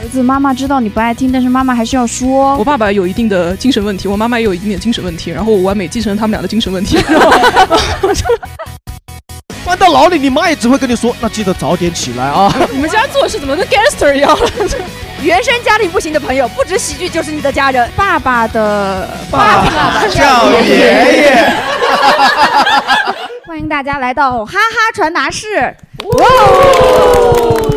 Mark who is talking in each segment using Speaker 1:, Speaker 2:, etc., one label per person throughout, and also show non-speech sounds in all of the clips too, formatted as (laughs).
Speaker 1: 儿子，妈妈知道你不爱听，但是妈妈还是要说
Speaker 2: 我。爸爸有一定的精神问题，我妈妈也有一定的精神问题，然后我完美继承了他们俩的精神问
Speaker 3: (laughs)
Speaker 2: 题。然后
Speaker 4: 关到牢里，你妈也只会跟你 (laughs) 说，那记得早点起来啊。
Speaker 3: (laughs)
Speaker 2: 你们家做事怎么跟 gangster 一样了？
Speaker 3: 原生家庭不行的朋友，不止喜剧就是你的家人。
Speaker 1: 爸爸的
Speaker 4: 爸爸叫爷爷，
Speaker 1: 欢迎大家来到哈哈传达室。
Speaker 2: 哦
Speaker 1: 哦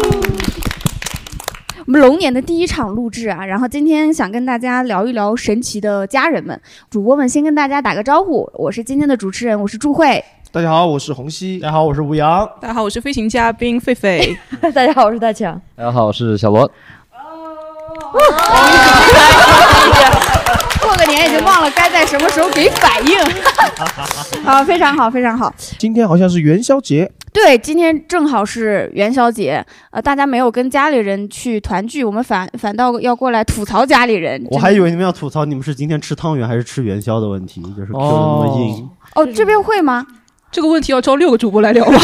Speaker 1: 我们龙年的第一场录制啊，然后今天想跟大家聊一聊神奇的家人们。主播们先跟大家打个招呼，我是今天的主持人，我是祝
Speaker 2: (laughs)
Speaker 1: 慧。
Speaker 4: 大家好，我是洪熙
Speaker 5: 大。家好，我是吴阳。
Speaker 2: 大家好，我是飞行嘉宾狒狒。
Speaker 3: (laughs) 大家好，我是大强。
Speaker 6: 大家好，我是小罗。
Speaker 1: 过个年已经忘了该在什么时候给反
Speaker 2: (laughs)
Speaker 1: 应。啊，非常好，非常好。
Speaker 4: (laughs) 今天好像是元宵节，
Speaker 1: 对，今天正好是元宵节，呃，大家没有跟家里人去团聚，我们反反倒要过来吐槽家里人。
Speaker 5: 我还以为你们要吐槽你们是今天吃汤圆还是吃元宵的问题，就是 Q 的那么硬。
Speaker 1: 哦，这边会吗？
Speaker 2: 这个问题要招六个主播来聊吗？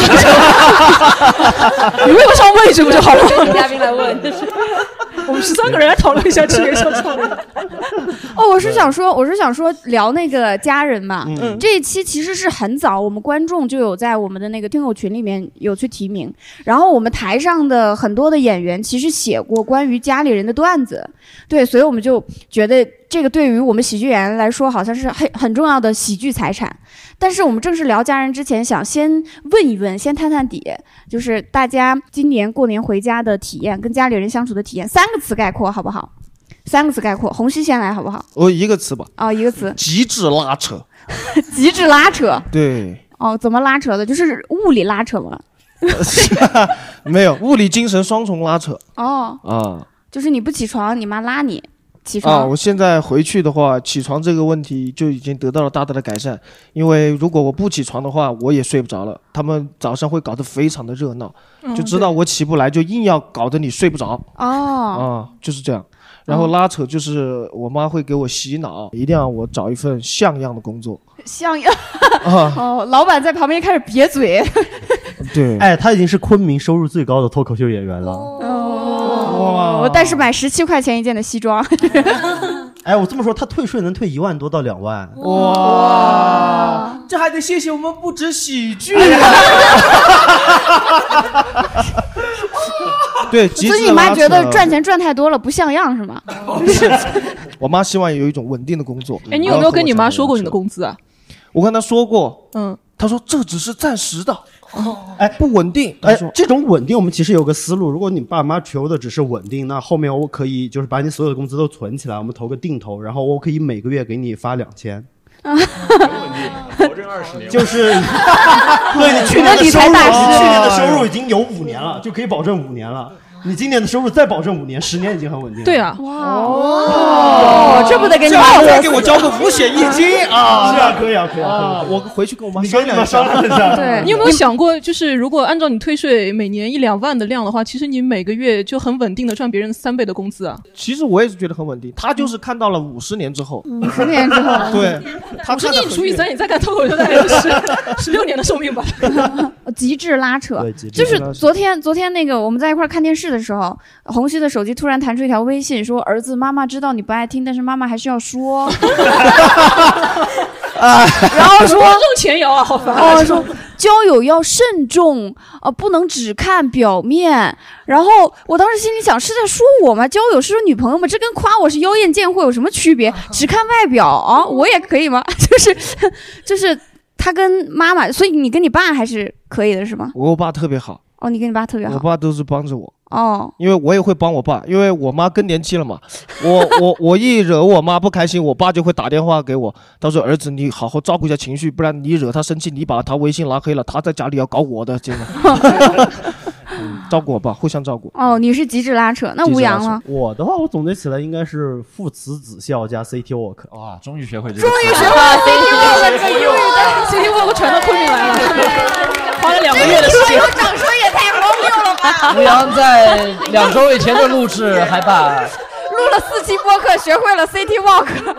Speaker 2: 你为我上位置不就好了吗？
Speaker 3: 嘉宾来问，
Speaker 2: 我们十三个人来讨论一下这个事情。
Speaker 1: (laughs) 哦，我是想说，我是想说聊那个家人嘛。
Speaker 2: 嗯
Speaker 1: 这一期其实是很早，我们观众就有在我们的那个听友群里面有去提名，然后我们台上的很多的演员其实写过关于家里人的段子，对，所以我们就觉得这个对于我们喜剧演员来说好像是很很重要的喜剧财产。但是我们正式聊家人之前，想先问一问，先探探底，就是大家今年过年回家的体验，跟家里人相处的体验，三个词概括好不好？三个词概括，红熙先来好不好？
Speaker 4: 我一个词吧，
Speaker 1: 哦，一个
Speaker 4: (laughs)
Speaker 1: 词，
Speaker 4: 极致拉扯。
Speaker 1: 极致拉扯。
Speaker 4: 对，
Speaker 1: 哦，怎么拉扯的？就是物理拉扯吗？
Speaker 4: 没有物理精神双重拉扯
Speaker 1: 哦，
Speaker 4: 啊
Speaker 1: 就是你不起床，你妈拉你起
Speaker 4: 啊！
Speaker 1: 床。
Speaker 4: 我现在回去的话，起床这个问题就已经得到了大大的改善，因为如果我不起床的话，我也睡不着了。他们早上会搞得非常的热闹，就知道我起不来，就硬要搞得你睡不着。
Speaker 1: 哦，
Speaker 4: 啊，就是这样。然后拉扯就是我妈会给我洗脑，一定要我找一份像样的工作
Speaker 1: 像
Speaker 4: 啊。
Speaker 1: (laughs) 哦，老板在旁边开始瘪嘴。
Speaker 4: 对，
Speaker 5: 哎，他已经是昆明收入最高的脱口秀演员了。
Speaker 1: 哦，但是买十七块钱一件的西装，
Speaker 5: 哎，我这么说，他退税能退一万多到两万。
Speaker 4: 哦哇，这还得谢谢我们不止喜剧。啊 (laughs) 对，极
Speaker 1: (laughs) 所以
Speaker 4: 致
Speaker 1: 你妈
Speaker 4: 拉
Speaker 1: 觉得
Speaker 4: 扯
Speaker 1: 赚，钱赚太多了不像样是吗？
Speaker 4: (laughs) 我妈希望有一种稳定的工作。
Speaker 3: 嗯
Speaker 2: 哎，你有没有跟你妈说过你的
Speaker 4: 工？
Speaker 2: 工资啊？
Speaker 4: 我跟她说过，
Speaker 2: 嗯，
Speaker 4: 她说这只是暂时的，
Speaker 5: 哎
Speaker 4: 不稳定。她
Speaker 5: 哎
Speaker 4: 说，
Speaker 5: 这种稳定，我们其实有个思路。如果你爸妈求的只是稳定，那后面我可以就是把你所有的工资都存起来，我们投个定投，然后我可以每个月给你发两千。保证 (laughs) 二十年，就是 (laughs)
Speaker 7: (laughs)
Speaker 5: 对你去年的
Speaker 1: 理
Speaker 5: 收
Speaker 1: 财
Speaker 5: 入，啊
Speaker 1: 大师
Speaker 5: 去年的收
Speaker 7: 嗯
Speaker 5: 入已经有五年了，就可以保证五年了。你今年的收入再保证五年，十年已经很稳定了。
Speaker 2: 对，啊，
Speaker 3: 哦，这不得给你骂
Speaker 4: 再
Speaker 3: 我
Speaker 4: 给我交个五险一金啊！
Speaker 5: 是啊，可以啊，可以
Speaker 4: 啊，
Speaker 5: 啊，可以
Speaker 4: 我回去跟我妈
Speaker 5: 啊你跟
Speaker 4: 商
Speaker 5: 你
Speaker 4: 量一
Speaker 5: 们
Speaker 4: 下
Speaker 5: 商。量一下。
Speaker 1: 对
Speaker 2: 你有没有想过，就是如果按照你退税每年一两万的量的话，其实你每个月就很稳定的赚别人三倍的工资啊。
Speaker 4: 其实我也是觉得很稳定，他就是看到了五十年之后，
Speaker 1: 嗯五十年之后，
Speaker 4: (laughs)
Speaker 2: (laughs)
Speaker 4: 对，他
Speaker 2: 我说
Speaker 4: 看
Speaker 2: 你除以三，你再看脱口秀，大概有 (laughs) 十十六年的寿
Speaker 4: (laughs)
Speaker 2: 命吧。
Speaker 1: 极致拉扯。
Speaker 5: 对，极致
Speaker 1: 就是
Speaker 4: 原来是
Speaker 1: 昨天，昨天那个我们在一块儿看电视的时候，红熙的手机突然弹出一条微信，说：“儿子，妈妈知道你不爱听，但是妈妈还是要
Speaker 5: (laughs)
Speaker 1: 说。”然后
Speaker 2: 观
Speaker 1: 说
Speaker 2: 众前摇啊，好烦啊。
Speaker 1: 哦，说交友要慎重，呃，不能只看表面。然后我当时心里想，是在说我吗？交友是说女朋友吗？这跟夸我是妖艳贱货有什么区别？只看外表啊，我也可以吗？ (laughs) 就是，就是他跟妈妈，所以你跟你爸还是可以的，是吗？
Speaker 4: 我爸特别好，
Speaker 1: 哦，你跟你爸特别
Speaker 4: 我
Speaker 1: 好
Speaker 4: 爸都是帮着我，
Speaker 1: 哦。
Speaker 4: 因为我也会帮我爸，因为我妈更年期了嘛，我
Speaker 5: (laughs)
Speaker 4: 我我一惹我妈不开心，我爸就会打电话给我，他说儿子你好好照顾一下情绪，不然你惹他生气，你把他微信拉黑了，他在家里要搞我的，真的。嗯照顾我爸，互相照顾。
Speaker 1: 哦，你是极致拉扯，那
Speaker 4: 极致
Speaker 1: 吴
Speaker 4: 拉
Speaker 1: 阳
Speaker 4: 扯
Speaker 1: 呢？
Speaker 5: 我的话，我总结起来应该是父慈子孝加 CT work。
Speaker 6: 哇，终于学会这个。终于
Speaker 3: 是吧？CT 忘了这一位，
Speaker 2: 今天我我传到昆明来了，花了两个月的时
Speaker 3: 说
Speaker 1: 哎
Speaker 2: 间。
Speaker 3: 有掌声也太荒谬了吧！
Speaker 6: 吴阳在两周以前的录制还把
Speaker 3: 如录了四期播客，学会了 City Walk。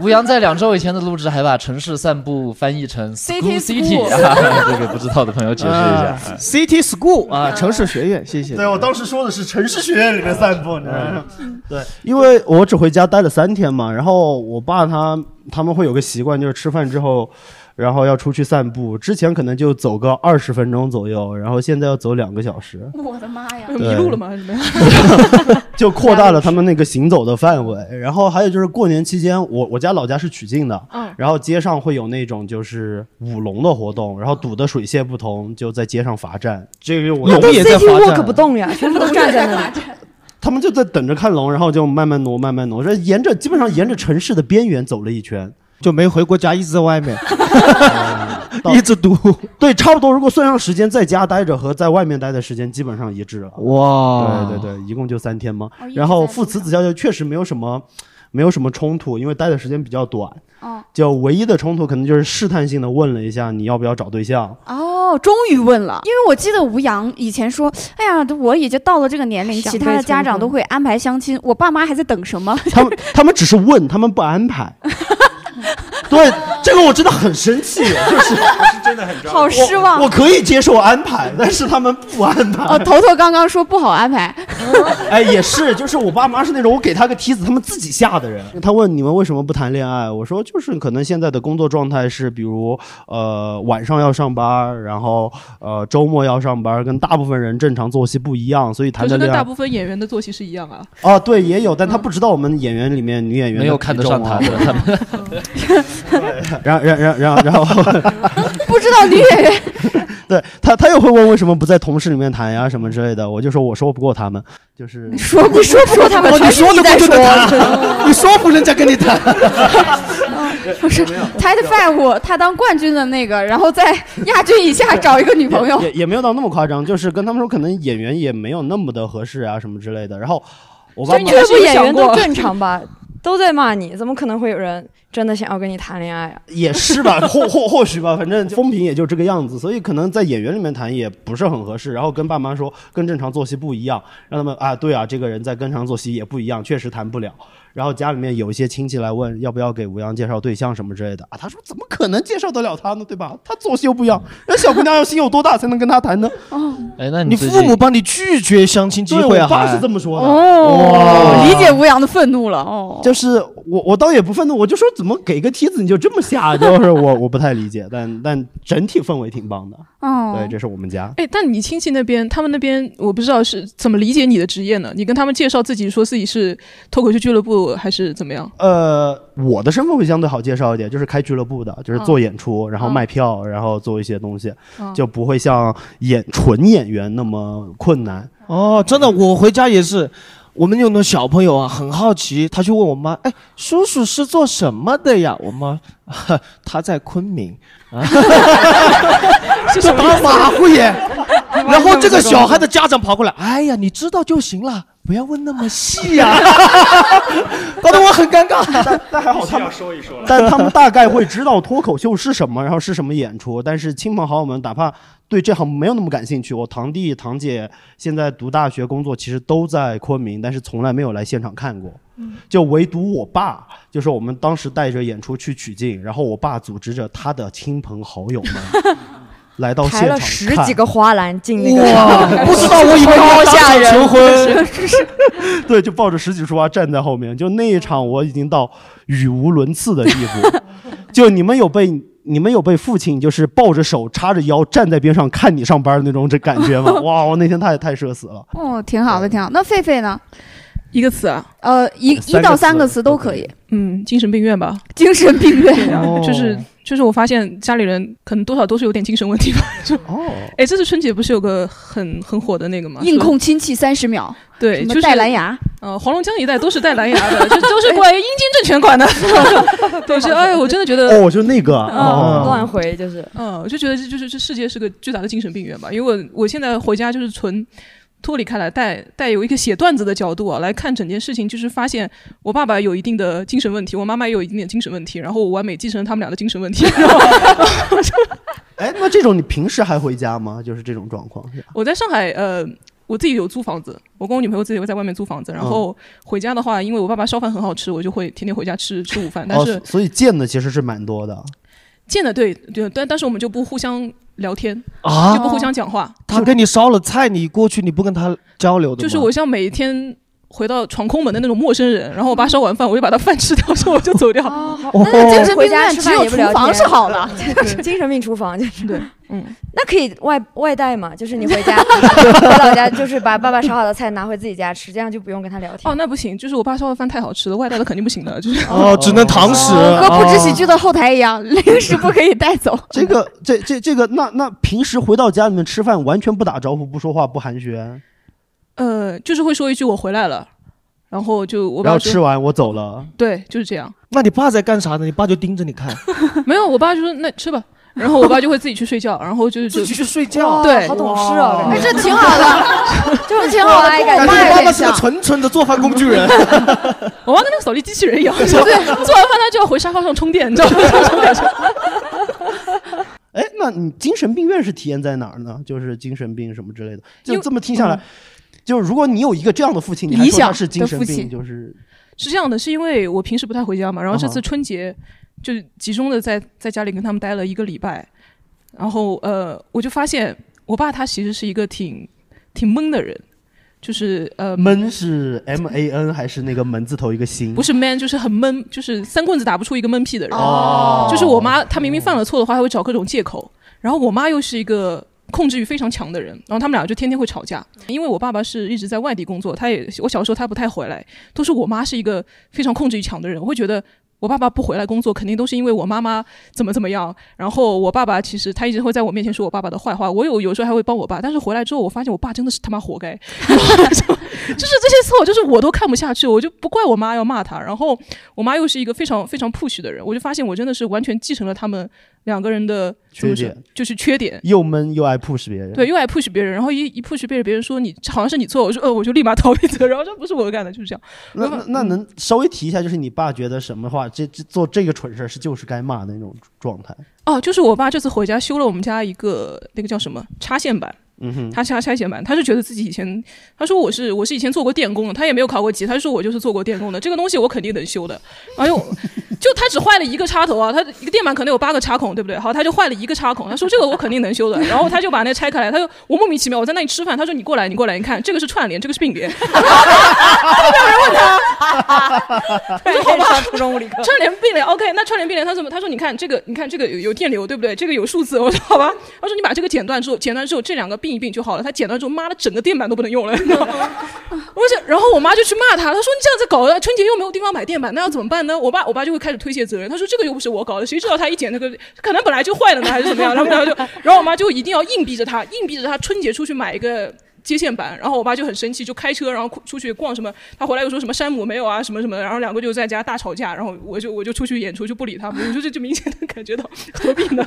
Speaker 6: 吴阳在两周以前的录制还把城市散步翻译成
Speaker 3: City 啊
Speaker 6: school city，啊， (laughs) 这给不知道的朋
Speaker 4: 嗯
Speaker 6: 友解释一下。
Speaker 4: City 呃 School 啊，城市学院，谢谢。
Speaker 5: 对我当时说的是城市学院里面散步呢。对，
Speaker 4: 因为
Speaker 5: 我只回家待了三天嘛，然后我爸他他们会有个习惯，就是吃饭之后，然后要出去散步。之前可能就走个二十分钟左右，然后现在要走两个小时，
Speaker 1: 我的妈呀！
Speaker 2: 迷路了吗？还是
Speaker 1: (laughs)
Speaker 2: 怎么样？
Speaker 5: 就扩大了他们那个行走的范围。然后还有就是过年期间，我我家老家是曲靖的，
Speaker 2: 嗯，
Speaker 5: 然后街上会有那种就是舞龙的活动，然后赌的水泄不通，就在街上罚站。这个我
Speaker 4: 龙也在
Speaker 3: City
Speaker 4: 罚
Speaker 3: Walk
Speaker 4: 站
Speaker 3: 不，动 (laughs) 呀，全部都站在那里。
Speaker 5: 他们就在等着看龙，然后就慢慢挪，慢慢挪，这沿着基本上沿着城市的边缘走了一圈。
Speaker 4: 就没回过家，一直在外面，
Speaker 5: 到
Speaker 4: (laughs) 一直读。
Speaker 5: (laughs) 对，差不多。如果算上时间在家待着和在外面待的时间，基本上一致了。
Speaker 4: 哇，
Speaker 5: 对对对，一共就三天嘛
Speaker 1: 哦一。直
Speaker 5: 然后
Speaker 1: 在
Speaker 5: 父慈子孝就确实没有什么，没有什么冲突，因为待的时间比较短。
Speaker 1: 哦
Speaker 5: 就唯一的冲突可能就是试探性的问了一下你要不要找
Speaker 1: (laughs)
Speaker 5: 对象。
Speaker 1: 哦，终于问了，因为我记得吴阳以前说，哎呀，我已经到了这个年龄，
Speaker 3: 想
Speaker 1: 其他
Speaker 3: 被
Speaker 1: 的家
Speaker 3: 催
Speaker 1: 长
Speaker 3: 婚
Speaker 1: 都会安排相亲，我爸妈还在等什 (laughs) 么？
Speaker 5: 他们他们只是问，他们不安排。 (laughs) 对，这个我真的很生气，就是
Speaker 1: 好失望
Speaker 5: 我。可以接受安排，但是他们不安排。
Speaker 1: 哦，头头刚刚说不好安排，
Speaker 5: 哎，也是，就是我爸妈是那种我给他个梯子，他们自己下的人。他问你们为什么不谈恋爱，我说就是可能现在的工作状态是，比如呃晚上要上班，然后呃周末要上班，跟大部分人正常作息不一样，所以
Speaker 2: 可
Speaker 5: 谈的
Speaker 2: 是跟
Speaker 5: 恋
Speaker 2: 大
Speaker 5: 爱
Speaker 2: 部分演员的作息是一样啊。
Speaker 5: 啊对也有，但他不知道我们演员里面女演员
Speaker 6: 没有看得上他
Speaker 5: 比
Speaker 6: 的，他们
Speaker 5: 重啊。 (laughs) 然后然后然后然后然后
Speaker 1: 不知道女演员
Speaker 5: 对他他又会问为什么不在同事里面谈呀什么之类的，我就说我说不过他们，就是
Speaker 1: 说你说不 (laughs) 说他们
Speaker 4: 哦，
Speaker 1: 全
Speaker 4: 你
Speaker 1: 是
Speaker 4: 说的
Speaker 1: 在
Speaker 4: 不就
Speaker 1: 说啊
Speaker 4: 能
Speaker 1: (laughs)
Speaker 5: (laughs)
Speaker 4: 谈，你说服人家跟你谈。
Speaker 1: 不是 Ted Five 他当冠军的那个，然后在亚军以下找一个女朋友
Speaker 5: 也，也也没有到那么夸张，就是跟他们说可能演员也没有那么的合适啊什么之类的。然后我爸
Speaker 2: 所以
Speaker 5: 妈
Speaker 2: 你
Speaker 3: 这部演
Speaker 2: 还是有想
Speaker 3: 员
Speaker 2: 过
Speaker 3: 都正常吧？ (laughs) 都在骂你，怎么可能会有人真的想要跟你谈恋爱啊？
Speaker 5: 也
Speaker 3: (laughs)
Speaker 5: 是 (laughs) 吧，或或或许吧，反正风评也就这个样子，所以可能在演员里面谈也不是很合适。然后跟爸妈说跟正常作息不一样，让他们啊对啊，这个人在跟正常作息也不一样，确实谈不了。然后家里面有一些亲戚来问要不要给吴阳介绍对象什么之类的啊，他说怎么可能介绍得了他呢，对吧？他作息又不
Speaker 4: (laughs)
Speaker 5: 一样，那小姑娘要心有多大才能跟他谈呢？
Speaker 4: 哦
Speaker 6: 哎，那
Speaker 4: 你
Speaker 6: 最
Speaker 4: 父
Speaker 6: 近
Speaker 4: 母帮你拒绝相亲机
Speaker 5: 对，
Speaker 4: 会啊？
Speaker 5: 我爸
Speaker 4: 还
Speaker 5: 是这么说的。
Speaker 1: 哦，理解吴阳的愤怒了哦。
Speaker 5: 就是我我倒也不愤怒，我就说怎么给个梯子你就这么下，就是我我不太理解，但但整体氛围挺棒的。
Speaker 1: 哦
Speaker 5: 对，，这是我们家。
Speaker 2: 哎，但你亲戚那边，他们那边我不知道是怎么理解你的职业呢？你跟他们介绍自己，说自己是脱口秀俱乐部还是怎么样？
Speaker 5: 呃，我的身份会相对好介绍一点，就是开俱乐部的，
Speaker 3: 嗯
Speaker 5: 就是做演出，然后
Speaker 2: 嗯
Speaker 5: 卖票，然后做一些东西，
Speaker 2: 嗯
Speaker 5: 就不会像演纯演员那么困难。
Speaker 4: 哦，真的，我回家也是。我们有那种小朋友啊，很好奇，他就问我妈：“哎，叔叔是做什么的呀？”我妈：“ (laughs) 他在
Speaker 2: (laughs)
Speaker 4: 昆明。啊”这打马
Speaker 5: (laughs)
Speaker 4: 虎眼。然后这个小孩的家长跑过来：“哎呀，你知道就行了，不要问那么细呀、 (laughs) 搞得我很尴尬。
Speaker 5: 但还好他们说一 (laughs) 说，但他们大概会知道脱口秀是什么，然后是什么演出。但是亲朋好友们，哪怕对这行没有那么感兴趣，我堂弟堂姐现在读大学、工作，其实都在昆明，但是从来没有来现场看过。就唯独我爸，就是我们当时带着演出去取景，然后我爸组织着他的亲朋好友们来到现
Speaker 3: 抬
Speaker 5: 场
Speaker 3: 了
Speaker 5: 看
Speaker 3: 十几个花篮进那个，(laughs)
Speaker 5: (laughs)
Speaker 4: 哇，不知道我以为
Speaker 3: 超
Speaker 4: 他
Speaker 3: 吓人
Speaker 4: 求婚。
Speaker 3: (laughs)
Speaker 5: (laughs) 对，就抱着十几束花站在后面。就那一场，我已经到语无伦次的地步。 (laughs) 就你们有被你们有被父亲就是抱着手叉着腰站在边上看你上班的那种这感觉
Speaker 2: (laughs)
Speaker 5: 吗？哇，我那天太太社死了。
Speaker 1: 哦，挺好的，挺好。那狒狒呢？
Speaker 2: 一个词啊，
Speaker 1: 呃，一
Speaker 5: 三个
Speaker 1: 一到三个
Speaker 5: 词
Speaker 1: 词都
Speaker 5: 都
Speaker 1: 可
Speaker 5: 可以
Speaker 1: 以。
Speaker 2: 嗯，精神病院吧。啊
Speaker 1: 精神病院，
Speaker 4: 哦
Speaker 2: 就是就是我发现家里人可能多少都是有点精神问题吧。就
Speaker 5: 哦，
Speaker 2: (laughs) 哎，这次春节不是有个很很火的那个吗？
Speaker 1: 硬
Speaker 2: 说
Speaker 1: 控亲戚三十秒，
Speaker 2: 对，
Speaker 1: 什
Speaker 2: 就
Speaker 1: 么
Speaker 2: 是
Speaker 1: 带蓝牙，
Speaker 2: 呃，黄龙江一带都是带蓝牙的，这都是怪阴间政权管的。对，就哎，我真的觉得。
Speaker 5: 哦，就那个哦，
Speaker 3: 乱回就是。
Speaker 2: 嗯，我就觉得这就是这世界是个巨大的精神病院吧，因为我我现在回家就是纯脱离开来，带带有一个写段子的角度啊来看整件事情，就是发现我爸爸有一定的精神问题，我妈妈也有一定的精神问题，然后我完美继承了他们俩的精神问题。然后
Speaker 5: 哎，那这种你平时还回家吗？就是这种状况下。
Speaker 2: 我在上海呃我自己有租房子，我跟我女朋友自己会在外面租房子，
Speaker 4: 嗯
Speaker 2: 然后回家的话，因为我爸爸烧饭很好吃，我就会天天回家吃吃午饭。但
Speaker 5: 哦
Speaker 2: 是，
Speaker 5: 所以见的其实是蛮多的。
Speaker 2: 见的对对，但但是我们就不互相聊天
Speaker 4: 啊
Speaker 2: 就不互相讲话。
Speaker 4: 他给你烧了菜，你过去你不跟他交流的吗
Speaker 2: 就是我像每天回到闯空门的那种陌生人，然后
Speaker 1: 嗯
Speaker 2: 我爸烧完饭，我就把他饭吃掉，之后我就走掉。
Speaker 4: 哦
Speaker 3: 那
Speaker 1: 精神
Speaker 3: 回
Speaker 1: 病
Speaker 3: 家
Speaker 1: 院
Speaker 3: 吃
Speaker 1: 只
Speaker 3: 饭
Speaker 1: 有
Speaker 3: 也不
Speaker 1: 厨
Speaker 3: 聊
Speaker 1: 房
Speaker 3: 天
Speaker 1: 是好
Speaker 3: (laughs)
Speaker 1: 的， (laughs)
Speaker 3: 精神病厨房就是 (laughs)
Speaker 2: 对，嗯，
Speaker 3: 那可以外外带嘛，就是你回 (laughs) 家回老家，就是把爸爸烧好的菜拿回自己家吃，这样就不用跟他聊天。
Speaker 2: 哦，那不行，就是我爸烧的饭太好吃了，外带的肯定不行的，就是
Speaker 4: 哦，只能堂食。
Speaker 1: 和不止喜
Speaker 4: 哦
Speaker 1: 剧的后台一样，零食不可以带走。
Speaker 5: (laughs) 这个这这这个，那那平时回到家里面吃饭，完全不打招呼，不说话，不寒暄，
Speaker 2: 呃，就是会说一句我回来了，然后就我
Speaker 5: 然
Speaker 2: 爸
Speaker 5: 后
Speaker 2: 就
Speaker 5: 吃完我走了。
Speaker 2: 对，就是这样。 (laughs)
Speaker 4: 那你爸在干啥呢？你爸就盯着你看，
Speaker 2: 没有，我爸就说那吃吧，然后我爸就会自己去睡觉，然后就是
Speaker 4: 自
Speaker 2: 就
Speaker 4: 己去睡觉。
Speaker 2: 对
Speaker 3: 好懂
Speaker 2: 啊
Speaker 3: 事哦，
Speaker 1: 哎，
Speaker 3: 感觉
Speaker 1: 这挺好的，
Speaker 3: 就是
Speaker 1: 挺
Speaker 4: (laughs)
Speaker 1: 好的哎
Speaker 3: 爱
Speaker 1: 跟
Speaker 3: 感
Speaker 1: 我
Speaker 4: 感觉
Speaker 1: 妈
Speaker 4: 你
Speaker 1: 也
Speaker 4: 爸
Speaker 1: 很
Speaker 4: 爸是个
Speaker 1: 像。
Speaker 4: 纯纯的做饭工具人。
Speaker 2: 我妈跟那个扫地机器人一
Speaker 4: (laughs)
Speaker 2: 样，就是做完饭她就要回沙发上充电，你知道吗？
Speaker 5: 哎，那你精神病院是体验在哪儿呢？就是精神病什么之类的。
Speaker 2: 因
Speaker 5: 就
Speaker 2: 为嗯
Speaker 5: 这么听下来，就是如果你有一个这样的父亲，你还
Speaker 2: 理
Speaker 5: 说他
Speaker 2: 想
Speaker 5: 是精
Speaker 2: 的
Speaker 5: 神
Speaker 2: 父
Speaker 5: 病，
Speaker 2: 亲
Speaker 5: 就是
Speaker 2: 是这样的，是因为我平时不太回家嘛，然后这
Speaker 5: 啊哈
Speaker 2: 次春节就集中的在在家里跟他们待了一个礼拜，然后呃，我就发现我爸他其实是一个挺挺闷的人，就是呃
Speaker 5: 闷是 M A N 还是那个门字头一个心？
Speaker 2: 不是 man，就是很闷，就是三棍子打不出一个闷屁的人。
Speaker 5: 哦，
Speaker 2: 就是我妈，她明明犯了错的话，她会找各种借口。然后我妈又是一个控制欲非常强的人，然后他们俩就天天会吵架。因为我爸爸是一直在外地工作，他也我小时候他不太回来，都是我妈是一个非常控制欲强的人，我会觉得。我爸爸不回来工作，肯定都是因为我妈妈怎么怎么样。然后我爸爸其实他一直会在我面前说我爸爸的坏话，我有有时候还会帮我爸。但是回来之后，我发现我爸真的是他妈活该，就是这些错，就是我都看不下去，我就不怪我妈要骂他。然后我妈又是一个非常非常 push 的人，我就发现我真的是完全继承了他们两个人的怎么
Speaker 5: 缺
Speaker 2: 说
Speaker 5: 点，
Speaker 2: 就是缺点。
Speaker 5: 又闷又爱 push 别人。
Speaker 2: 对，，又爱 push 别人，然后一一 push 别人，别人说你这好像是你错，我说呃，我就立马逃 (laughs) 一责，然后说不是我干的，就是这样。
Speaker 5: 那
Speaker 2: 我
Speaker 5: 那那能稍微提一下，就是你爸觉得什么话，这这做这个蠢事儿是就是该骂的那种状态。
Speaker 2: 哦，就是我爸这次回家修了我们家一个那个叫什么插线板，
Speaker 5: 嗯哼，
Speaker 2: 他插拆线板，他是觉得自己以前，他说我是我是以前做过电工的，他也没有考过级，他说我就是做过电工的，这个东西我肯定能修的。哎呦， (laughs) 就他只坏了一个插头啊，他一个电板可能有八个插孔，对不对？好，他就坏了一个插孔，他说这个我肯定能修的，然后他就把那拆开来，他说我莫名其妙我在那里吃饭，他说你过来你过来，你看这个是串联，这个是并联， (laughs)
Speaker 3: 觉上初中物理
Speaker 2: (laughs)
Speaker 3: 课，
Speaker 2: 串联并联 OK，那串联并联他怎么？他说你看这个你看这个有有电流对不对？这个有数字，我说好吧，他说你把这个剪断之后，剪断之后这两个并一并就好了。他剪断之后，妈的整个电板都不能用了，你知道吗？我想，然后我妈就去骂他，她说你这样子搞的，春节又没有地方买电板，那要怎么办呢？我爸我爸就会开始推卸责任，他说这个又不是我搞的，谁知道他一剪那个可能本来就坏了呢，还是怎么样？然后然后就，然后我妈就一定要硬逼着他，硬逼着他春节出去买一个。接线板，然后我爸就很生气，就开车，然后出去逛什么。他回来又说什么山姆没有啊，什么什么的，然后两个就在家大吵架。然后我就我就出去演出，就不理他们。我说这就明显的感觉到何必呢？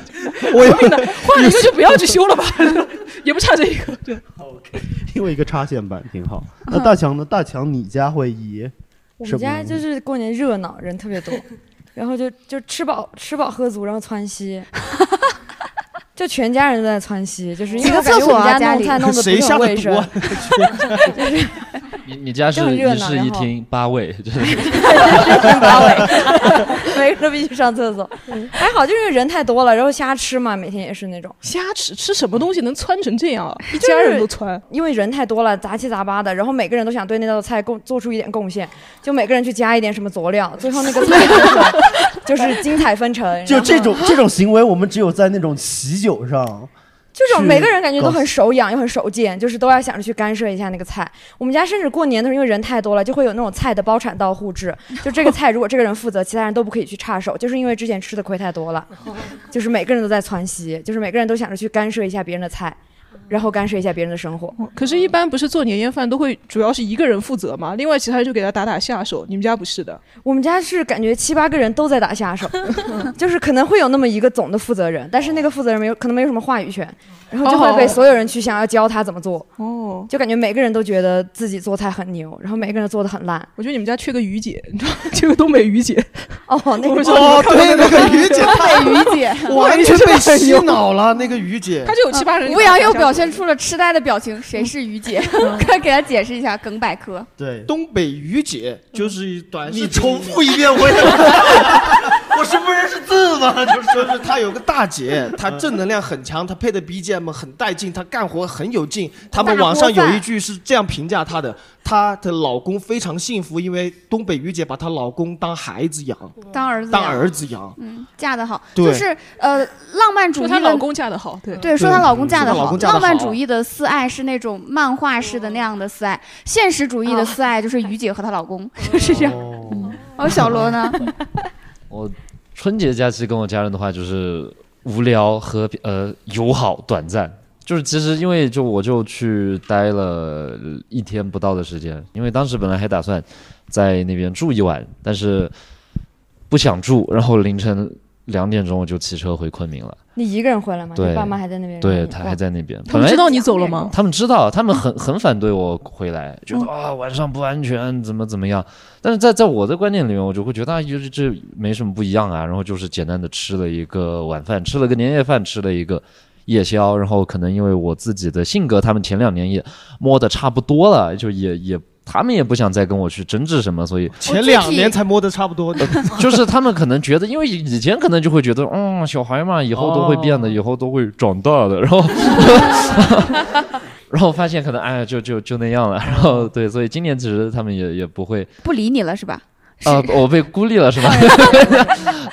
Speaker 4: 我也
Speaker 2: 何必呢？换了一个就不要去修了吧，也不差这一个。对，
Speaker 5: 因为一个插线板挺好。那大强呢？大强，你家会以
Speaker 3: 我
Speaker 5: 什
Speaker 3: 们
Speaker 5: 么
Speaker 3: 家就是过年热闹，人特别 (laughs) 多，然后就就吃饱吃饱喝足，然后窜 (laughs) 稀，就全家人都在窜稀，就是因
Speaker 1: 几
Speaker 3: 为
Speaker 1: 个厕
Speaker 3: 我感觉
Speaker 1: 所
Speaker 3: 我们
Speaker 1: 啊
Speaker 3: 家
Speaker 1: 家
Speaker 3: 弄
Speaker 1: 里
Speaker 3: 菜弄得不
Speaker 4: 谁
Speaker 3: 是
Speaker 4: 下
Speaker 3: 很
Speaker 4: 的
Speaker 3: 卫
Speaker 4: 毒
Speaker 3: 生，
Speaker 4: 啊？
Speaker 6: 你你家是
Speaker 3: 啊这么热
Speaker 6: 一
Speaker 3: 闹
Speaker 6: 室一
Speaker 3: 然后
Speaker 6: 厅八位，
Speaker 3: (laughs)
Speaker 6: 就是 (laughs)
Speaker 3: 八 (laughs) 尾，每个人必须上厕所。
Speaker 2: 嗯
Speaker 3: 还好就是因为人太多了，然后瞎吃嘛，每天也是那种，
Speaker 2: 瞎吃吃什么东西能窜成这样啊？一家人都窜，
Speaker 3: 因为人太多了，杂七杂八的，然后每个人都想对那道菜贡做出一点贡献，就每个人去加一点什么佐料，最后那
Speaker 2: (laughs)
Speaker 3: 个菜做出来就是精彩纷呈。
Speaker 5: 就
Speaker 3: 然后
Speaker 5: 这种这种行为，我们只有在那种喜酒上。
Speaker 3: 这种
Speaker 5: 去
Speaker 3: 每个人感觉
Speaker 5: 搞
Speaker 3: 都很手痒又很手贱，就是都要想着去干涉一下那个菜。我们家甚至过年的时候，因为人太多了，就会有那种菜的包产到户制，就这个菜如果这个人负责，其他人都不可以去插手，就是因为之前吃的亏太多了，就是每个人都在窜稀，就是每个人都想着去干涉一下别人的菜，然后干涉一下别人的生活。
Speaker 2: 嗯可是，一般不是做年夜饭都会主要是一个人负责嘛，另外其他人就给他打打下手。你们家不是的，
Speaker 3: 我们家是感觉七八个人都在打
Speaker 2: (laughs)
Speaker 3: 下手，就是可能会有那么一个总的负责人，但是那个负责人没有可能没有什么话语权，然后就会被
Speaker 2: 哦
Speaker 3: 所有人去想要教他怎么做。
Speaker 2: 哦，
Speaker 3: 就感觉每个人都觉得自己做菜很牛，然后每个人都做的很烂。
Speaker 2: 我觉得你们家缺个于姐，你知道吗，缺个东北于姐。
Speaker 3: 哦，那个
Speaker 4: 哦，
Speaker 1: (laughs)
Speaker 4: 对，那个于姐，
Speaker 1: 东北于姐，
Speaker 4: (laughs) 我完全被洗脑了。那个于姐
Speaker 2: 他，就有七八人给
Speaker 1: 嗯吴
Speaker 2: 他打
Speaker 1: 阳
Speaker 2: 下手，
Speaker 1: 又表现出了痴呆的表情。
Speaker 2: 嗯
Speaker 1: 谁是于姐？ (laughs) 快给他解释一下梗百科。
Speaker 5: 对，
Speaker 4: 东北于姐就是短视频
Speaker 8: 你重复一遍，我也 (laughs) 我是不认识字
Speaker 4: (laughs)
Speaker 8: 吗？就是嗯
Speaker 4: 就是她有个大姐，她正能量很强，她配的 BGM 很带劲，她干活很有劲。他们网上有一句是这样评价她的：她的老公非常幸福，因为东北于姐把她老公当孩子养，
Speaker 1: 当儿子，
Speaker 4: 当儿，子养。
Speaker 1: 嗯，嫁得好，
Speaker 4: 对
Speaker 1: 就是呃，浪漫主义
Speaker 2: 说
Speaker 1: 的。
Speaker 2: 她老公嫁得好，对
Speaker 1: 对，说她老公嫁得
Speaker 4: 说她老
Speaker 1: 好
Speaker 4: 公，嫁得好
Speaker 1: 浪漫主义的私爱是那种漫画式的那样的私爱，现实主义
Speaker 2: 哦
Speaker 1: 的私爱就是于姐和她老公 (laughs) 是这样。哦，小罗
Speaker 2: (laughs)
Speaker 1: 呢？
Speaker 6: 我春节假期跟我家人的话就是无聊和呃友好短暂，就是其实因为就我就去待了一天不到的时间，因为当时本来还打算在那边住一晚，但是不想住，然后凌晨两点钟我就骑车回昆明了。
Speaker 3: 你一个人回来吗？
Speaker 6: 对
Speaker 3: 你爸妈还在那边？
Speaker 6: 对他还。在那边，
Speaker 2: 他们知道你走了吗？
Speaker 6: 他们知道，他们很很反对我回来，觉得啊、晚上不安全，怎么怎么样。但是在在我的观念里面，我就会觉得啊，就是这没什么不一样啊。然后就是简单的吃了一个晚饭，吃了个年夜饭，吃了一个夜宵。然后可能因为我自己的性格，他们前两年也摸的差不多了，就也也他们也不想再跟我去争执什么，所以
Speaker 4: 前两年才摸得差
Speaker 8: (laughs)
Speaker 4: 不多的，
Speaker 1: (laughs)
Speaker 6: 就是他们可能觉得，因为以前可能就会觉得，嗯，小孩嘛，以后都会变
Speaker 1: 哦
Speaker 6: 的，以后都会长大的，然后， (laughs) 然后发现可能哎，就就就那样了，然后对，所以今年其实他们也也不会
Speaker 1: 不理你了是吧？
Speaker 6: 啊、我被孤立了
Speaker 1: (laughs)
Speaker 6: 是吧？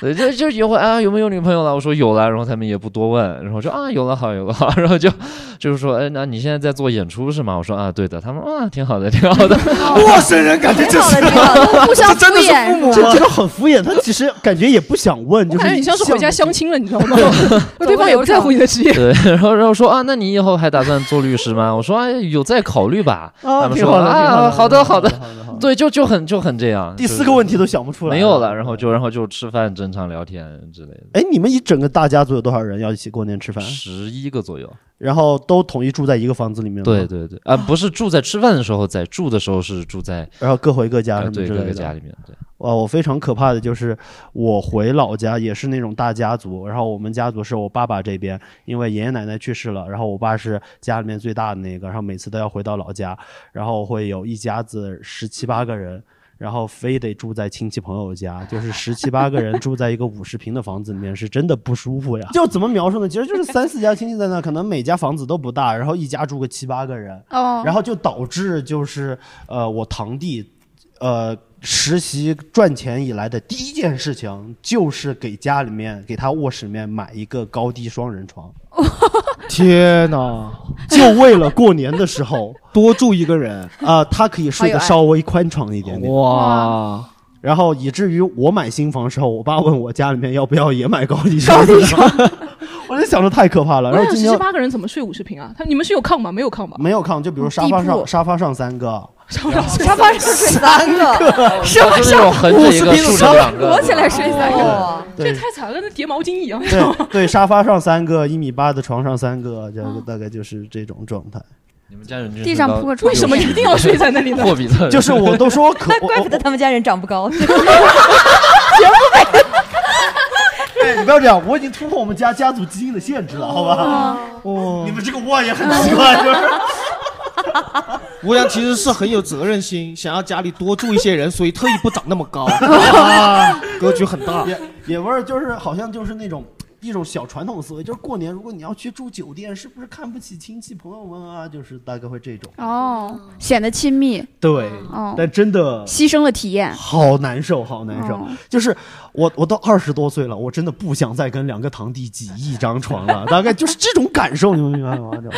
Speaker 6: 对，就就以后啊，有没有女朋友了？我说有了，然后他们也不多问，然后就啊，有了好，有了好，然后就就是说，哎，那你现在在做演出是吗？我说啊，对的，他们啊，挺好的，挺好的，
Speaker 8: (laughs) 陌生人感觉
Speaker 1: 挺
Speaker 8: 这
Speaker 1: 好的，
Speaker 8: 是 (laughs)
Speaker 1: 挺好的，互相敷衍。
Speaker 8: 母
Speaker 5: 这这个很敷衍，他其实感觉也不想问，
Speaker 2: 我
Speaker 5: 就是
Speaker 2: 感觉你像是回家相亲了，你知道吗？(laughs)
Speaker 1: 个
Speaker 2: 对方也不在乎你的职业，
Speaker 6: 对，然后然后说啊，那你以后还打算做律师吗？我说、啊、有在考虑吧。
Speaker 5: 啊，
Speaker 6: 他们
Speaker 5: 挺
Speaker 6: 说
Speaker 5: 好的，挺
Speaker 6: 啊，好
Speaker 5: 的，
Speaker 6: 的好的，
Speaker 5: 好的，好的。
Speaker 6: 对，就就很就很这样。
Speaker 5: 第
Speaker 6: 就是
Speaker 5: 四个问题都想不出来，
Speaker 6: 没有了，然后就然后就吃饭正常聊天之类的，
Speaker 5: 哎，你们一整个大家族有多少人要一起过年吃饭？
Speaker 6: 十一个左右。
Speaker 5: 然后都统一住在一个房子里面吗？
Speaker 6: 对对对，啊，不是住在吃饭的时候在，住的时候是住在
Speaker 5: 然后各回各家
Speaker 6: 呃
Speaker 5: 什么
Speaker 6: 对
Speaker 5: 之类
Speaker 6: 各个
Speaker 5: 的。
Speaker 6: 家里面。对，
Speaker 5: 哇，我非常可怕的就是我回老家也是那种大家族，然后我们家族是我爸爸这边，因为爷爷奶奶去世了，然后我爸是家里面最大的那个，然后每次都要回到老家，然后会有一家子十七八个人。然后非得住在亲戚朋友家，就是十七八个人住在一个五十平的房子里面，是真的不舒服呀。就怎么描述呢？其实就是三四家亲戚在那，可能每家房子都不大，然后一家住个七八个人，
Speaker 1: 哦，
Speaker 5: 然后就导致就是呃，我堂弟呃实习赚钱以来的第一件事情就是给家里面给他卧室里面买一个高低双人床，
Speaker 4: 天哪！
Speaker 5: 就为了过年的时候
Speaker 4: 多住一个人，
Speaker 5: 啊、他可以睡得
Speaker 1: 好有爱
Speaker 5: 稍微宽敞一点点。
Speaker 4: 哇！
Speaker 5: 然后以至于我买新房的时候，我爸问我家里面要不要也买高低双人床， (laughs) 我就想着太可怕了。
Speaker 2: 我
Speaker 5: (laughs) 然后
Speaker 2: 想
Speaker 5: 今
Speaker 2: 十七
Speaker 5: 天。
Speaker 2: 八个人怎么睡五十平啊？他你们是有炕吗？没有炕吧？
Speaker 5: 没有炕，就比如沙发
Speaker 1: 地
Speaker 5: 上
Speaker 1: 铺
Speaker 5: 沙发上三个，
Speaker 1: 沙发上睡三个，
Speaker 2: (laughs)
Speaker 6: 是就是那种横着一个，竖着两个，
Speaker 1: 躲起来睡三个。
Speaker 3: 哇，
Speaker 2: 这
Speaker 5: 对
Speaker 2: 太惨了，那叠毛巾一样。
Speaker 5: 对对，沙发上三个，一米八的床上三个，这个大概就是这种状态。
Speaker 6: 你们家人均
Speaker 1: 地
Speaker 6: 身
Speaker 1: 上
Speaker 6: 高
Speaker 1: 铺个床
Speaker 2: 为什么一定要睡在那里呢？
Speaker 6: 霍比特人
Speaker 5: 就是我
Speaker 3: (laughs)
Speaker 5: 都说可，我
Speaker 3: 怪不
Speaker 5: 我
Speaker 3: 得他们家人长不高。
Speaker 5: 哎，你不要这样，我已经突破我们家家族基因的限制了，好吧？哦
Speaker 8: 你们这个哇也很奇怪，就是
Speaker 4: 吴阳其实是很有责任心，想要家里多住一些人，所以特意不长那么
Speaker 1: (laughs)
Speaker 4: 高，啊格局很大。
Speaker 5: 也 (laughs) 也不是，就是好像就是那种一种小传统思维，就是过年如果你要去住酒店，是不是看不起亲戚朋友们啊？就是大概会这种。
Speaker 1: 哦，显得亲密
Speaker 5: 对，
Speaker 1: 哦，
Speaker 5: 但真的
Speaker 1: 牺牲了体验。
Speaker 5: 好难受，好难受
Speaker 1: 哦。
Speaker 5: 就是我，我到二十多岁了，我真的不想再跟两个堂弟挤一张床了，大概就是这种感受，你们明白吗？就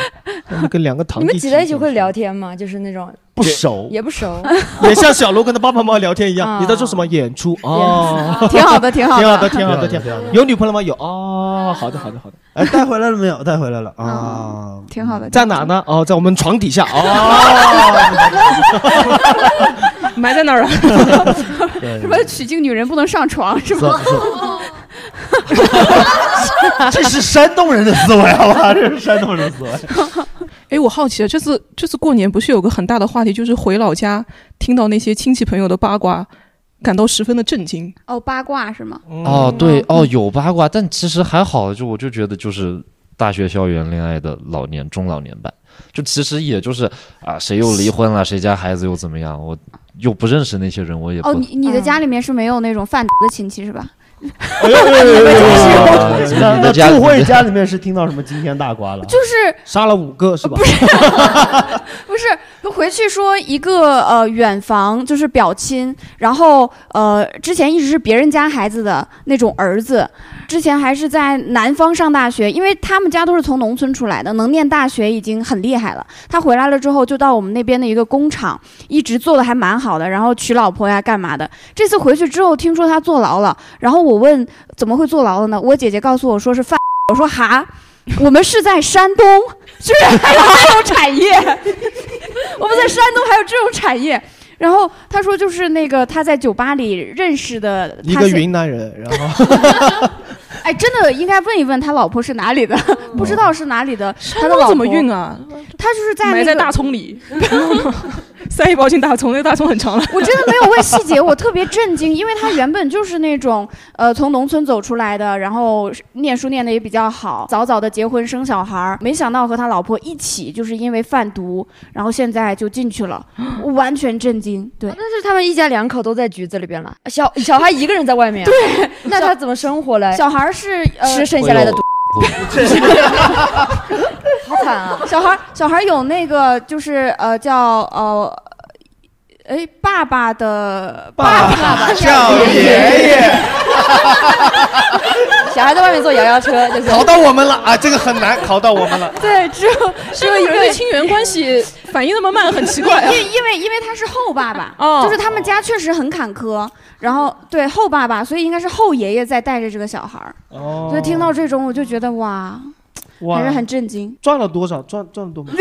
Speaker 4: 他嗯们跟两个堂
Speaker 3: 你
Speaker 4: 弟
Speaker 3: 们挤在一起会聊天吗？就是那种
Speaker 5: 不熟。
Speaker 3: (laughs) 也不熟，
Speaker 4: 也像小罗跟他爸爸妈妈聊天一样。
Speaker 3: 啊
Speaker 4: 你在做什么演出？哦，
Speaker 1: (laughs) 挺好的，挺好
Speaker 4: 挺好
Speaker 1: 的。
Speaker 4: 的，挺好的，
Speaker 5: 挺
Speaker 4: 挺
Speaker 5: 好的
Speaker 4: 好的。有女朋友吗？有。哦，好的，好的，好的。
Speaker 5: 啊哎，带回来了没有？带回来了啊。
Speaker 1: 挺好的，
Speaker 4: 在哪呢？哦，在我们床底下。哦，
Speaker 2: (laughs) 埋在那儿了。
Speaker 1: 什么取经女人不能上床是吗？ (laughs)
Speaker 5: 这是山东人的思维，好吧？这是山东人的思维。
Speaker 2: (laughs) 哎，我好奇啊，这次这次过年不是有个很大的话题，就是回老家听到那些亲戚朋友的八卦，感到十分的震惊。
Speaker 1: 哦，八卦是吗？
Speaker 4: 嗯
Speaker 6: 哦，对，哦，有八卦，但其实还好，就我就觉得就是大学校园恋爱的老年中老年版，就其实也就是啊，谁又离婚了，谁家孩子又怎么样，我又不认识那些人，我也不
Speaker 1: 哦，你你的家里面是没有那种贩毒的亲戚是吧？
Speaker 6: 啊你
Speaker 5: 那那
Speaker 6: 的家
Speaker 5: 祝慧家里面是听到什么惊天大瓜了？
Speaker 1: 就是
Speaker 5: 杀了五个是吧？
Speaker 1: 不是回去说一个呃远房就是表亲，然后呃之前一直是别人家孩子的那种儿子，之前还是在南方上大学，因为他们家都是从农村出来的，能念大学已经很厉害了。他回来了之后就到我们那边的一个工厂，一直做的还蛮好的，然后娶老婆呀干嘛的。这次回去之后听说他坐牢了，然后我问怎么会坐牢了呢？我姐姐告诉我说是贩， (laughs) 我说哈。我们是在山东，居然还有这种产业， (laughs) 我们在山东还有这种产业。然后他说，就是那个他在酒吧里认识的，
Speaker 4: 一
Speaker 1: (laughs) 他
Speaker 4: 个
Speaker 1: 是
Speaker 4: 云南人，
Speaker 1: (laughs)
Speaker 4: 然后
Speaker 1: 哎，真的应该问一问他老婆是哪里的，
Speaker 4: 哦
Speaker 1: 不知道是哪里的。他
Speaker 2: 山
Speaker 1: 的
Speaker 2: 东
Speaker 1: 老
Speaker 2: 怎么
Speaker 1: 婆
Speaker 2: 运啊？
Speaker 1: 他就是在
Speaker 2: 埋
Speaker 1: 那
Speaker 2: 在
Speaker 1: 个，
Speaker 2: 大葱里， (laughs) 塞一包进大葱，那个大葱很长了。
Speaker 1: (laughs)
Speaker 2: (laughs)
Speaker 1: 我真的没有问细节，我特别震惊，因为他原本就是
Speaker 2: (laughs)
Speaker 1: 那种呃从农村走出来的，然后念书念的也比较好，早早的结婚生小孩儿，没想到和他老婆一起就是因为贩毒，然后现在就进
Speaker 2: (gasps)
Speaker 1: 去了，我完全震
Speaker 2: 哦
Speaker 1: 惊。对，
Speaker 3: 但是他们一家两口都在局子里边了，小小孩一个人在外面， (laughs) 对，那他怎么生活嘞？
Speaker 1: 小孩儿是呃
Speaker 3: 吃剩下来
Speaker 1: (laughs)
Speaker 3: 的毒，好惨啊！
Speaker 1: 小孩儿小孩儿有那个就是呃叫呃，哎爸爸的爸爸
Speaker 8: 叫爷爷，
Speaker 3: 小孩在外面坐摇摇车，就是
Speaker 4: 考到我们了啊，这个很难考到我们 (laughs) 了。
Speaker 1: 对，
Speaker 2: (laughs)
Speaker 1: 只有只有一
Speaker 2: 有人
Speaker 1: 个
Speaker 2: 对亲缘关系反应那么慢，很奇怪啊。
Speaker 1: 因因为因为他是后爸爸，
Speaker 2: 哦
Speaker 1: (laughs) 就是他们家确实很坎坷，然后对后爸爸，所以应该是后爷爷在带着这个小孩儿，
Speaker 4: 哦，
Speaker 1: 所以听到这种我就觉得哇，
Speaker 4: 哇
Speaker 1: 还是很震惊。
Speaker 4: 赚了多少？赚赚了多
Speaker 5: (laughs)
Speaker 4: 少？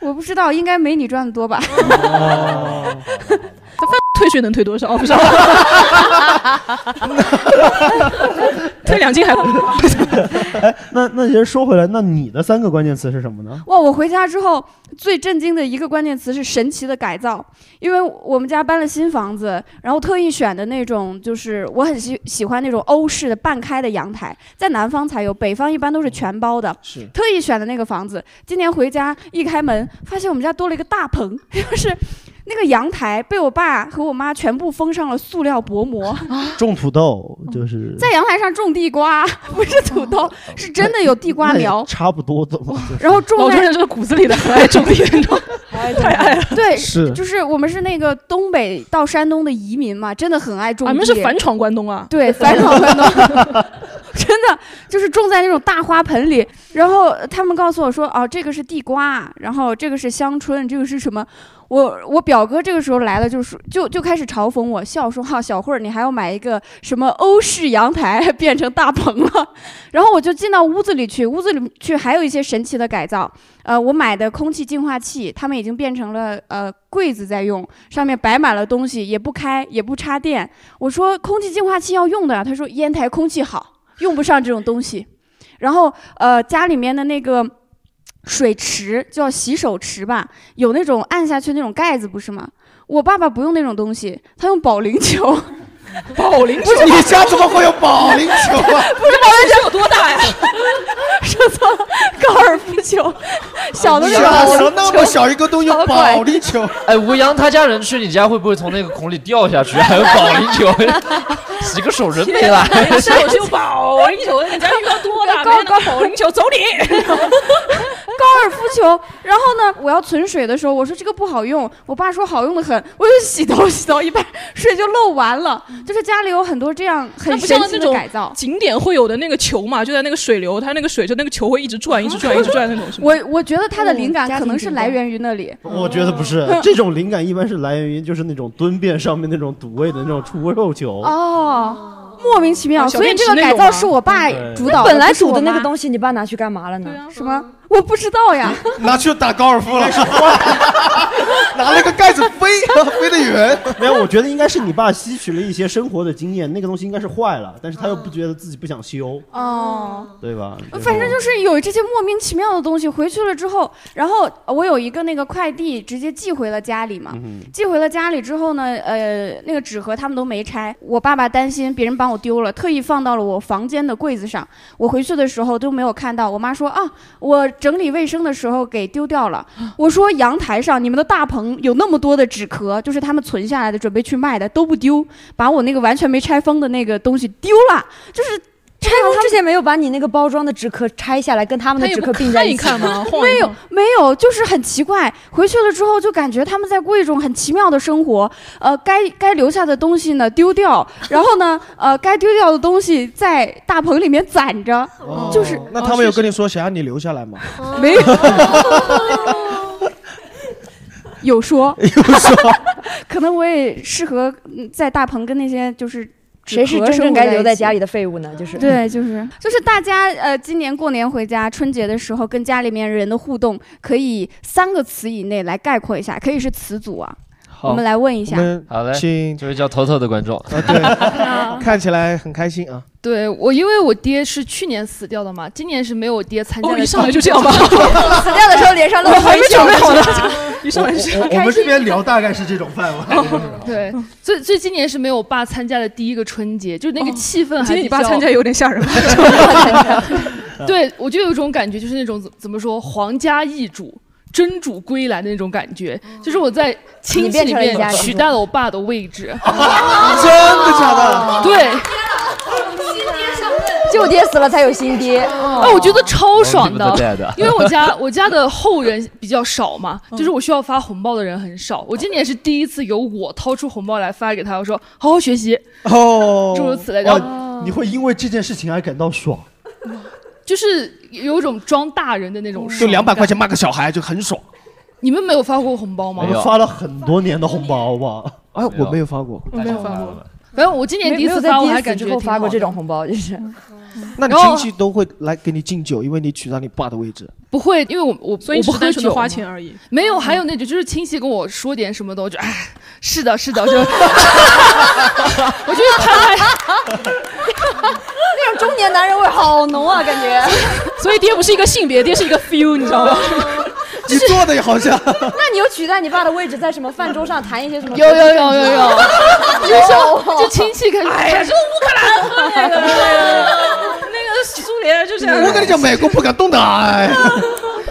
Speaker 1: 我不知道，应该没你赚的多吧？
Speaker 4: 哦，
Speaker 2: (laughs) 退税能退多少？哦不知道， (laughs) 退两斤
Speaker 5: (laughs)
Speaker 2: 还
Speaker 5: 那那其实说回来，那你的三个关键词是什么呢？
Speaker 1: 哇！我回家之后最震惊的一个关键词是神奇的改造，因为我们家搬了新房子，然后特意选的那种，就是我很喜喜欢那种欧式的半开的阳台，在南方才有，北方一般都是全包的。
Speaker 4: 是
Speaker 1: 特意选的那个房子，今年回家一开门，发现我们家多了一个大棚， (laughs) 就是那个阳台被我爸和我妈全部封上了塑料薄膜，
Speaker 5: 种土豆就是
Speaker 1: 在阳台上种地瓜， (laughs) 不是土豆，是真的有地瓜
Speaker 5: 那也
Speaker 1: 苗，
Speaker 5: 差不多的嘛。
Speaker 1: 然后种
Speaker 2: 老中
Speaker 1: 在
Speaker 2: 人这是骨子里的很爱种 (laughs) 地，你知道吗太爱了。
Speaker 1: 对，
Speaker 5: 是
Speaker 1: 就是我们是那个东北到山东的移民嘛，真的很爱种
Speaker 2: 啊
Speaker 1: 地。
Speaker 2: 你们是反闯关东啊？
Speaker 1: 对，反炒关东，
Speaker 2: (laughs)
Speaker 1: 真的就是种在那种大花盆里。然后他们告诉我说，哦，这个是地瓜，然后这个是香椿，这个是什么？我我表哥这个时候来了，就是就就开始嘲讽我，笑说哈、小慧儿，你还要买一个什么欧式阳台 (laughs) 变成大棚了？然后我就进到屋子里去，屋子里去还有一些神奇的改造。呃，我买的空气净化器，他们已经变成了呃柜子在用，上面摆满了东西，也不开，也不插电，我说空气净化器要用的啊，他说烟台空气好，用不上这种东西。然后呃，家里面的那个水池叫洗手池吧，有那种按下去那种盖子不是吗？我爸爸不用那种东西，他用保龄球，
Speaker 4: (laughs)
Speaker 2: 保
Speaker 1: 保龄
Speaker 2: 龄球
Speaker 4: 你家怎么会有保龄球啊？
Speaker 2: 球有多大呀？
Speaker 1: 高尔夫球，小的
Speaker 4: 哦你
Speaker 1: 那
Speaker 4: 家
Speaker 1: 种。
Speaker 4: 候那么小一个东西，
Speaker 1: 超怪
Speaker 4: 保龄
Speaker 1: (laughs)
Speaker 4: 球，
Speaker 6: 哎，吴阳他家人去你家会不会从那个孔里掉下去？还有保龄球， (laughs) 洗个手人没了。
Speaker 2: 射手就保
Speaker 1: 啊
Speaker 2: 龄球， (laughs) 人家遇到多大？
Speaker 1: 高
Speaker 2: 人家拿保龄球走你！
Speaker 1: (laughs) 高尔夫球，然后呢，我要存水的时候，我说这个不好用，我爸说好用的很，我就洗头洗到一半，水就漏完了。就是家里有很多这样
Speaker 2: 那
Speaker 1: 很
Speaker 2: 不
Speaker 1: 神
Speaker 2: 像
Speaker 1: 奇
Speaker 2: 那
Speaker 1: 的
Speaker 2: 种
Speaker 1: 改造。
Speaker 2: 景点会有的那个球嘛，就在那个水流，它那个水就那个球会一直转，一直转，一直转那种。是吗
Speaker 1: (laughs) 我我觉得他的灵感
Speaker 3: 嗯家
Speaker 1: 可
Speaker 3: 庭
Speaker 1: 能是
Speaker 3: 景
Speaker 1: 来
Speaker 3: 观
Speaker 1: 源于那里。
Speaker 5: 我觉得不是，
Speaker 1: 哦
Speaker 5: 这种灵感一般是来源于就是那种蹲便上面那种赌位的那种出肉球。
Speaker 1: 哦，莫名其妙，
Speaker 2: 啊小
Speaker 1: 所以
Speaker 2: 便
Speaker 1: 这
Speaker 2: 池
Speaker 1: 个
Speaker 2: 那
Speaker 1: 改
Speaker 2: 种
Speaker 1: 造
Speaker 2: 吗
Speaker 1: 是我
Speaker 3: 哎
Speaker 1: 爸
Speaker 5: 嗯
Speaker 1: 主导的，
Speaker 3: 本来
Speaker 1: 不是
Speaker 3: 煮
Speaker 1: 我
Speaker 3: 的那个
Speaker 1: 妈
Speaker 3: 东西，你爸拿去干嘛了呢
Speaker 2: 对？啊，
Speaker 1: 什么？我不知
Speaker 3: (laughs)
Speaker 1: 道呀，
Speaker 5: (laughs)
Speaker 4: 拿去打高尔夫了，拿了个盖子飞，飞得远。
Speaker 5: 人。没有，我觉得应该是你爸吸取了一些生活的经验，那个东西应该是坏了，但是他又不觉得自己不想修，
Speaker 1: 哦。
Speaker 5: 对吧？
Speaker 1: 反正就是有这些莫名其妙的东西，回去了之后，然后呃我有一个那个快递直接寄回了家里嘛，
Speaker 5: 嗯
Speaker 1: 寄回了家里之后呢，呃，那个纸盒他们都没拆，我爸爸担心别人帮我丢了，特意放到了我房间的柜子上。我回去的时候都没有看到，我妈说啊，我整理卫生的时候给丢掉了。我说阳台上你们的大棚有那么多的纸壳，就是他们存下来的，准备去卖的都不丢，把我那个完全没拆封的那个东西丢了，就是。
Speaker 3: 拆封之前没有把你那个包装的纸壳拆下来，跟他们的纸壳并在一起吗
Speaker 1: 没有，没有，就是很奇怪。回去了之后就感觉他们在过一种很奇妙的生活。呃，该该留下的东西呢丢 (laughs) 掉，然后呢，呃，该丢掉的东西在大棚里面攒 (laughs) 着，
Speaker 5: 哦
Speaker 1: 就是
Speaker 4: 哦那他们有跟你说想让你留下来吗？
Speaker 1: 没有。有说
Speaker 4: 有说，
Speaker 1: (laughs) 可能我也适合嗯在大棚跟那些就是
Speaker 3: 谁是真正该留在家里的废物呢？就是
Speaker 1: 对，就是就是大家呃，今年过年回家春节的时候，跟家里面人的互动，可以三个词以内来概括一下，可以是词组啊。
Speaker 6: 好
Speaker 1: 我们来问一下，
Speaker 6: 好嘞，这位叫头头的观众，
Speaker 1: (laughs)
Speaker 4: 啊看起来很开心啊。
Speaker 9: 对我，因为我爹是去年死掉的嘛，今年是没有我爹参加
Speaker 2: 哦
Speaker 9: 的。
Speaker 2: 一上来就这样 (laughs) 吧
Speaker 5: 死掉的时候脸上露我还没微笑准备好 (laughs)
Speaker 9: (laughs)
Speaker 5: 呢
Speaker 2: 一上来就这样
Speaker 5: 我我我们这边聊大概是这种范围。
Speaker 2: 嗯
Speaker 9: 对，所以所以今年是没有我爸参加的第一个春节，就那个气氛还、
Speaker 2: 哦今天你爸参加有点吓人吧
Speaker 9: (laughs) 对，我就有一种感觉，就是那种怎怎么说，皇家易主。真主归来的那种感觉，就是我在亲
Speaker 3: 哦你
Speaker 9: 戚
Speaker 3: 变
Speaker 9: 里
Speaker 3: 成了一家
Speaker 9: 面
Speaker 3: 人哦
Speaker 9: 取代了我爸的位置。
Speaker 3: 真的假的
Speaker 9: (laughs) 对，
Speaker 3: 就爹死了才有新爹。
Speaker 9: 哎，我觉得超爽
Speaker 3: 我记不得
Speaker 9: 的
Speaker 3: dead，
Speaker 9: (laughs) 因为我家我家的后人比较少嘛，就是我需要发红包的人很少。我今年是第一次由我掏出红包来发给他，我说好好学习，
Speaker 5: 哦
Speaker 9: 诸如此类的
Speaker 5: 哇你会因为这件事情而感到爽，
Speaker 9: 就是有一种装大人的那种爽。
Speaker 4: 就两百块钱骂个小孩就很爽。
Speaker 9: 你们没有发过红包
Speaker 5: 我
Speaker 9: 吗？
Speaker 5: 们发了很多年的红包，好不好？
Speaker 4: 哎，我没有发
Speaker 1: 哦
Speaker 4: 过，
Speaker 9: 我没有发过。反正我今年第一次发，我还感觉挺好的
Speaker 3: 发过这种红包，就是。
Speaker 4: 那你
Speaker 9: 然后
Speaker 4: 亲戚都会来给你敬酒，因为你取代你爸的位
Speaker 5: (laughs)
Speaker 4: 置。
Speaker 9: 不会，因为我我
Speaker 2: 所以
Speaker 9: 我
Speaker 2: 你只是
Speaker 9: 不喝
Speaker 2: 单纯的
Speaker 9: 酒
Speaker 2: 花
Speaker 9: 嘛
Speaker 2: 钱而已。
Speaker 9: 没有，还有那种就是亲戚跟我说点什么的，我就哎，是的，是的，就 (laughs) 我就拍拍。
Speaker 3: 那种中年男人味好浓啊，感觉。
Speaker 2: (laughs) 所以爹不是一个性别，爹是一个 feel，你知道吗？
Speaker 4: 你做的也好 (laughs) 像。
Speaker 3: 那你有取代你爸的位置，在什么饭桌上谈一些什么？，
Speaker 9: 有有有有有
Speaker 3: (laughs)
Speaker 9: 就像就亲戚开始，哎呀，这乌克兰喝那个，那个苏
Speaker 2: (laughs)
Speaker 9: 联就这样。
Speaker 4: 我跟你讲，美国不敢动的。哎，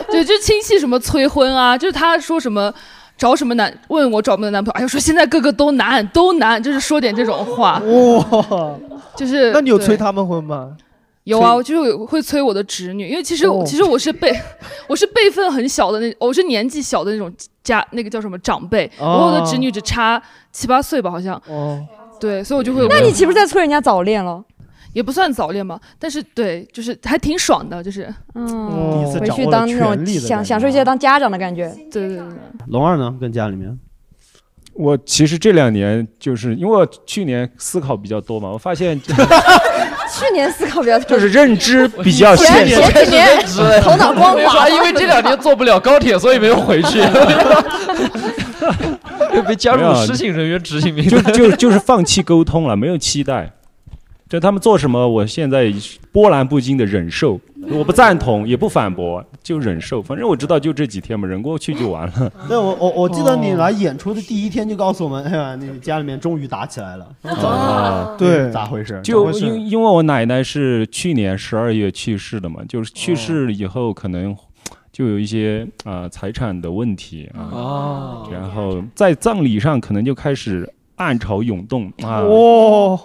Speaker 9: 对，就亲戚什么催婚啊，就是他说什么。找什么男？问我找不到男朋友。哎呦，说现在个个都难，都难，就是说点这种话。
Speaker 4: 哇，
Speaker 9: (laughs) 就是
Speaker 4: 那你有
Speaker 9: 对
Speaker 4: 催他们婚吗？
Speaker 9: 有啊，
Speaker 4: 催
Speaker 9: 我就是有会催我的侄女，因为其实我、
Speaker 4: 哦
Speaker 9: 其实我是辈 (laughs) 我是辈分很小的那，我是年纪小的那种家那个叫什么长辈，我和我的侄女只差七八岁吧，好像。
Speaker 4: 哦。
Speaker 9: 对，所以我就会有。
Speaker 3: 那你岂不是在催人家早恋了？
Speaker 9: 也不算早恋吧，但是对，就是还挺爽的，就是
Speaker 3: 嗯
Speaker 5: 第一次
Speaker 3: 回
Speaker 5: 掌
Speaker 3: 去
Speaker 5: 握
Speaker 3: 当那
Speaker 5: 了
Speaker 10: 哦
Speaker 5: 权
Speaker 3: 种
Speaker 5: 力的感
Speaker 3: 享
Speaker 5: 觉啊
Speaker 3: 享受一些当家长的感觉。
Speaker 9: 对对对。
Speaker 10: (laughs)
Speaker 5: 龙二呢？跟家里面
Speaker 10: 我其实这两年就是因为我去年思考比较多嘛，我发现
Speaker 3: 去年思考比较多，
Speaker 10: (laughs) 就是认
Speaker 3: (laughs)
Speaker 10: 知比较
Speaker 3: 前
Speaker 10: 限制。
Speaker 3: 前几年头脑光滑，
Speaker 6: (laughs) 因为这两年坐不了高铁，所以没有回 (laughs) 去，被加
Speaker 10: 没
Speaker 6: 入
Speaker 10: 有啊
Speaker 6: 失信人员执行名
Speaker 10: 就
Speaker 6: 单。
Speaker 10: 就
Speaker 6: (laughs)
Speaker 10: 就是放弃沟通了，没有期待。就他们做什么，我现在波澜不惊的忍受，我不赞同，也不反驳，就忍受。反正我知道就这几天嘛，忍过去就完了。
Speaker 5: 对，我我我记得你来演出的第一天就告诉我们，哎呀，你家里面终于打起来了。哦
Speaker 10: 啊，
Speaker 5: 对，咋回事？
Speaker 10: 就
Speaker 5: 咋回事
Speaker 10: 因因为我奶奶是去年十二月去世的嘛，就是
Speaker 5: 哦
Speaker 10: 去世以后可能就有一些啊、呃财产的问题啊，
Speaker 4: 哦
Speaker 10: 然后在葬礼上可能就开始暗潮涌动啊，
Speaker 4: 哦，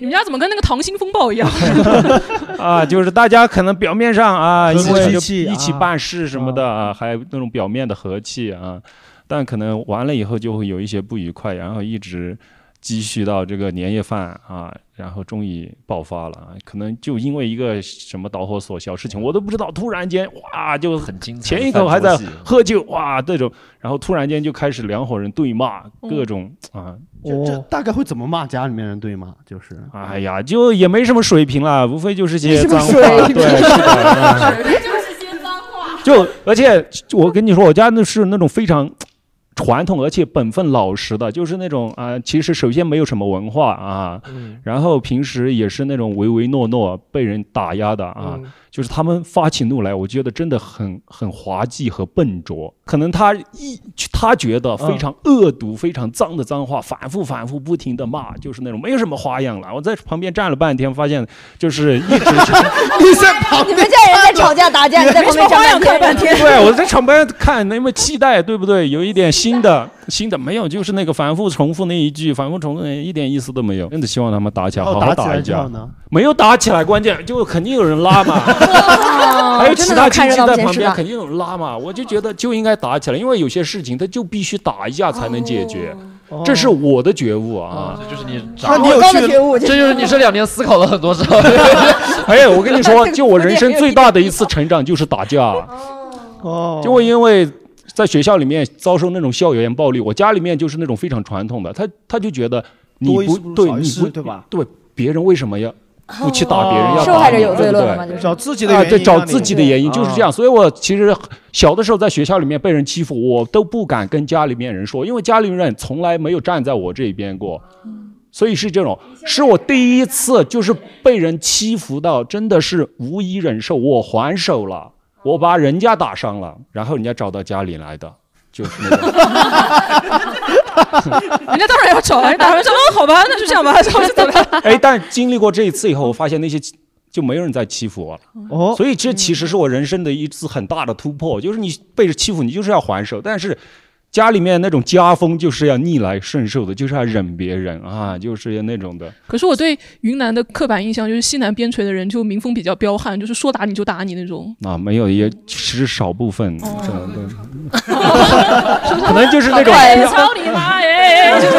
Speaker 2: 你们家怎么跟那个溏心风暴一 (laughs) 样？
Speaker 10: (laughs) 啊，就是大家可能表面上啊，
Speaker 4: 和
Speaker 10: 因为
Speaker 4: 气
Speaker 10: 就
Speaker 4: 气
Speaker 10: 一起
Speaker 4: 啊
Speaker 10: 办事什么的啊，还有那种表面的和气啊，但可能完了以后就会有一些不愉快，然后一直积蓄到这个年夜饭啊，然后终于爆发了啊，可能就因为一个什么导火索小事情，我都不知道，突然间哇就很
Speaker 6: 精彩的
Speaker 10: 前一口还
Speaker 6: 饭
Speaker 10: 在
Speaker 6: 桌戏
Speaker 10: 喝酒哇这种，然后突然间就开始两伙人对骂，
Speaker 6: 嗯
Speaker 10: 各种啊
Speaker 5: 这这大概会怎么骂家里面人对吗？就是
Speaker 10: 哎呀，就也没什么水平了，无非就是些
Speaker 5: 没什么
Speaker 10: 脏话，
Speaker 5: 水平
Speaker 10: 对，是
Speaker 5: (laughs)
Speaker 10: 的，嗯就而且我跟你说，我家那是那种非常传统而且本分老实的，就是那种啊、其实首先没有什么文化啊，然后平时也是那种唯唯诺诺，被人打压的啊。
Speaker 7: 嗯
Speaker 10: 就是他们发起怒来，我觉得真的很很滑稽和笨拙。可能他一他觉得非常恶毒、非常脏的脏话，反复反复不停的骂，就是那种没有什么花样了。我在旁边站了半天，发现就是一直
Speaker 8: 你在
Speaker 10: (laughs)
Speaker 8: 旁
Speaker 3: 你们家人在吵架打架，你在旁边站半天， (laughs)
Speaker 10: 对，我在场边看，那么期待，对不对？有一点新的，新的没有，就是那个反复重复那一句，反复重复那一点意思都没有。真的希望他们打起来，
Speaker 5: 哦
Speaker 10: 好
Speaker 5: 打
Speaker 10: 好
Speaker 5: 起来
Speaker 10: 一
Speaker 5: 之
Speaker 10: 架
Speaker 5: 后呢。
Speaker 10: 没有打起来，关键就肯定有人拉嘛，
Speaker 3: 哦
Speaker 10: 还有其他亲戚在旁边肯定有人拉嘛。我就觉得就应该打起来，因为有些事情他就必须打一架才能解决，
Speaker 3: 哦
Speaker 10: 这是我的觉悟啊。
Speaker 6: 哦这就是你
Speaker 10: 那你有去
Speaker 6: 这就是你这两年思
Speaker 11: (laughs)
Speaker 6: 考了很多事。
Speaker 10: (laughs) 哎，我跟
Speaker 3: (laughs)
Speaker 10: 你说，就我人生最大的一次成长就是打架。
Speaker 5: 哦
Speaker 10: 就会因为在学校里面遭受那种校园暴力，我家里面就是那种非常传统的，他他就觉得你
Speaker 5: 多一
Speaker 10: 不
Speaker 5: 事不如
Speaker 10: 对，
Speaker 5: 少一
Speaker 10: 你
Speaker 5: 事
Speaker 10: 不
Speaker 5: 对吧？
Speaker 10: 对，别人为什么要不去打别人？要
Speaker 3: 哦受
Speaker 10: 打
Speaker 3: 害者
Speaker 10: 你
Speaker 3: 有罪论了嘛，
Speaker 10: 对不
Speaker 3: 就
Speaker 10: 对
Speaker 3: 是
Speaker 5: 找自己的原
Speaker 10: 啊，
Speaker 5: 因，
Speaker 10: 对，找
Speaker 5: 让你
Speaker 10: 自己的
Speaker 5: 啊
Speaker 10: 原因就是这样。所以我其实小的时候在学校里面被人欺负，我都不敢跟家里面人说，因为家里人从来没有站在我这边过。所以是这种，是我第一次就是被人欺负到，真的是无以忍受，我还手了，我把人家打伤了，然后人家找到家里来的，就是那种。
Speaker 2: 人家当然要
Speaker 9: (laughs)
Speaker 2: 吵了，人家当然说，嗯，好吧，那就这样吧，然后就走了。
Speaker 10: 哎，但经历过这一次以后，我发现那些欺就没有人再欺负我了。
Speaker 5: 哦，
Speaker 10: 所以这其实是我人生的一次很大的突破，就是你被人欺负，你就是要还手，但是。家里面那种家风就是要逆来顺受的，就是要忍别人啊，就是那种的。
Speaker 2: (laughs) 可是我对云南的刻板印象就是西南边陲的人就民风比较彪悍，就是说打你就打你那种。
Speaker 10: 啊，没有，也其实少部分，真的，可能就是那种，
Speaker 9: 哎啊
Speaker 2: 操你妈耶！哎就是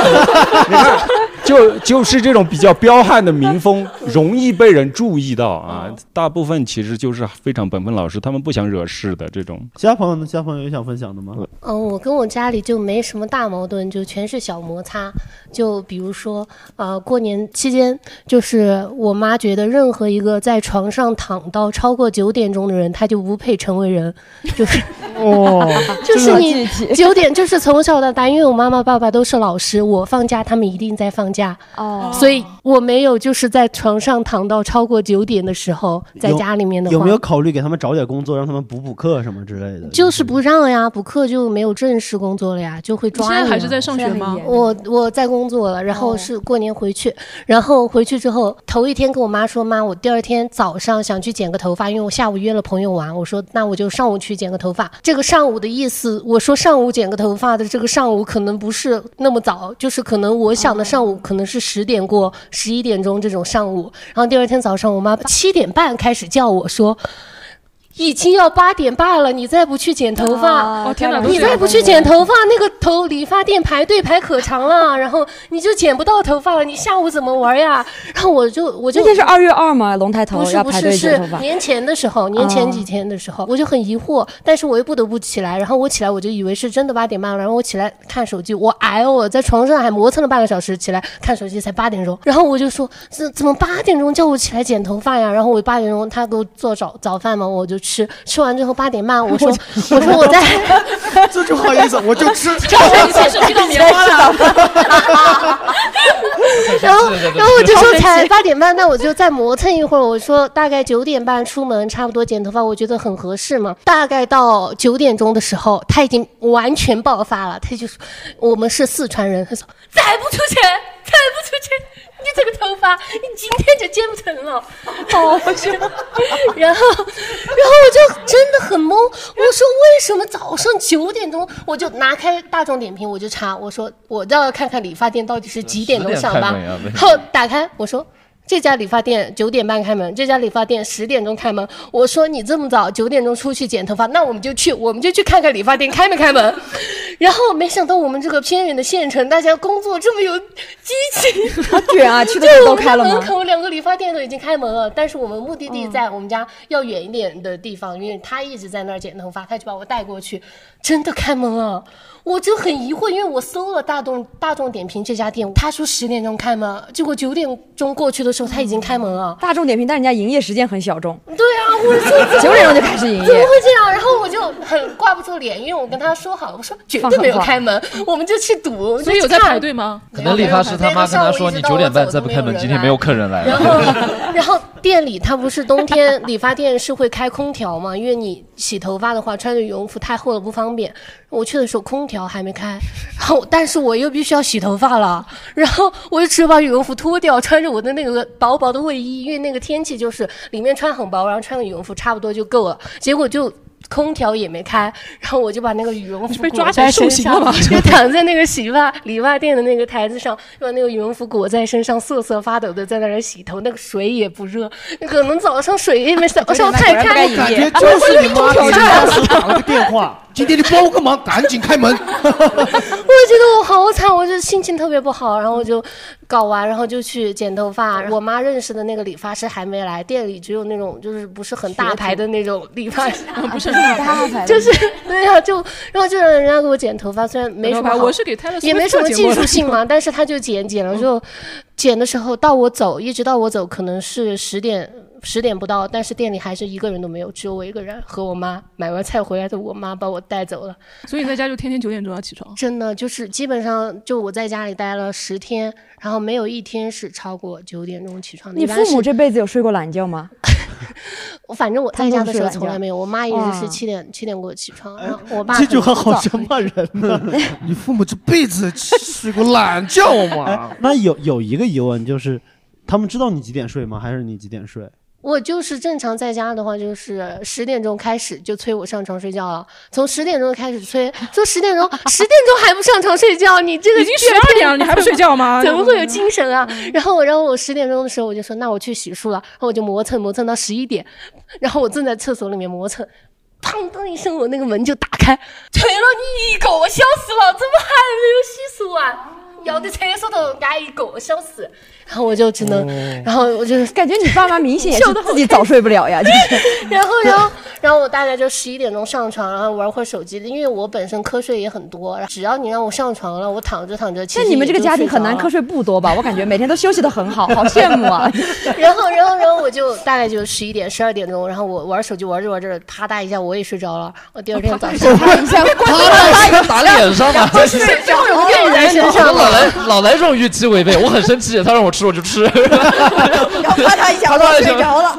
Speaker 10: 就就是这种比较彪悍的民风，容易被人注意到啊。大部分其实就是非常本分老实，他们不想惹事的这种。
Speaker 5: 其他朋友呢？其他朋友有想分享的吗？
Speaker 11: 嗯，我跟我家里就没什么大矛盾，就全是小摩擦。就比如说，呃，过年期间，就是我妈觉得任何一个在床上躺到超过九点钟的人，他就不配成为人，
Speaker 5: (laughs)
Speaker 11: 就是。
Speaker 5: 哦
Speaker 11: 就是你
Speaker 3: 这个
Speaker 11: 九点，就是从小到大，因为我妈妈、爸爸都是老师，我放假他们一定在放假，
Speaker 3: 哦
Speaker 11: 所以我没有就是在床上躺到超过九点的时候，在
Speaker 5: 有
Speaker 11: 家里面的话，
Speaker 5: 有没有考虑给他们找点工作，让他们补补课什么之类的？
Speaker 11: 就是不让呀，补课就没有正式工作了呀，就会抓
Speaker 2: 你现在
Speaker 11: 呀
Speaker 2: 还是在上学吗现在很严哦
Speaker 11: 我我在工作了，然后是过年回去，然后回去之后头一天跟我妈说，妈，我第二天早上想去剪个头发，因为我下午约了朋友玩，我说那我就上午去剪个头发。这个上午的意思，我说上午剪个头发的这个上午可能不是那么早，就是可能我想的上
Speaker 2: 哦
Speaker 11: 午可能是十点过十一点钟这种上午，然后第二天早上我妈七点半开始叫我说。已经要八点半了，你再不去剪头发，
Speaker 2: 哦天哪
Speaker 11: 你再不去剪头发，那个头理发店排队排可长了，然后你就剪不到头发了，你下午怎么玩呀？然后我就我就
Speaker 3: 那天是二月二吗？龙抬头
Speaker 11: 不是
Speaker 3: 要
Speaker 11: 不
Speaker 3: 排
Speaker 11: 是
Speaker 3: 队
Speaker 11: 是
Speaker 3: 剪头发。哦
Speaker 11: 年前的时候，年前几天的时候，我就很疑惑，但是我又不得不起来，然后我起来我就以为是真的八点半了，然后我起来看手机，我哎呦我在床上还磨蹭了半个小时，起来看手机才八点钟，然后我就说这怎么八点钟叫我起来剪头发呀？然后我八点嗯钟他给我做早早饭嘛，我就吃，吃完之后八点半
Speaker 3: (laughs)
Speaker 11: 我说我说我在。
Speaker 5: 这就不好意思，我就
Speaker 11: (laughs)
Speaker 5: 吃。
Speaker 11: 然后，然后我就说才八点半，那我就再磨蹭一会儿。我说大概九点半出门，差不多剪头发，我觉得很合适嘛。大概到九点钟的时候，他已经完全爆发了，他就说我们是四川人，他说再不出去，再不出去，你这个头发，你今天就剪不成了。哦，然后，然后我就真的很懵，我说为什么早上九点钟我就拿开大众点评我就查，我说我要看看理发店到底是几点钟上班
Speaker 6: 10点开门呀，
Speaker 11: 然后打开我说。这家理发店九点半开门，这家理发店十点钟开门。我说你这么早九点钟出去剪头发，那我们就去，我们就去看看理发店开没开门。然后没想到我们这个偏远的县城，大家工作这么有激情，
Speaker 3: 好卷 (laughs) 啊！去的
Speaker 11: 就
Speaker 3: 店
Speaker 11: 我
Speaker 3: 都
Speaker 11: 们
Speaker 3: 开
Speaker 11: 家
Speaker 3: 了吗嗯
Speaker 11: 门？口两个理发店都已经开门了，但是我们目的地在我们家要远一点的地方，因为他一直在那儿剪头发，他就把我带过去，真的开门了。我就很疑惑，因为我搜了大众大众点评这家店，他说十点钟开门，结果九点钟过去的时候他已经开门了。
Speaker 3: 嗯大众点评，但人家营业时间很小众。
Speaker 11: 对啊，我说
Speaker 3: (laughs) 九点钟就开始营业
Speaker 11: 怎么会这样？然后我就很挂不住脸，因为我跟他说好，我说绝对没有开门，我们就去赌。
Speaker 2: 所以有在排队吗？
Speaker 6: 可能理发师他妈跟他说：“你九点半再不开门，今天没有客人来
Speaker 11: 然
Speaker 6: 了。
Speaker 11: 后， (laughs) 然后店里它不是冬天理发店是会开空调嘛？因为你洗头发的话，穿着羽绒服太厚了不方便。我去的时候空调还没开，然后但是我又必须要洗头发了，然后我就只有把羽绒服脱掉，穿着我的那个薄薄的卫衣，因为那个天气就是里面穿很薄，然后穿个羽绒服差不多就够了。结果就。空调也没开，然后我就把那个羽绒服
Speaker 2: 被
Speaker 11: 裹
Speaker 2: 抓起
Speaker 11: 在
Speaker 2: 来受
Speaker 11: 身
Speaker 2: 刑
Speaker 11: 上，
Speaker 2: 了吧
Speaker 11: (laughs) 就躺在那个洗发理发店的那个台子上，就把那个羽绒服裹在身上，瑟瑟发抖的在那儿洗头，那个水也不热，可能早上水也没上上太开，
Speaker 5: 感
Speaker 4: 哎
Speaker 5: 觉就是你妈给当时打了个电话， (laughs) 今天你帮我个忙，赶紧开门。
Speaker 11: 我觉得
Speaker 2: (laughs)
Speaker 11: 我好惨，我就心情特别不好，然后我就搞完，然后就去剪头发。我妈认识的那个理发师还没来，店里只有那种就是不是很大牌的那种理发师，
Speaker 2: (laughs) 不是很大牌的
Speaker 11: (laughs) 就是对呀、就然后就让人家给我剪头发，虽然没什么好，
Speaker 2: 我是给 Taylor Swift
Speaker 11: 也没什么
Speaker 2: 剪过
Speaker 11: 技
Speaker 2: 的
Speaker 11: 术性嘛，但是他就剪剪
Speaker 2: 嗯
Speaker 11: 了就剪的时候到我走，一直到我走可能是十点。十点不到，但是店里还是一个人都没有，只有我一个人和我妈。买完菜回来的，我妈把我带走了。
Speaker 2: 所以你在家就天天九点钟要起床。
Speaker 11: 真的就是基本上就我在家里待了十天，然后没有一天是超过九点钟起床的。
Speaker 3: 你
Speaker 11: 一般
Speaker 3: 父
Speaker 11: 是
Speaker 3: 母这辈子有睡过懒觉吗？
Speaker 11: 我反正我
Speaker 3: 他
Speaker 11: 在
Speaker 3: 们
Speaker 11: 家
Speaker 3: 都睡
Speaker 11: 的时候
Speaker 3: 懒觉
Speaker 11: 从来没有，我妈一直
Speaker 3: 哇
Speaker 11: 是七点七点给我起床，然后我爸
Speaker 5: 这句
Speaker 11: 可
Speaker 5: 话
Speaker 11: 能
Speaker 5: 好
Speaker 11: 早
Speaker 5: 神骂人呢！
Speaker 4: (laughs) 你父母这辈子睡过懒觉吗？
Speaker 5: 哎那有有一个疑问就是，他们知道你几点睡吗？还是你几点睡？
Speaker 11: 我就是正常在家的话，就是十点钟开始就催我上床睡觉了，从十点钟开始催，说十点钟，十点钟还不上床睡觉，你这个
Speaker 2: 已经
Speaker 11: 第二
Speaker 2: 12
Speaker 11: 天
Speaker 2: 点了你还不睡觉吗
Speaker 11: (laughs)
Speaker 2: 嗯
Speaker 11: 怎么会有精神啊？然后我，然后我十点钟的时候我就说，那我去洗漱了，然后我就磨蹭磨蹭到十一点，然后我正在厕所里面磨蹭。砰当一声，我那个门就打开，锤了你一口，我笑死了，怎么还没有洗漱完？咬的厕所头挨一口，我笑死。然后我就只能，
Speaker 10: 哦
Speaker 11: 然后我就
Speaker 3: 感觉你爸妈明显也是
Speaker 11: 笑得好
Speaker 3: 自己早睡不了呀，就是。
Speaker 11: (laughs) 然后，然后，然后我大概就十一点钟上床，然后玩会儿手机，因为我本身瞌睡也很多，只要你让我上床了，我躺着躺着，其
Speaker 3: 那
Speaker 11: 实
Speaker 3: 你们这
Speaker 11: 也
Speaker 3: 个
Speaker 11: 就
Speaker 3: 家庭
Speaker 11: 睡着
Speaker 3: 很难
Speaker 11: 了
Speaker 3: 瞌睡不多吧？我感觉每天都休息的很好，好羡慕啊！ (laughs)
Speaker 11: 然后，然后，然后我就大概就十一点、十二点钟，然后我玩手机玩着玩着，啪嗒一下我也睡着了。我第二天早上
Speaker 3: 啪嗒一下
Speaker 6: (laughs) 啪嗒一下打脸上了
Speaker 11: 然后
Speaker 6: (laughs)
Speaker 11: 睡着了，我在身
Speaker 6: 我
Speaker 11: 上
Speaker 6: 老
Speaker 11: 了。
Speaker 6: 来老来这种预期违背，我很生气。他让我吃我
Speaker 11: (laughs)
Speaker 6: 就吃，
Speaker 3: 然后啪嗒
Speaker 7: (laughs)
Speaker 3: 一下，
Speaker 6: 我睡
Speaker 3: 着
Speaker 6: (laughs)
Speaker 3: 了。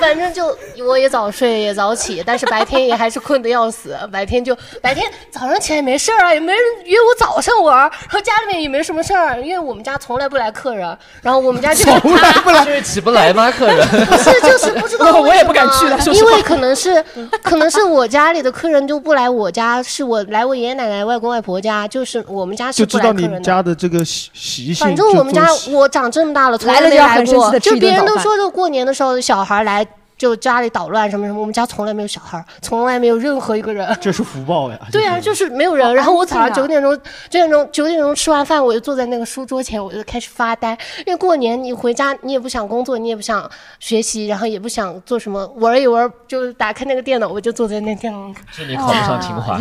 Speaker 11: 反正就我也早睡也早起，但是白天也还是困得要死。白天就白天早上起来没事儿啊，也没人约我早上玩儿，然后家里面也没什么事儿，因为我们家从来不来客人，然后我们家就
Speaker 6: 从来不来，因为起不来吗？客人
Speaker 11: 不是，就是不知道为什么
Speaker 6: (laughs) 我也不敢去了说
Speaker 11: 嗯
Speaker 6: 实
Speaker 11: 因
Speaker 6: 话
Speaker 11: 为可能是可能是我家里的客人就不来我家，是我来我爷爷奶奶、外公外婆家，就是我们家
Speaker 4: 就是
Speaker 11: 不
Speaker 4: 知
Speaker 11: 来客
Speaker 4: 道
Speaker 11: 人
Speaker 4: 你
Speaker 11: 的。
Speaker 4: 家的这个习习性。
Speaker 11: 反正我们家我长这么大了，从
Speaker 3: 来了
Speaker 11: 没
Speaker 3: 就要
Speaker 11: 来
Speaker 3: 很生气
Speaker 11: 过，
Speaker 3: 地吃
Speaker 11: 就
Speaker 3: 一顿
Speaker 11: 别人
Speaker 3: 早
Speaker 11: 都
Speaker 3: 饭
Speaker 11: 说这过年的时候小孩来就家里捣乱什么什么，我们家从来没有小孩，从来没有任何一个人。
Speaker 5: 这是福报
Speaker 11: (laughs)
Speaker 5: 呀！
Speaker 11: 对啊，就是没有人。然后我早
Speaker 3: 安
Speaker 11: 上
Speaker 3: 静啊
Speaker 11: 九点钟、九点钟、九点钟吃完饭，我就坐在那个书桌前，我就开始发呆。因为过年你回家，你也不想工作，你也不想学习，然后也不想做什么，玩一玩，就是打开那个电脑，我就坐在那电脑。
Speaker 6: 是你考不上清华。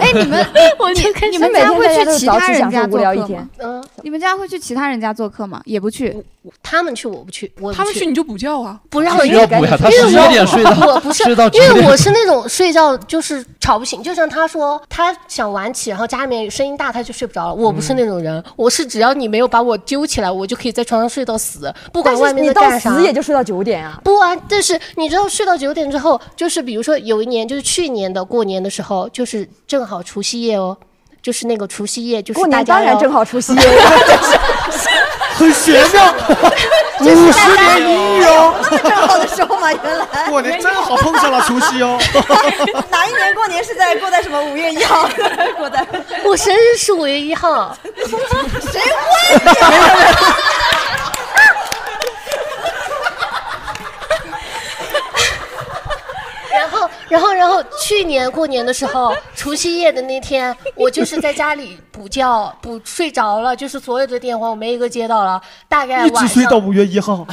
Speaker 1: 哎，你们
Speaker 11: (laughs)
Speaker 1: (laughs)
Speaker 11: 我就开始
Speaker 1: 你们家会
Speaker 3: 大家
Speaker 1: 去
Speaker 3: 都是
Speaker 1: 其
Speaker 3: 早
Speaker 1: 他
Speaker 3: 起
Speaker 1: 人
Speaker 3: 享
Speaker 1: 家
Speaker 3: 受无
Speaker 1: 做
Speaker 3: 聊一
Speaker 1: 客
Speaker 3: 天
Speaker 1: 吗？
Speaker 11: 嗯，
Speaker 1: 你们家会去其他人家做客吗？也不去。
Speaker 11: 他们去我不去，我不
Speaker 2: 他们去你就补觉啊，
Speaker 11: 不让
Speaker 6: 不
Speaker 11: 人
Speaker 6: 要补呀他
Speaker 11: 因为
Speaker 6: 11
Speaker 11: 我
Speaker 6: 点睡到
Speaker 11: 我不是
Speaker 6: 睡到，9
Speaker 11: 因
Speaker 6: 点
Speaker 11: 为我是那种睡觉就是吵不醒，就像他说他想晚起，然后家里面声音大他就睡不着了。我不
Speaker 6: 嗯
Speaker 11: 是那种人，我是只要你没有把我揪起来，我就可以在床上睡到死， (laughs) 不管
Speaker 3: 但
Speaker 11: 外
Speaker 3: 是
Speaker 11: 面
Speaker 3: 你
Speaker 11: 在
Speaker 3: 到
Speaker 11: 干啥
Speaker 3: 死。也就睡到九点啊。
Speaker 11: 不啊，但是你知道睡到九点之后，就是比如说有一年，就是去年的过年的时候，就是正好除夕夜哦，就是那个除夕夜，就是
Speaker 3: 过
Speaker 11: 大
Speaker 3: 年
Speaker 11: 家
Speaker 3: 当然
Speaker 11: 要
Speaker 3: 正好除
Speaker 11: (laughs)
Speaker 3: 夕夜，
Speaker 5: (laughs)
Speaker 4: 很玄妙，五十年一遇哦，
Speaker 3: 正好的时候
Speaker 5: (laughs)
Speaker 3: 嘛，原来
Speaker 4: 过年正好碰上了
Speaker 11: (laughs)
Speaker 4: 除夕哦。 (laughs)
Speaker 3: 哪一年过年是在过在什么五月一 (laughs) 号？过在
Speaker 11: 我生日是五月一号，
Speaker 3: (laughs) 谁会？
Speaker 11: 然后，然后，然后，去年过年的时候，除夕夜的那天，我就是在家里补觉，补睡着了，就是哎所有的电话我没一个接到了，大概
Speaker 4: 一
Speaker 11: 晚 (laughs)
Speaker 4: 直睡到
Speaker 11: 上
Speaker 4: 五月一号，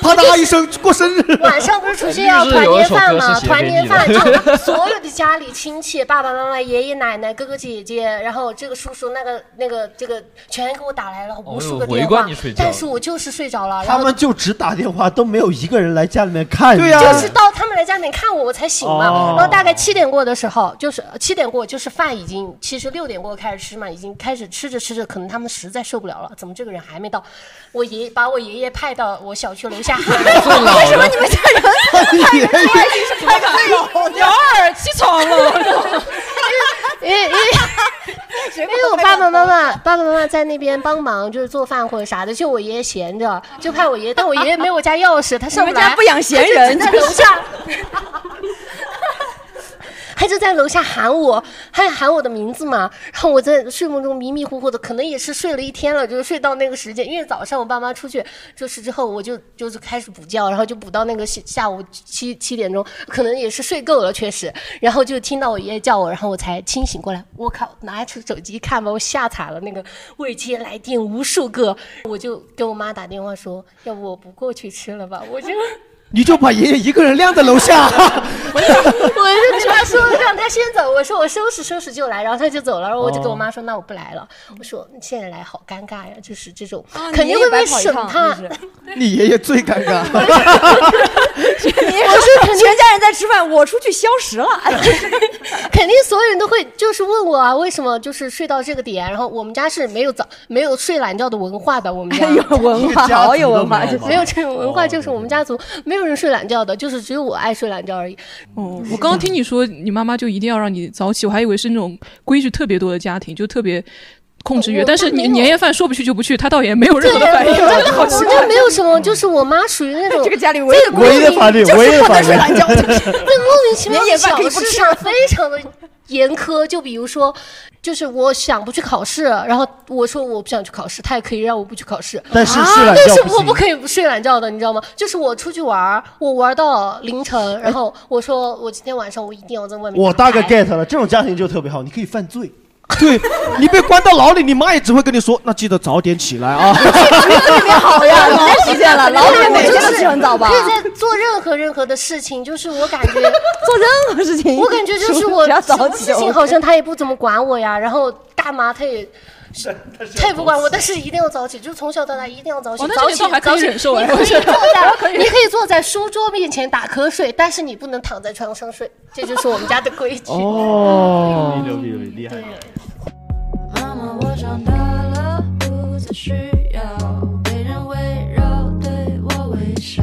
Speaker 11: 啪
Speaker 8: 嗒一声过生日。
Speaker 11: 晚上不是除夕要团年饭 (laughs) 嘛？团年饭就
Speaker 5: (laughs)
Speaker 11: 所有的家里亲戚、爸爸妈妈、爷爷奶奶、哥哥姐姐，然后这个叔叔、那个那个这个，全给我打来了无数个
Speaker 5: 哦围
Speaker 11: 电
Speaker 5: 观
Speaker 11: 话
Speaker 5: 你睡，觉
Speaker 11: 但是我就是睡着了。然
Speaker 5: 他
Speaker 11: 后
Speaker 5: 们就只打电话，都没有一个人来家里面看你。
Speaker 11: 就是到他们来家里面看我，我才醒嘛。
Speaker 5: 哦
Speaker 11: 然后大概七点过的时候，就是七点过，就是饭已经其实六点过开始吃嘛，已经开始吃着吃着，可能他们实在受不了了，怎么这个人还没到？我爷把我爷爷派到我小区楼
Speaker 5: (laughs)
Speaker 11: 下，为什么你们家人 (laughs)
Speaker 8: 你爷
Speaker 11: 派你是派到
Speaker 9: 鸟儿起床了。
Speaker 11: (laughs) 因为因为因为我爸爸妈妈爸爸妈妈在那边帮忙，就是做饭或者啥的，就我爷爷闲着，就派我爷爷，但我爷爷没有我家钥匙，他上
Speaker 3: 你们
Speaker 11: 来
Speaker 3: 家不养闲人
Speaker 11: 他就只在楼下，他就在楼下喊我，还喊我的名字嘛。然后我在睡梦中迷迷糊糊的，可能也是睡了一天了，就是睡到那个时间。因为早上我爸妈出去就是之后，我就就是开始补觉，然后就补到那个下下午七七点钟，可能也是睡够了，确实。然后就听到我爷爷叫我，然后我才清醒过来。我靠，拿出手机看吧，我下载了那个未接来电无数个，我就给我妈打电话说，要不我不过去吃了吧，我就。 (laughs)
Speaker 5: 你就把爷爷一个人晾在楼下。
Speaker 3: (laughs)
Speaker 11: 我就跟他说让他先走，我说我收拾收拾就来，然后他就走了，然后我就跟我妈说、那我不来了，我说你现在来好尴尬呀，就是这种、
Speaker 3: 啊
Speaker 11: 肯定会被审
Speaker 3: 你也白
Speaker 11: 判。
Speaker 3: 跑一趟就
Speaker 11: (laughs)
Speaker 3: 是
Speaker 5: 你爷爷最尴尬。
Speaker 3: 我是全家人在吃饭，我出去消食了。
Speaker 11: (laughs) 肯定所有人都会就是问我啊，为什么就是睡到这个点？然后我们家是没有早没有睡懒觉的文化的，我们家
Speaker 3: (laughs) 有文化好有文化就是
Speaker 11: 没有这种文化，就是我们家族没有人睡懒觉的，就是只有我爱睡懒觉而已。
Speaker 3: 嗯
Speaker 2: 哦，我刚刚听你说你妈妈就一定要让你早起，我还以为是那种规矩特别多的家庭，就特别控制欲。
Speaker 11: 我
Speaker 2: 但是你
Speaker 11: 没有
Speaker 2: 年夜饭说不去就不去，她倒也没有任何的
Speaker 11: 对
Speaker 2: 反应，
Speaker 11: 我
Speaker 2: 真的好奇
Speaker 11: 我
Speaker 2: 怪
Speaker 11: 这。没有什么，就是我妈属于那
Speaker 5: (laughs)
Speaker 11: 种这个家里
Speaker 3: 唯一的规
Speaker 5: 矩唯一的法律唯一的法律
Speaker 11: 在莫名其妙
Speaker 3: 年夜
Speaker 11: 的
Speaker 3: 饭
Speaker 11: 小
Speaker 3: 可以不
Speaker 11: 事
Speaker 3: 吃
Speaker 11: 上非常的严苛。就比如说，就是我想不去考试，然后我说我不想去考试，她也可以让我不去考试。
Speaker 5: 但是
Speaker 11: 啊
Speaker 5: 睡懒觉
Speaker 11: 但
Speaker 5: 不
Speaker 11: 是我
Speaker 5: 行
Speaker 11: 不可以睡懒觉的，你知道吗？就是我出去玩儿，我玩到凌晨，然后我说我今天晚上我一定要在外面打牌。
Speaker 5: 我大概 get 了，这种家庭就特别好，你可以犯
Speaker 11: (laughs)
Speaker 5: 罪。对你被关到牢里，你妈也只会跟你说，那记得早点起来啊。
Speaker 3: 特别好
Speaker 11: (laughs)
Speaker 3: 呀，老体现了，老
Speaker 11: 对
Speaker 3: 铁每
Speaker 11: 我就
Speaker 3: 天
Speaker 11: 是
Speaker 3: 都起很早吧
Speaker 11: 可？以在做任何任何的事情，就是我感觉
Speaker 3: (laughs) 做任何事情
Speaker 11: 我感觉就是我
Speaker 3: 只要早
Speaker 11: 什么
Speaker 3: 起
Speaker 11: 事
Speaker 3: 就
Speaker 11: 情
Speaker 3: OK
Speaker 11: 好像他也不怎么管我呀，然后干嘛他也。他也不管我，但是一定要早起，就是从小到大一定要早起。
Speaker 2: 哦那这
Speaker 11: 早
Speaker 2: 点
Speaker 11: 起
Speaker 2: 倒还可以
Speaker 11: 早起，
Speaker 2: 忍受啊
Speaker 11: 你可以
Speaker 2: 我觉
Speaker 11: 坐
Speaker 2: 得可
Speaker 11: 在
Speaker 2: 以
Speaker 11: 你可以坐在书桌面前打瞌睡，但是你不能躺在床上睡，这就是我们家的规矩。 (laughs)
Speaker 5: 哦，牛逼牛逼厉害！
Speaker 7: 妈妈，我长大了，不再需要被人围绕，对我微笑。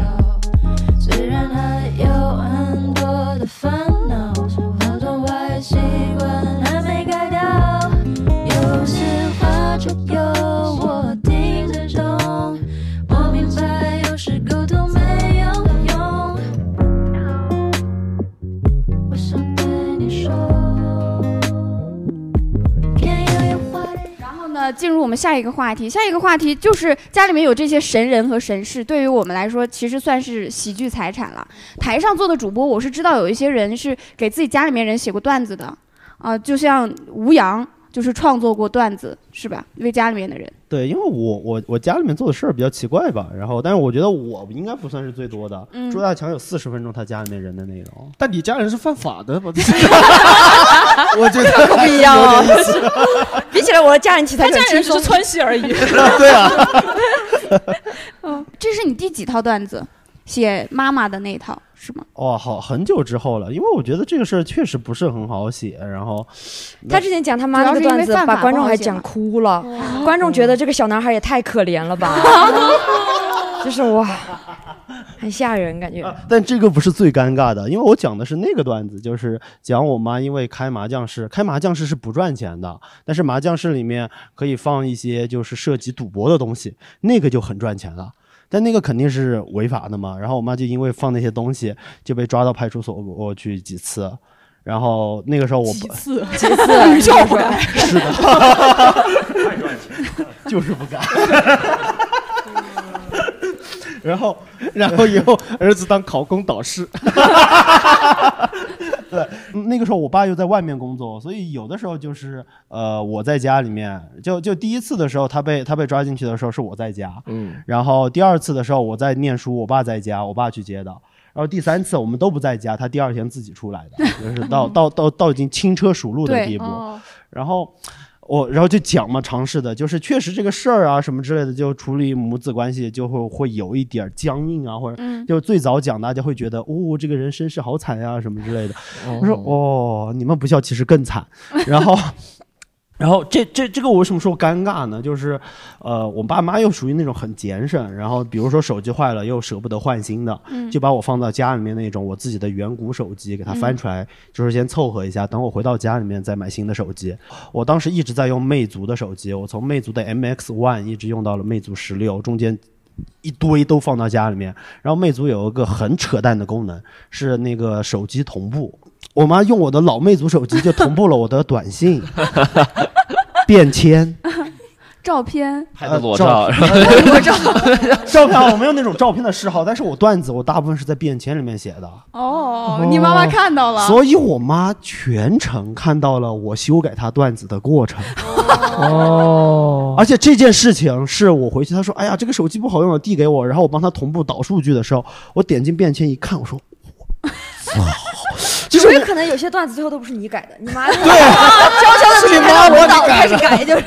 Speaker 7: 虽然还有很多的烦恼，像很多坏习惯还没改掉，有些话只有我听得懂。我明白，有时沟通没有用。我想对你说。
Speaker 1: 然后呢，进入我们下一个话题。下一个话题就是家里面有这些神人和神事，对于我们来说，其实算是喜剧财产了。台上做的主播，我是知道有一些人是给自己家里面人写过段子的，啊、就像吴阳就是创作过段子，是吧？为家里面的人。
Speaker 5: 对，因为我我我家里面做的事儿比较奇怪吧，然后但是我觉得我应该不算是最多的。
Speaker 1: 嗯
Speaker 5: 朱大强有四十分钟他家里面人的内容，
Speaker 4: 但你家人是犯法的吧？
Speaker 5: (laughs) 我觉得
Speaker 3: 可不一样
Speaker 5: 有
Speaker 3: 哦
Speaker 5: 点意思。
Speaker 3: 比起来我的家人题材
Speaker 2: 他
Speaker 3: 很
Speaker 2: 家人
Speaker 3: 轻
Speaker 2: 只是
Speaker 3: 松。
Speaker 2: 川西
Speaker 1: (laughs)
Speaker 2: 而已。
Speaker 5: 对啊，
Speaker 1: 嗯， (laughs) 这是你第几套段子？写妈妈的那一套是吗？
Speaker 5: (laughs) 哦，好，很久之后了，因为我觉得这个事儿确实不是很好写，然后
Speaker 3: 他之前讲他妈那个段子，把观众还讲哭了，观众觉得这个小男孩也太可怜了吧，就是哇，很吓人感觉。
Speaker 5: 但这个不是最尴尬的，因为我讲的是那个段子，就是讲我妈因为开麻将室，开麻将室是不赚钱的，但是麻将室里面可以放一些就是涉及赌博的东西，那个就很赚钱了。但那个肯定是违法的嘛，然后我妈就因为放那些东西就被抓到派出所过去几次，然后那个时候我爸 (laughs)
Speaker 2: 次
Speaker 3: 几次
Speaker 2: 你绕回来，
Speaker 5: 是 (laughs) 的，
Speaker 8: 太赚钱了
Speaker 5: 就是
Speaker 3: (laughs)
Speaker 5: 不敢。然后，然后以后儿子当考公导师，对，那个时候我爸又在外面工作，所以有的时候就是呃我在家里面，就就第一次的时候他被他被抓进去的时候是我在家，
Speaker 4: 嗯，
Speaker 5: 然后第二次的时候我在念书，我爸在家，我爸去接的。然后第三次我们都不在家，他第二天自己出来的，就是到到到到已经轻车熟路的
Speaker 12: 对
Speaker 5: 地步。
Speaker 6: 嗯
Speaker 11: 哦
Speaker 5: 然后我然后就讲嘛，尝试的就是确实这个事儿啊什么之类的，就处理母子关系就会会有一点儿僵硬啊，或者
Speaker 12: 嗯
Speaker 5: 就最早讲大家会觉得哦这个人身世好惨呀、什么之类的。我说哦你们不孝其实
Speaker 12: (laughs)
Speaker 5: 更惨，然后。然后这这这个我为什么说尴尬呢？就是，呃，我爸妈又属于那种很节省，然后比如说手机坏了又舍不得换新的，
Speaker 12: 嗯
Speaker 5: 就把我放到家里面那种我自己的远古手机给它翻出来，就是先凑合一下，等我回到家里面再买新的手机。我当时一直在用魅族的手机，我从魅族的 MX One 一直用到了魅族十六，中间一堆都放到家里面。然后魅族有一个很扯淡的功能，是那个手机同步。我妈用我的老魅族手机就同步了我的短信、便签、
Speaker 1: 照片
Speaker 6: 拍
Speaker 5: 呃
Speaker 6: 的裸
Speaker 5: 照
Speaker 6: 照，
Speaker 1: 裸照
Speaker 5: (laughs) 照片啊。我没有那种照片的嗜好，但是我段子我大部分是在便签里面写的。
Speaker 1: 哦，你妈妈看到了，
Speaker 5: 所以我妈全程看到了我修改她段子的过程。哦，而且这件事情是我回去，她说：“哎呀，这个手机不好用了，递给我。”然后我帮她同步导数据的时候，我点进便签一看，我说就是
Speaker 3: 有没有可能有些段子最后都不是你改的，你妈对，悄悄的
Speaker 5: 是你妈
Speaker 3: 我
Speaker 5: 我
Speaker 3: 导
Speaker 5: 改
Speaker 3: 开始
Speaker 5: 的
Speaker 3: 改就是。：“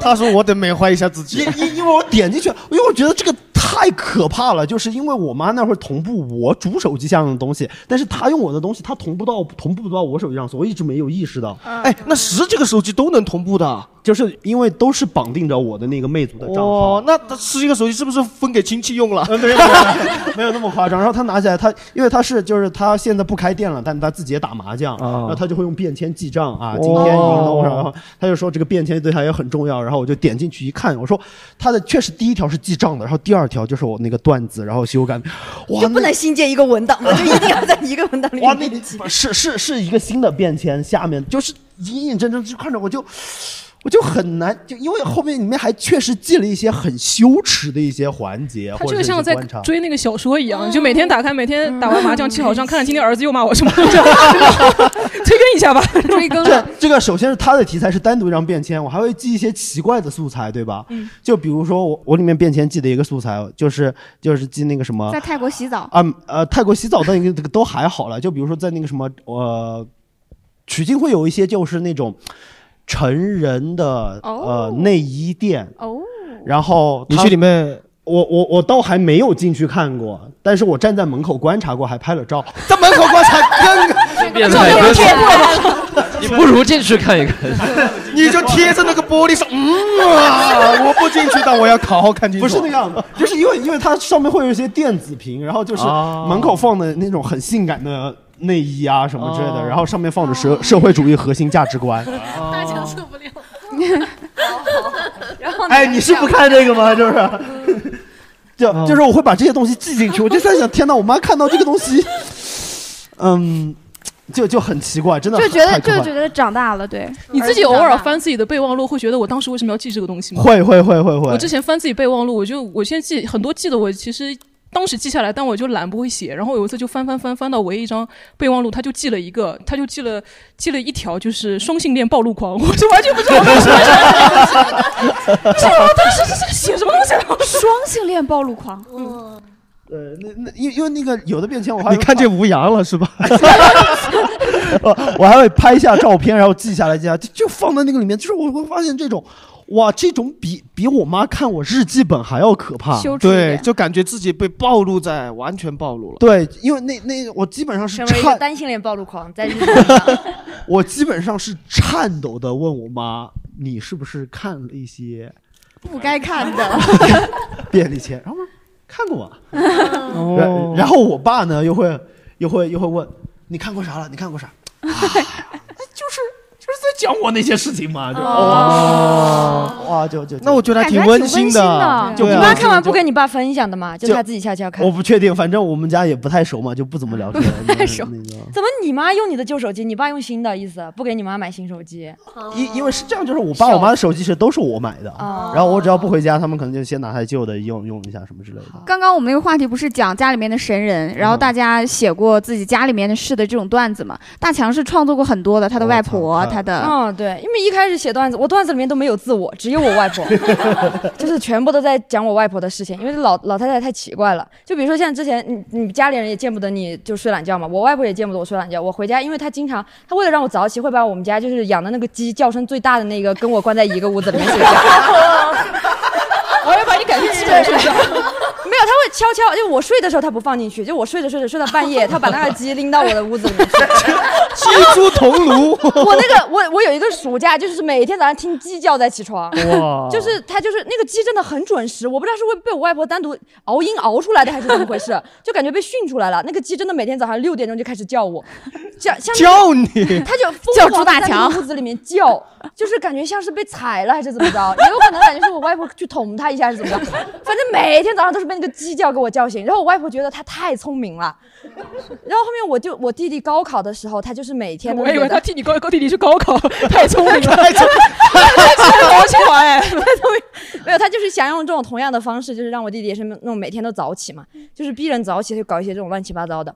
Speaker 5: 她说我得美化一下自己。”因因因为我点进去，因为我觉得这个。太可怕了，就是因为我妈那会儿同步我主手机上的东西，但是她用我的东西，她同步到同步不到我手机上，所以我一直没有意识到。哎，那十几个手机都能同步的，啊就是因为都是绑定着我的那个魅族的账号。
Speaker 4: 哦，那他十一个手机是不是分给亲戚用了？
Speaker 5: 没有没 (laughs) 有没有那么夸张。然后他拿起来，他因为他是就是他现在不开店了，但他自己也打麻将，然后他就会用便签记账啊，
Speaker 4: 哦
Speaker 5: 今天赢了多少，然后他就说这个便签对他也很重要。然后我就点进去一看，我说他的确实第一条是记账的，然后第二条就是我那个段子，然后修改，哇，
Speaker 3: 就不能新建一个文档吗？就一定要在一个文档里面。
Speaker 5: 哇，那是是是一个新的便签，下面就是隐隐真真就看着我就。我就很难，就因为后面里面还确实记了一些很羞耻的一些环节，
Speaker 2: 他
Speaker 5: 或
Speaker 2: 这
Speaker 5: 者
Speaker 2: 个
Speaker 5: 是一
Speaker 2: 像
Speaker 5: 些
Speaker 2: 在
Speaker 5: 观察
Speaker 2: 追那个小说一样，就每
Speaker 11: 嗯
Speaker 2: 天打开，每天打完麻将记好账，看看今天儿子又骂我
Speaker 11: (laughs)
Speaker 2: 什么， (laughs)
Speaker 5: 推更一下吧，
Speaker 2: 追 (laughs) 更啊
Speaker 5: (laughs) 这这个首先是它的题材是单独一张便签，我还会记一些奇怪的素材，对吧？
Speaker 1: 嗯
Speaker 5: 就比如说我我里面便签记的一个素材，就是就是记那个什么
Speaker 1: 在泰国洗澡，
Speaker 5: 啊呃泰国洗澡的那个这个都还好了，就比如说在那个什么呃取经会有一些就是那种成人的、呃内衣店
Speaker 1: 哦，
Speaker 5: 然后
Speaker 4: 你
Speaker 5: 它
Speaker 4: 去里面。
Speaker 5: 我我我倒还没有进去看过，但是我站在门口观察过，还拍了照。
Speaker 4: 在门口观察更
Speaker 6: 变态哥 (laughs) 你不如进去看一看。
Speaker 4: 你就贴着那个玻璃上，嗯啊，我不进去，但我要好好看清楚。
Speaker 5: 不是那样的， (laughs) 就是因为因为它上面会有一些电子屏，然后就是
Speaker 4: 啊
Speaker 5: 门口放的那种很性感的内衣啊什么之类的，
Speaker 4: 哦
Speaker 5: 然后上面放着社社会主义核心价值
Speaker 7: (laughs)
Speaker 5: 观。
Speaker 12: 大家受不了。
Speaker 3: 然后
Speaker 5: 哎，你是不看这个吗？就是，就就是我会把这些东西记进去。我就在想，天哪，我妈看到这个东西，嗯，就就很奇怪，真的
Speaker 1: 就觉得
Speaker 5: 太可怕
Speaker 1: 就觉得长大了，对
Speaker 2: 你自己偶尔翻自己的备忘录，会觉得我当时为什么要记这个东西吗？
Speaker 5: 会会会会会。
Speaker 2: 我之前翻自己备忘录，我就我现在记很多记得我其实。当时记下来，但我就懒不会写。然后有一次就翻翻翻翻到唯一一张备忘录，他就记了一个，他就记了记了一条，就是双性恋暴露狂。我就完全不知道为什么，
Speaker 3: 哦
Speaker 2: 这我当时这是写什么东西啊？
Speaker 1: (laughs) 双性恋暴露狂，
Speaker 3: 哦
Speaker 5: 呃，那那因为因为那个有的便签我还
Speaker 4: 你看见吴阳了是吧？
Speaker 5: (laughs) 我我还会拍一下照片，然后记下来，记下来就就放在那个里面。就是我会发现这种，哇，这种比比我妈看我日记本还要可怕。
Speaker 4: 对，就感觉自己被暴露在，完全暴露了。
Speaker 5: 对，因为那那我基本上是
Speaker 3: 成为一个
Speaker 5: 颤，
Speaker 3: 单性恋暴露狂，在日
Speaker 5: 我基本上是颤抖的问我妈，啊你是不是看了一些
Speaker 1: 不该看的，
Speaker 5: (laughs) 便利签？然后我妈看过啊，
Speaker 1: 嗯
Speaker 3: 嗯
Speaker 4: 哦
Speaker 5: 然然后我爸呢又会又会又会问你看过啥了？你看过啥？就是就是在讲我那些事情嘛，就
Speaker 4: 哦
Speaker 5: 哇，啊，就就
Speaker 4: 那我觉得还挺温馨的。
Speaker 3: 就
Speaker 4: 对
Speaker 3: 你
Speaker 4: 啊，
Speaker 3: 妈看完不跟你爸分享的嘛，就
Speaker 5: 就
Speaker 3: 他自己下去要看。
Speaker 5: 我不确定，反正我们家也不太熟嘛，就不怎么聊
Speaker 1: (laughs)
Speaker 5: 天。
Speaker 3: (laughs) 手怎么你妈用你的旧手机，你爸用新的意思？不给你妈买新手机？
Speaker 5: 因因为是这样，就是我爸我妈的手机是都是我买的，
Speaker 3: 哦
Speaker 5: 然后我只要不回家，他们可能就先拿台旧的用用一下什么之类的。
Speaker 1: 刚刚我们那个话题不是讲家里面的神
Speaker 9: 嗯
Speaker 1: 人，然后大家写过自己家里面的事的这种段子嘛？大强是创作过很多的，他的外婆，他的
Speaker 3: 嗯、对，因为一开始写段子，我段子里面都没有自我，只有我外婆，就是全部都在讲我外婆的事情。因为老老太太太奇怪了，就比如说像之前你你家里人也见不得你就睡懒觉嘛，我外婆也见不得我睡懒觉。我回家，因为她经常，她为了让我早起，会把我们家就是养的那个鸡叫声最大的那个跟我关在一个屋子里面睡觉。
Speaker 9: 我要把你赶进去了，是不是？
Speaker 3: (laughs) 没有，他会悄悄，就我睡的时候他不放进去，就我睡着睡着睡到半夜，他把那个鸡拎到我的屋子里面去。
Speaker 7: (laughs)
Speaker 5: 鸡猪同炉，
Speaker 3: 我那个我我有一个暑假，就是每天早上听鸡叫在起床
Speaker 5: 哇，
Speaker 3: 就是他就是那个鸡真的很准时，我不知道是会被我外婆单独熬鹰熬出来的还是怎么回事，就感觉被训出来了。那个鸡真的每天早上六点钟就开始叫我，叫像
Speaker 5: 叫你
Speaker 3: 他就疯
Speaker 1: 叫猪
Speaker 3: 狂地
Speaker 1: 大
Speaker 3: 在那
Speaker 1: 强
Speaker 3: 个屋子里面叫，就是感觉像是被踩了还是怎么着，也有可能感觉是我外婆去捅他一下还是怎么着，反正每天早上都是被那个鸡叫给我叫醒。然后我外婆觉得他太聪明了，然后后面我就我弟弟高考的时候，他就是每天都
Speaker 2: 我以为他替
Speaker 3: 你
Speaker 2: 你高高弟弟去高考，太聪
Speaker 9: (laughs)
Speaker 2: 明
Speaker 3: (laughs)
Speaker 2: 了，
Speaker 3: 太聪
Speaker 2: (laughs) 高考哎，
Speaker 3: 太聪明，没有他就是想用这种同样的方式，就是让我弟弟也是那种每天都早起嘛，
Speaker 9: 嗯
Speaker 3: 就是逼人早起，就搞一些这种乱七八糟的。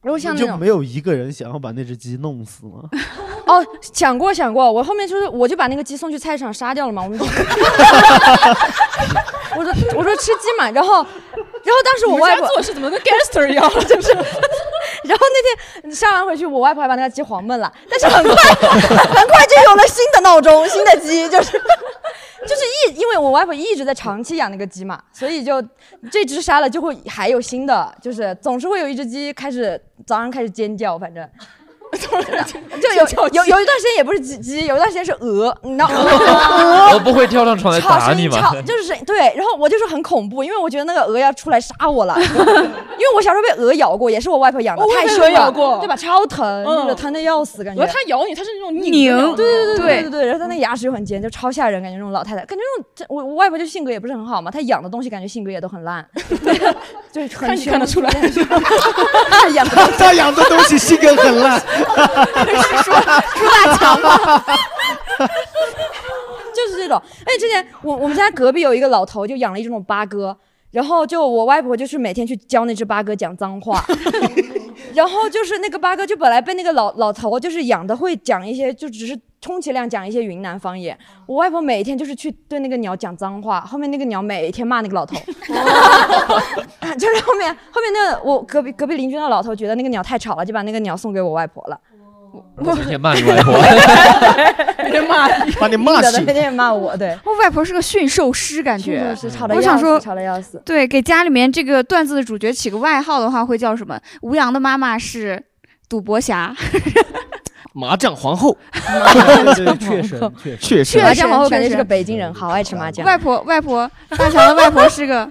Speaker 3: 然后像那
Speaker 5: 就
Speaker 3: 种
Speaker 5: 没有一个人想要把那只鸡弄死吗？
Speaker 3: 哦，想过想过，我后面就是我就把那个鸡送去菜市场杀掉了嘛，我
Speaker 5: (laughs)
Speaker 3: 们就我说我说吃鸡嘛，然后然后当时我
Speaker 9: 你们家
Speaker 3: 外婆
Speaker 9: 做事怎么跟 gangster 一样
Speaker 3: (laughs) 就是，然后那天杀完回去，我外婆还把那个鸡黄焖了，但是很快很快就有了新的闹钟，新的鸡就是。 (laughs) 就是一，因为我外婆一直在长期养那个鸡嘛，所以就这只杀了就会还有新的，就是总是会有一只鸡开始早上开始尖叫，反正就有有有一段时间也不是鸡鸡，有一段时间是鹅，你知道
Speaker 11: 啊
Speaker 3: 鹅
Speaker 6: 我不会跳上床哦来
Speaker 3: 吵
Speaker 6: 打
Speaker 3: 声
Speaker 6: 你
Speaker 3: 音
Speaker 6: 吗？
Speaker 3: 吵，就是声音对，然后我就说很恐怖，因为我觉得那个鹅要出来杀我了，因为我小时候被鹅咬过，也是我外婆养的，
Speaker 9: 哦我也
Speaker 3: 太
Speaker 9: 被
Speaker 3: 凶
Speaker 9: 鹅
Speaker 3: 了，
Speaker 9: 咬过
Speaker 3: 对吧？超疼，
Speaker 9: 嗯
Speaker 3: 就是疼的要死，感觉。
Speaker 9: 鹅它咬你它是那种拧
Speaker 3: 拧
Speaker 9: 的那种，
Speaker 3: 对对对
Speaker 9: 对
Speaker 3: 对对，然后它那牙齿又很尖，就超吓人，感觉那种老太太，感觉那种这我我外婆就性格也不是很好嘛，她养的东西感觉性格也都很
Speaker 9: (laughs)
Speaker 3: 烂， (laughs) 就是很啊
Speaker 9: 看你看
Speaker 3: (laughs)
Speaker 9: 得出来，
Speaker 3: 养的
Speaker 5: (laughs) 他养的东西性格很烂，
Speaker 3: 猪大强吗？ (laughs) 就是这种。哎，之前我我们家隔壁有一个老头，就养了一种八哥，然后就我外婆就是每天去教那只八哥讲脏话。然后就是那个八哥，就本来被那个老老头就是养的会讲一些，就只是充其量讲一些云南方言。我外婆每天就是去对那个鸟讲脏话，后面那个鸟每天骂那个老头， (laughs) 就是后面后面那个我隔壁隔壁邻居那老头觉得那个鸟太吵了，就把那个鸟送给我外婆了。
Speaker 6: 我天天骂你外婆，
Speaker 3: (laughs) 被人骂，
Speaker 5: 把你
Speaker 1: 骂醒
Speaker 3: 被人骂我，对。
Speaker 1: 我外婆是个驯兽师，感
Speaker 3: 驯
Speaker 1: 觉
Speaker 3: 兽师吵得
Speaker 1: 我
Speaker 3: 要
Speaker 1: 想
Speaker 3: 死
Speaker 1: 说，
Speaker 3: 吵得要死。
Speaker 1: 对，给家里面这个段子的主角起个外号的话，会叫什么？吴阳的妈妈是赌博侠，
Speaker 4: 麻将皇 (laughs) 后，
Speaker 5: 对确实确实
Speaker 4: 确实
Speaker 3: 麻将皇后感觉
Speaker 1: 确实
Speaker 3: 是个北京人，好爱吃麻将。
Speaker 1: 外婆外婆大强的外婆是个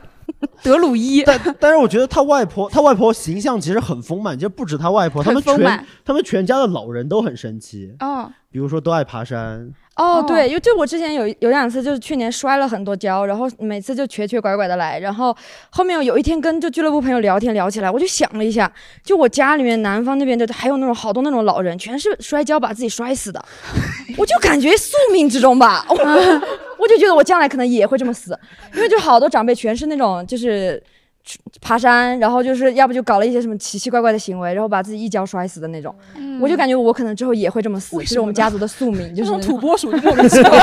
Speaker 1: 德鲁伊。
Speaker 5: 但但是我觉得他外婆，他外婆形象其实很丰满，就不止他外婆，他
Speaker 1: 很
Speaker 5: 们
Speaker 1: 丰
Speaker 5: 全
Speaker 1: 满
Speaker 5: 他们全家的老人都很神奇，
Speaker 1: 哦
Speaker 5: 比如说都爱爬山，
Speaker 3: 哦，对，因为就我之前有有两次，就是去年摔了很多跤，然后每次就瘸瘸拐拐的来，然后后面有一天跟就俱乐部朋友聊天聊起来，我就想了一下，就我家里面南方那边的还有那种好多那种老人，全是摔跤把自己摔
Speaker 9: (laughs)
Speaker 3: 死的，我就感觉宿命之中吧，我我就觉得我将来可能也会这么死，因为就好多长辈全是那种就是。爬山，然后就是要不就搞了一些什么奇奇怪怪的行为，然后把自己一跤摔死的那种，
Speaker 1: 嗯
Speaker 3: 我就感觉我可能之后也会这么死，
Speaker 9: 为
Speaker 3: 这
Speaker 9: 什
Speaker 3: 是我们
Speaker 9: 么呢
Speaker 3: 家族的宿
Speaker 9: (laughs)
Speaker 3: 命，就是
Speaker 9: 那种
Speaker 3: 那
Speaker 9: 土拨鼠就
Speaker 3: (laughs)
Speaker 9: 莫
Speaker 3: 名其妙。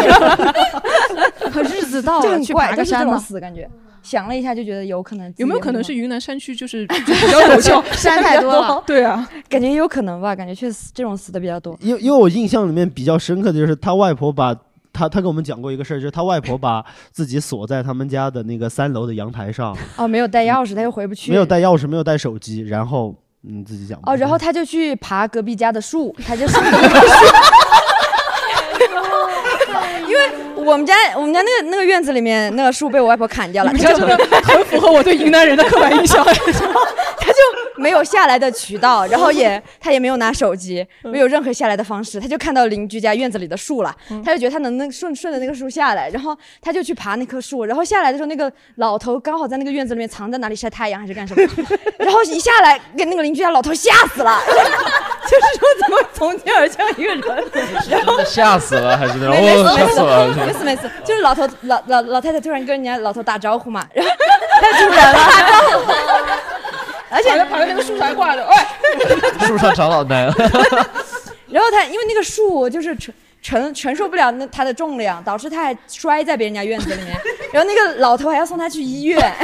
Speaker 1: (laughs) 日子到
Speaker 3: 就
Speaker 1: 了，
Speaker 3: 很
Speaker 1: 啊去
Speaker 3: 怪，
Speaker 1: 爬
Speaker 3: 就
Speaker 1: 个
Speaker 3: 是这
Speaker 1: 山
Speaker 3: 种
Speaker 1: 吧。
Speaker 3: 死感觉。想了一下，就觉得有可能自己
Speaker 2: 有
Speaker 3: 也
Speaker 2: 没
Speaker 3: 会这么。，
Speaker 2: 有可能是云南山区就是比较陡峭
Speaker 3: (laughs) 山太多
Speaker 1: (laughs)
Speaker 3: 了
Speaker 2: 对啊，
Speaker 3: 感觉也有可能吧，感觉确实这种死的比较多。
Speaker 5: 因为因为我印象里面比较深刻的就是他外婆把他他跟我们讲过一个事儿，就是他外婆把自己锁在他们家的那个三楼的阳台上，
Speaker 3: 哦，没有带钥匙，他又回不去。
Speaker 5: 没有带钥匙，没有带手机，然后你自己讲吧。
Speaker 3: 哦，然后他就去爬隔壁家的树， (laughs)
Speaker 1: (laughs)
Speaker 3: 他就上了因为我们家我们家那个那个院子里面那个树被我外婆砍掉了，
Speaker 2: 你们
Speaker 3: 他
Speaker 2: 家
Speaker 3: 就 (laughs)
Speaker 2: 真的很符合我对云南人的刻板印象。
Speaker 3: 他就没有下来的渠道，然后
Speaker 9: (laughs)
Speaker 3: 也他也没有拿手机，
Speaker 9: 嗯
Speaker 3: 没有任何下来的方式，他就看到邻居家院子里的树了，
Speaker 9: 嗯
Speaker 3: 他就觉得他能那顺顺着那个树下来，然后他就去爬那棵树，然后下来的时候，那个老头刚好在那个院子里面藏在哪里晒太阳还是
Speaker 9: (laughs)
Speaker 3: 干什么，然后一下来给那个邻居家老头吓死了，就是说怎么从天而降一个人，然后
Speaker 6: 吓死了还是那种
Speaker 3: 没
Speaker 6: 哦
Speaker 3: 事
Speaker 6: 吓
Speaker 3: 没
Speaker 6: 死
Speaker 3: 事
Speaker 6: 了，
Speaker 3: 没事没事，就是老头老老老太太突然跟人家老头打招呼嘛，然后太
Speaker 9: (laughs)
Speaker 3: 突然了，而且
Speaker 9: 爬在那个树上还挂着，哎，
Speaker 6: 树上长老难。
Speaker 3: 然后他因为那个树就是承承承受不了那他的重量，导致他还摔在别人家院子里面，然后那个老头还要送他去医院。 (laughs)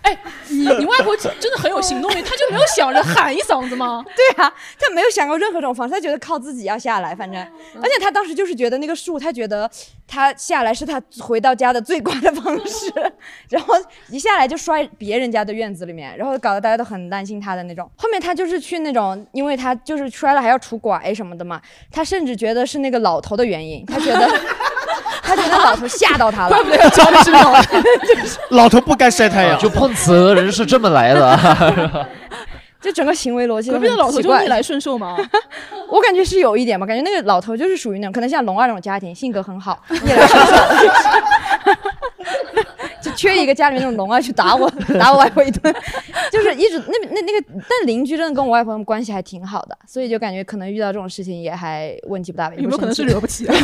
Speaker 3: 哎，
Speaker 9: 你你外婆真的很有行动力，她就没有想着喊一嗓子吗？
Speaker 3: (laughs) 对啊，他没有想过任何这种方式，他觉得靠自己要下来，反正，
Speaker 9: 嗯
Speaker 3: 而且他当时就是觉得那个树，他觉得他下来是他回到家的最快的方式， (laughs) 然后一下来就摔别人家的院子里面，然后搞得大家都很担心他的那种。后面他就是去那种，因为他就是摔了还要拄拐什么的嘛，他甚至觉得是那个老头的原因，他觉得 (laughs) 他觉得老头吓到他了，
Speaker 9: 怪不得要抓你是老
Speaker 3: (laughs)
Speaker 9: 头。
Speaker 4: 老头不该晒太阳，
Speaker 6: 哦就碰瓷人是这么来的。 (laughs)
Speaker 3: 就整个行为逻辑
Speaker 9: 隔
Speaker 3: 都
Speaker 9: 壁的
Speaker 3: 很
Speaker 9: 老头
Speaker 3: 奇
Speaker 9: 就
Speaker 3: 怪
Speaker 9: 逆来顺受嘛，
Speaker 3: (laughs) 我感觉是有一点吧，感觉那个老头就是属于那种，可能像龙二那种家庭，性格很
Speaker 9: (laughs)
Speaker 3: 好，逆来顺受，就缺一个家里面那种龙二啊去打我， (laughs) 打我外婆一顿，就是一直那那那个，但邻居真的跟我外婆他们关系还挺好的，所以就感觉可能遇到这种事情也还问题不大吧。
Speaker 9: 有没有可能是惹不起？啊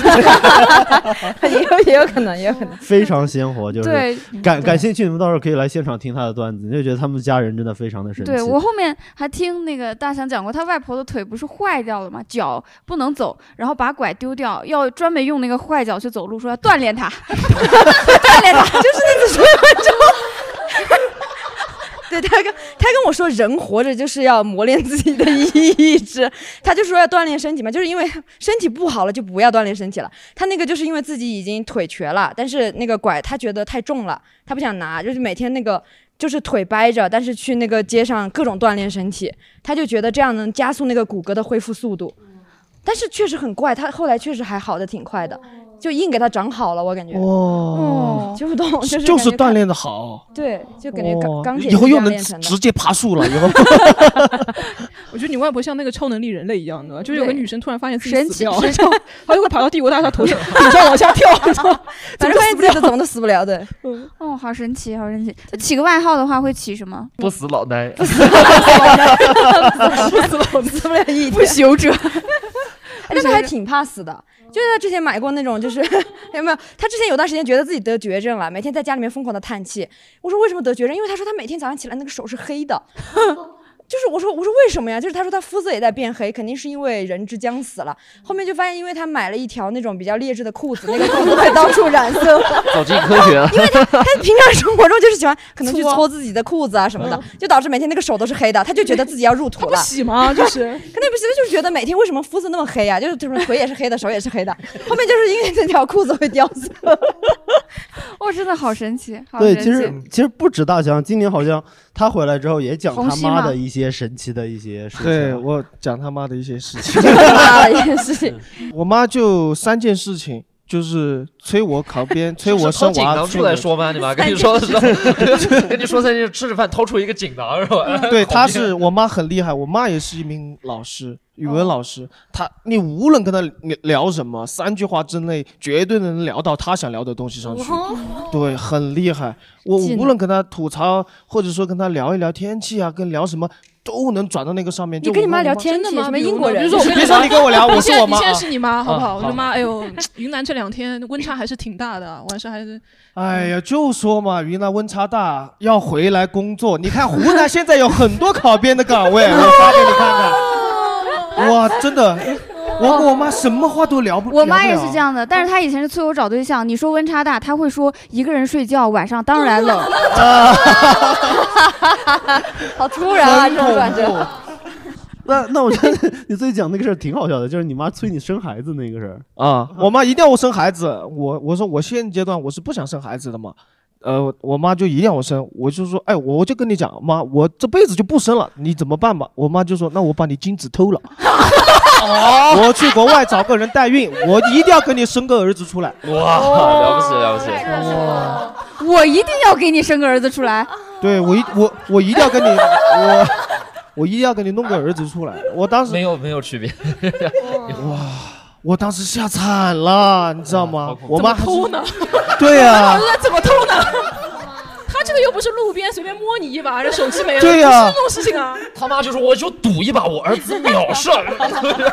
Speaker 3: (laughs) 也有也有可能，也有可能。
Speaker 5: 非常鲜
Speaker 1: (laughs)
Speaker 5: 活，就是
Speaker 1: 对
Speaker 5: 感
Speaker 1: 对
Speaker 5: 感兴趣，你们到时候可以来现场听他的段子，你就觉得他们家人真的非常的
Speaker 1: (laughs)
Speaker 5: 神奇。
Speaker 1: 对我后面还听那个大强讲过，他外婆的腿不是坏掉了吗？脚不能走，然后把拐丢掉，要专门用那个坏脚去走路，说要锻炼它，锻炼它，就是那
Speaker 3: 个分钟。 (laughs) 对他跟他跟我说，人活着就是要磨练自己的意志。他就说要锻炼身体嘛，就是因为身体不好了就不要锻炼身体了。他那个就是因为自己已经腿瘸了，但是那个拐他觉得太重了，他不想拿，就是每天那个就是腿掰着，但是去那个街上各种锻炼身体，他就觉得这样能加速那个骨骼的恢复速度。但是确实很怪，他后来确实还好的挺快的，就硬给他长好了，我感觉。
Speaker 4: 哦
Speaker 3: 嗯，揪不动，就是
Speaker 4: 就
Speaker 3: 就是哦
Speaker 4: 锻炼的好。
Speaker 3: 对，就感觉 (laughs)
Speaker 4: 哇
Speaker 3: 钢钢铁
Speaker 4: 以后
Speaker 3: 是这
Speaker 4: 又
Speaker 3: 样
Speaker 4: 能
Speaker 3: 练成的
Speaker 4: 直接爬树了，
Speaker 5: (laughs)
Speaker 4: 以后
Speaker 2: 我觉得你外婆像那个超能力人类一样的，就是有个
Speaker 3: 对
Speaker 2: 女生突然发现自
Speaker 3: 神
Speaker 2: 己
Speaker 3: 奇
Speaker 2: 死不了，
Speaker 3: 神
Speaker 2: 然
Speaker 3: 奇
Speaker 2: 后 (laughs) 她就会跑到帝国大厦
Speaker 3: (laughs)
Speaker 2: 头上，顶上往下跳，你知道吗
Speaker 3: 反正发现自己怎么都死不了，对。
Speaker 1: 个， (laughs) 哦，好神奇，好神奇。那起个外号的话会起什
Speaker 3: (laughs)
Speaker 1: 么？
Speaker 6: 不死老呆，
Speaker 4: (laughs)
Speaker 3: 不死不了一天，
Speaker 1: 不朽者。
Speaker 3: 但是哎还挺怕死的，就是他之前买过那种，就是 (laughs) 有没有？他之前有段时间觉得自己得绝症了，每天在家里面疯狂的叹气。我说为什么得绝症？因为他说他每天早上起来那个手是黑的。 (laughs) 就是我说我说为什么呀？就是他说他肤色也在变黑，肯定是因为人之将死了。后面就发现，因为他买了一条那种比较劣质的裤子，那个裤子会到处染色。
Speaker 6: 走进科学了。
Speaker 3: 因为他他 (laughs) 平常生活中就是喜欢可能去
Speaker 9: 搓
Speaker 3: 搓自己的裤子啊什么的，就导致每天那个手都是黑的，他就觉得自己要入土了。
Speaker 9: 他不
Speaker 3: (laughs)
Speaker 9: 洗吗就是，
Speaker 3: 可那不洗，他就是觉得每天为什么肤色那么黑啊？ (laughs) 就是就是腿也是黑的，手也是黑的， (laughs) 后面就是因为那条裤子会掉 (laughs) 色。
Speaker 1: 哇、真的好神奇，好
Speaker 5: 对，
Speaker 1: 神
Speaker 5: 其
Speaker 1: 奇。
Speaker 5: 实其实不止大强，今年好像他回来之后也讲
Speaker 1: 红
Speaker 5: 他
Speaker 1: 熙
Speaker 5: 妈
Speaker 1: 嘛
Speaker 5: 的一些神奇的一些事情。啊
Speaker 4: 对我讲他妈的一些事 (laughs) 情，
Speaker 3: 妈的一些事情。
Speaker 4: 嗯我妈就三件事情，就是催我
Speaker 6: (laughs)
Speaker 4: 考编，催我
Speaker 6: 掏
Speaker 4: 生
Speaker 6: 锦
Speaker 4: 娃，
Speaker 6: 囊
Speaker 4: 催
Speaker 6: 出来
Speaker 4: 我
Speaker 6: 说吗？你妈跟你说的时候， (laughs) 跟你说三件事，吃着饭掏出一个锦囊是吧？
Speaker 4: (laughs)
Speaker 6: (laughs)
Speaker 4: 对，她是我妈很厉害，我妈也是一名老师，语文老
Speaker 6: 哦
Speaker 4: 师。她你无论跟她聊聊什么，三句话之内绝对能聊到她想聊的东西上去。
Speaker 6: 哦
Speaker 4: 对，很厉害。我
Speaker 5: 技能
Speaker 4: 无论跟她吐槽，或者说跟她聊一聊天气啊，跟聊什么，都能转到那个上面。
Speaker 3: 你
Speaker 4: 就
Speaker 3: 跟你
Speaker 4: 我
Speaker 3: 妈
Speaker 4: 我
Speaker 3: 聊天气，什么英国人？
Speaker 2: 比如说我
Speaker 4: 别 (laughs) 说你跟我
Speaker 2: (laughs)
Speaker 4: 聊我
Speaker 2: 你
Speaker 4: 是
Speaker 2: 现在
Speaker 4: 我妈
Speaker 2: 你现在
Speaker 4: 啊
Speaker 2: 是你妈，好不好？
Speaker 4: 啊
Speaker 2: 我的妈，哎呦，云南这两天温差还是挺大的，晚上还是
Speaker 4: 哎呀，就说嘛，云南温差大，要回来工作。你看湖南现在有很多考编的
Speaker 1: (laughs)
Speaker 4: 岗位，我发给你看看。哇，真的，我跟我妈什么话都聊 (laughs) 不。
Speaker 1: 我妈也是
Speaker 4: 聊不
Speaker 1: 这
Speaker 4: 了。哦
Speaker 1: 样的，但是她以前是催我找对象。你说温差大，她会说一个人睡觉，晚上当然
Speaker 4: (laughs)
Speaker 1: 冷。
Speaker 3: 好突然啊，这
Speaker 5: 很
Speaker 3: 种转
Speaker 5: 恐
Speaker 3: 折。
Speaker 5: (laughs) 那那我觉得你最近讲那个事儿挺好笑的，呃就是你妈催你生孩子那个事儿。
Speaker 4: 啊，我妈一定要我生孩子，我我说我现阶段我是不想生孩子的嘛，呃，我妈就一定要我生，我就说，哎，我就跟你讲，妈，我这辈子就不生了，你怎么办吧？我妈就说，那我把你精子
Speaker 6: (laughs)
Speaker 4: 偷了，我去国外找个人代孕，我一定要给你生个儿子出来。
Speaker 6: 哇，了不起了不
Speaker 1: (laughs)
Speaker 6: 起！
Speaker 4: (laughs)
Speaker 1: 我一定要给你生个儿子出来。
Speaker 4: 对我一我我一定要跟你我我一定要跟你弄个儿子出来。我当时
Speaker 6: 没有没有区别，
Speaker 4: (laughs)
Speaker 3: (laughs)
Speaker 4: 我当时吓惨了，你知道
Speaker 6: 啊
Speaker 4: 吗？我妈还是
Speaker 2: 偷呢？
Speaker 4: 对呀、
Speaker 2: (laughs) 我在啊怎么偷呢？他这个又不是路边随便摸你一把，这手机没了，
Speaker 4: 对呀
Speaker 2: 不是这种事情啊。
Speaker 6: 他妈就是我就赌一把，我儿子秒射。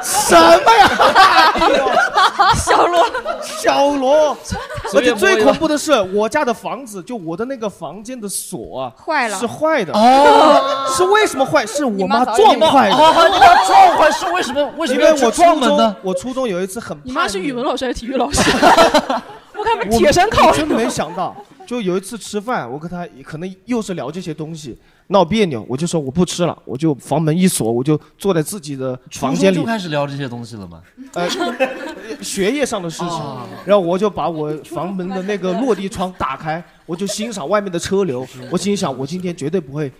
Speaker 4: 什么
Speaker 2: 呀？小罗，
Speaker 4: 小罗，而
Speaker 6: 随便
Speaker 4: 且
Speaker 6: 摸一把
Speaker 4: 最恐怖的是，我家的房子，就我的那个房间的锁啊，
Speaker 1: 坏了
Speaker 4: 是坏的
Speaker 6: 哦，
Speaker 4: 是为什么坏？是我
Speaker 6: 妈
Speaker 4: 妈
Speaker 6: 早
Speaker 4: 撞
Speaker 6: 你妈
Speaker 4: 坏的，
Speaker 6: 哦你妈撞坏是为什么为什么
Speaker 4: 因为
Speaker 6: 要去
Speaker 4: 我
Speaker 6: 撞
Speaker 4: 初
Speaker 6: 门
Speaker 4: 中
Speaker 6: 呢？
Speaker 4: 我初中有一次很
Speaker 2: 你妈是语文老师还是体育老
Speaker 6: (laughs)
Speaker 2: 师？我看
Speaker 4: 我
Speaker 2: 铁山靠
Speaker 4: 我真没想到，就有一次吃饭，我跟他可能又是聊这些东西，闹别扭，我就说我不吃了，我就房门一锁，我就坐在自己的房间
Speaker 6: 初中
Speaker 4: 里
Speaker 6: 就，开始聊这些东西了吗？
Speaker 4: 呃，学业上的事情，然后我就把我房门的那个落地窗打开，我就欣赏外面的车流，我心想我今天绝对不会。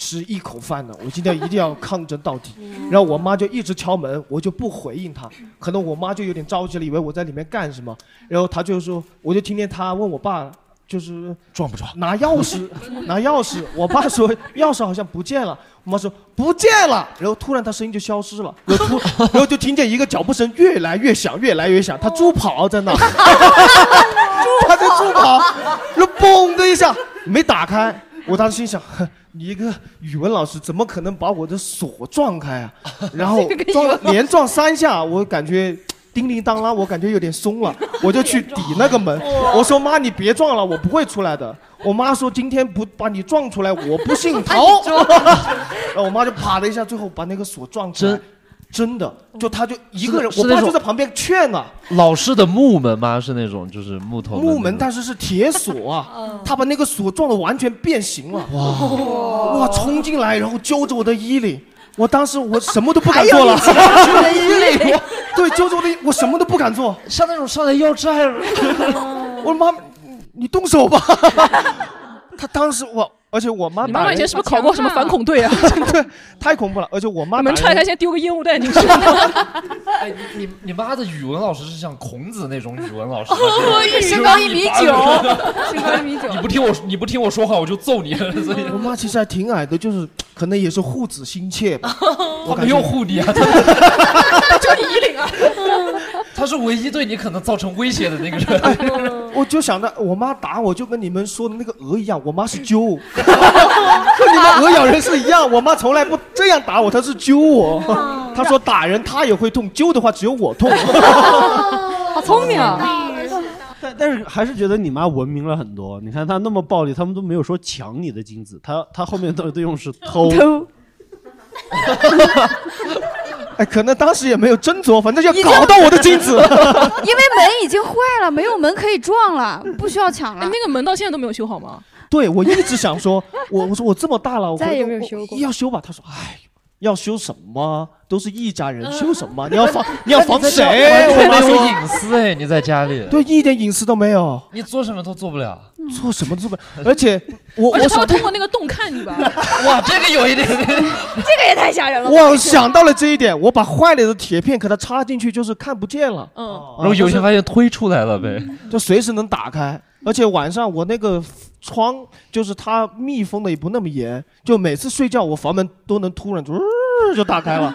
Speaker 4: 吃一口饭的，我今天一定要抗争到底。然后我妈就一直敲门，我就不回应她。可能我妈就有点着急了，以为我在里面干什么。然后她就说，我就听见她问我爸，就是
Speaker 6: 撞不撞？
Speaker 4: 拿钥匙， (laughs) 拿钥匙。我爸说钥匙好像不见了，我妈说不见了。然后突然她声音就消失了，然后突 (laughs) 然后就听见一个脚步声越来越响，越来越响。她猪跑在那，她在猪跑，然后嘣的一下没打开。我当时心想，哼你一个语文老师怎么可能把我的锁撞开啊？然后撞了连撞三下，我感觉叮铃当啷，我感觉有点松了，我就去抵那个门。我说妈，你别撞了，我不会出来的。我妈说今天不把你撞出来，我不姓陶。然后我妈就啪的一下，最后把那个锁撞出来。真真的，
Speaker 6: 哦
Speaker 4: 就她就一个人，
Speaker 6: 是
Speaker 4: 我
Speaker 6: 那
Speaker 4: 爸就
Speaker 6: 种
Speaker 4: 在旁边劝呢、
Speaker 6: 老式的木门吗？是哦那种就是木头
Speaker 4: 木门，
Speaker 6: 的
Speaker 4: 但是是铁锁
Speaker 6: (laughs) 嗯
Speaker 4: 啊，他把那个锁撞得完全变形了。
Speaker 6: 哦
Speaker 4: 哇！哇！冲进来，然后揪着我的衣领，我当时我什么都不敢做了。
Speaker 6: 啊还有你揪着衣领
Speaker 4: (laughs) 我对，揪着我的衣，我什么都不敢做，
Speaker 6: 像那种上来要债 (laughs) 了。哦
Speaker 4: 我说妈，你动
Speaker 6: (laughs)
Speaker 4: 手吧。他当时我，而且我妈
Speaker 2: 你妈
Speaker 4: 打
Speaker 2: 妈以
Speaker 4: 人
Speaker 2: 前是不是考过什么反恐队啊？
Speaker 4: (laughs) 对，太恐怖了。而且我妈
Speaker 2: 门
Speaker 4: 打
Speaker 2: 踹开，
Speaker 4: 人
Speaker 2: 先丢个烟雾弹进
Speaker 6: (laughs)
Speaker 2: 去。
Speaker 6: 哎，你你你妈的语文老师是像孔子那种语文老师 (laughs) 吗
Speaker 9: 身高一米九，身高一米九
Speaker 6: 你，不听我，你不听我说话，我就揍你。所以
Speaker 4: 我妈其实还挺矮的，就是可能也是护子心切吧。我
Speaker 6: 她没有护你啊，
Speaker 2: 就你衣领啊。
Speaker 6: 他是唯一对你可能造成威胁的那个 (laughs) 人。
Speaker 4: 我就想着我妈打我就跟你们说的那个鹅一样，我妈是揪，跟你们鹅咬人是一样。我妈从来不这样打我，她是揪我。她说打人她也会痛，揪的话只有我痛。
Speaker 9: 好聪明啊！
Speaker 12: 哦
Speaker 5: 但但是还是觉得你妈文明了很多。你看她那么暴力，他们都没有说抢你的金子，她她后面都都用是偷。
Speaker 4: 哎，可能当时也没有斟酌，反正就搞到我的金子。
Speaker 1: (laughs) 因为门已经坏了，没有门可以撞了，不需要抢了。
Speaker 2: 哎那个门到现在都没有修好吗？
Speaker 4: 对我一直想说，我我说我这么大了，我
Speaker 2: 再也没有
Speaker 4: 我
Speaker 2: 修过
Speaker 4: 要修吧。她说，哎。要修什么？都是一家人，修什么？你要防，你要防谁？
Speaker 6: 完全
Speaker 4: 我妈
Speaker 6: 没有
Speaker 4: 说
Speaker 6: 隐私哎，你在家里，
Speaker 4: 对，一点隐私都没有。
Speaker 6: 你做什么都做不了。
Speaker 4: 做什么做不了？而且我
Speaker 2: 而
Speaker 4: 我
Speaker 2: 且他
Speaker 4: 想
Speaker 2: 们
Speaker 4: 到
Speaker 2: 通过那个洞看 (laughs) 你吧。
Speaker 6: 哇，这个有一
Speaker 2: (laughs)
Speaker 6: 点，
Speaker 2: 这个也太吓人
Speaker 4: 我想到了这一点，我把坏了的铁片给它插进去，就是看不见了，
Speaker 2: 嗯，
Speaker 6: 然后有一天发现推出来了呗。
Speaker 4: 就随时能打开。而且晚上我那个窗就是它密封的也不那么严，就每次睡觉我房门都能突然就、呃就打开了，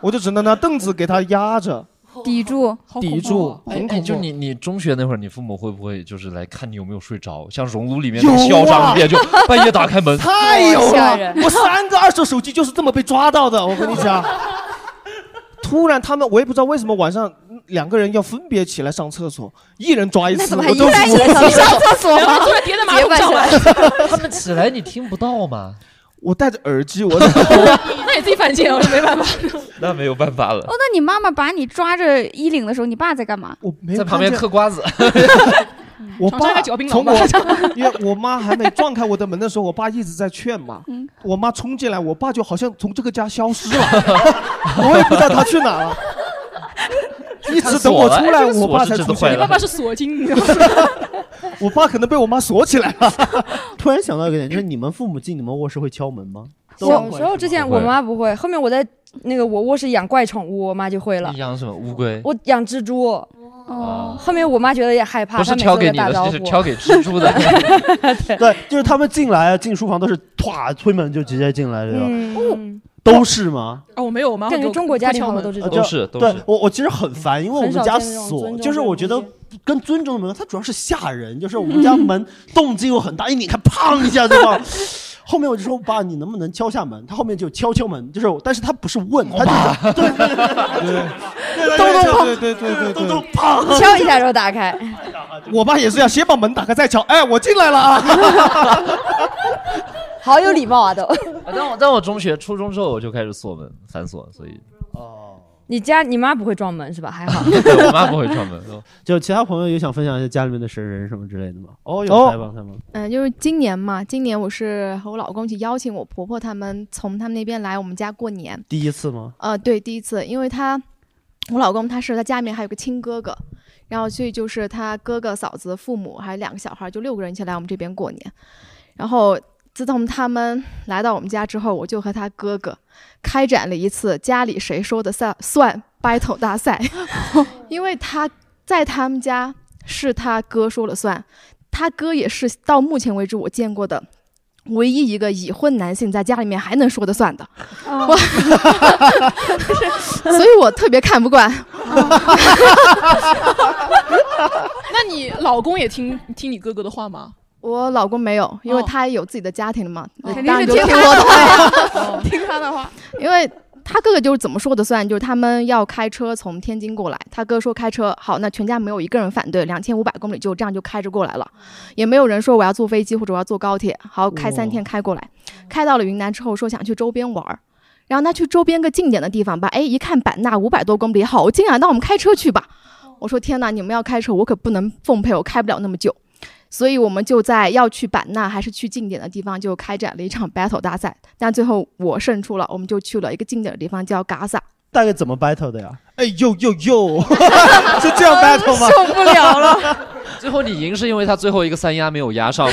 Speaker 4: 我就只能拿凳子给它压着
Speaker 1: (laughs) 抵住，
Speaker 4: 抵
Speaker 2: 哦
Speaker 4: 住，
Speaker 6: 哎
Speaker 4: 很，
Speaker 6: 哎
Speaker 4: 恐
Speaker 6: 就
Speaker 4: 怖。
Speaker 6: 你你中学那会儿，你父母会不会就是来看你有没有睡着？像《熔炉》里面
Speaker 4: 有
Speaker 6: 那个嚣张
Speaker 4: 啊
Speaker 6: 一点，就半夜打开 (laughs) 门，
Speaker 4: 太有
Speaker 6: 吓
Speaker 4: 了
Speaker 6: 人！
Speaker 4: 我三个二手手机就是这么被抓到的，我跟你讲。突然，他们我也不知道为什么晚上嗯两个人要分别起来上厕所，一人抓一次，我都服了
Speaker 2: 然
Speaker 13: 啊
Speaker 2: 后突然叠在马桶上来，
Speaker 6: 他们起来你听不到吗？
Speaker 4: (laughs) 我戴着耳
Speaker 6: (laughs)
Speaker 4: 机，我
Speaker 2: 那也自己犯贱，我是没办法。
Speaker 6: 那没有办法了
Speaker 1: (laughs) 哦，，那你妈妈把你抓着衣领的时候，你爸在干嘛？
Speaker 4: 我没有
Speaker 6: 在旁边
Speaker 4: 看见
Speaker 6: 嗑瓜子。
Speaker 4: (laughs) 我
Speaker 2: 尝尝
Speaker 4: 爸
Speaker 2: 个嚼槟榔
Speaker 4: 从
Speaker 2: 吧
Speaker 4: 我因为我妈还没撞开我的门的时候，我爸一直在劝嘛。我妈冲进来，我爸就好像从这个家消失了， (laughs) 我也不知道他去哪
Speaker 6: (laughs)
Speaker 4: 了。一直等我出来，
Speaker 6: 这个
Speaker 4: 我
Speaker 6: 锁
Speaker 4: 爸
Speaker 6: 是
Speaker 4: 才
Speaker 6: 真
Speaker 4: 出
Speaker 6: 的坏
Speaker 4: 现
Speaker 2: 你爸
Speaker 6: 了。
Speaker 2: 爸是锁精，你知道吗
Speaker 4: (laughs) 我爸可能被我妈锁起来了。
Speaker 5: (laughs) 突然想到一个点，就是你们父母进你们卧室会敲门吗？都
Speaker 3: 小
Speaker 5: 会
Speaker 3: 时候之前
Speaker 6: 不会
Speaker 3: 我妈不会，后面我在那个我卧室养怪宠物，我妈就会了。
Speaker 5: 嗯
Speaker 6: 你养什么乌龟？
Speaker 3: 我养蜘蛛，哦，后面我妈觉得也害怕，
Speaker 6: 不是
Speaker 3: 她每次
Speaker 6: 挑
Speaker 3: 都
Speaker 6: 给
Speaker 3: 在
Speaker 6: 你
Speaker 3: 打
Speaker 6: 的，
Speaker 3: 招
Speaker 6: 这是
Speaker 3: 呼
Speaker 6: 挑给蜘蛛
Speaker 3: (laughs)
Speaker 6: 的。
Speaker 5: 对，就是他们进来啊进书房都是唰推门就直接进来的，
Speaker 4: 啊
Speaker 3: 嗯，
Speaker 5: 都是吗？
Speaker 2: 啊，哦我没有，我妈
Speaker 3: 感觉
Speaker 2: 会
Speaker 3: 中国家庭好
Speaker 2: 会敲门
Speaker 3: 像都这
Speaker 5: 呃
Speaker 3: 种，
Speaker 5: 就对我我其实很烦，因为我
Speaker 3: 很少
Speaker 5: 们家
Speaker 3: 见那种尊
Speaker 5: 锁
Speaker 3: 重
Speaker 5: 就是
Speaker 3: 这
Speaker 5: 我
Speaker 3: 种
Speaker 5: 觉得跟尊重没有，它主要是吓人，就是我们家门
Speaker 3: (laughs)
Speaker 5: 动静又很大，一拧开砰一下就放。 (laughs) 后面我就说爸，你能不能敲下门？他后面就敲敲门，就是我，但是他不是问，他就是 (laughs) 对，
Speaker 3: 咚咚
Speaker 5: 对对对对，咚咚
Speaker 3: 砰，敲一下之后打开。
Speaker 4: 我爸也是要先把门打开再敲，哎，我进来了
Speaker 6: (laughs)
Speaker 4: 啊！
Speaker 3: 好有礼貌啊都。
Speaker 6: 但我但我中学、初中之后我就开始锁门反锁，所以
Speaker 3: 你家你妈不会撞门是吧？还好。
Speaker 6: 对我妈不会串门。哦
Speaker 5: (laughs) 就其他朋友有想分享一下家里面的神人什么之类的吗？哦，
Speaker 12: 哦
Speaker 5: 有采访采访。
Speaker 12: (laughs) 嗯，就是今年嘛，今年我是和我老公一起邀请我婆婆他们从他们那边来我们家过年。
Speaker 5: 第一次吗？
Speaker 12: 呃，对，第一次，因为他我老公他是他家里面还有个亲哥哥，然后所以就是他哥哥、嫂子、父母还有两个小孩，就六个人一起来我们这边过年。然后自从他们来到我们家之后，我就和他哥哥开展了一次家里谁说的算算 battle 大赛， (laughs) 因为他在他们家是他哥说了算，他哥也是到目前为止我见过的。唯一一个已婚男性在家里面还能说得算的，
Speaker 9: (laughs)
Speaker 12: 我 (laughs) 所以我特别看不惯。
Speaker 2: (laughs) 那你老公也听听你哥哥的话吗？
Speaker 12: 我老公没有，因为他也有自己的家庭了嘛，
Speaker 2: 哦
Speaker 12: 当然就
Speaker 2: 肯定是
Speaker 12: 听我的
Speaker 2: (laughs) 话呀
Speaker 12: 话，
Speaker 2: 听他的话。
Speaker 12: 因为他哥哥就是怎么说的算，就是他们要开车从天津过来，他哥说开车好，那全家没有一个人反对，两千五百公里就这样就开着过来了，也没有人说我要坐飞机或者我要坐高铁，好开三天开过来，开到了云南之后说想去周边玩儿。然后他去周边个近点的地方吧，哎，一看版纳五百多公里，好近啊！那我们开车去吧。我说天哪，你们要开车，我可不能奉陪，我开不了那么久。所以我们就在要去版纳还是去近点的地方，就开展了一场 battle 大赛。但最后我胜出了，我们就去了一个近点的地方叫嘎萨。
Speaker 5: 大概怎么 battle 的呀？哎呦呦呦，是
Speaker 12: (laughs)
Speaker 5: 这样 battle 吗？
Speaker 12: 哦受不了
Speaker 6: 了。 (laughs) 最后你赢是因为他最后一个三压没有压上 (laughs) 吗？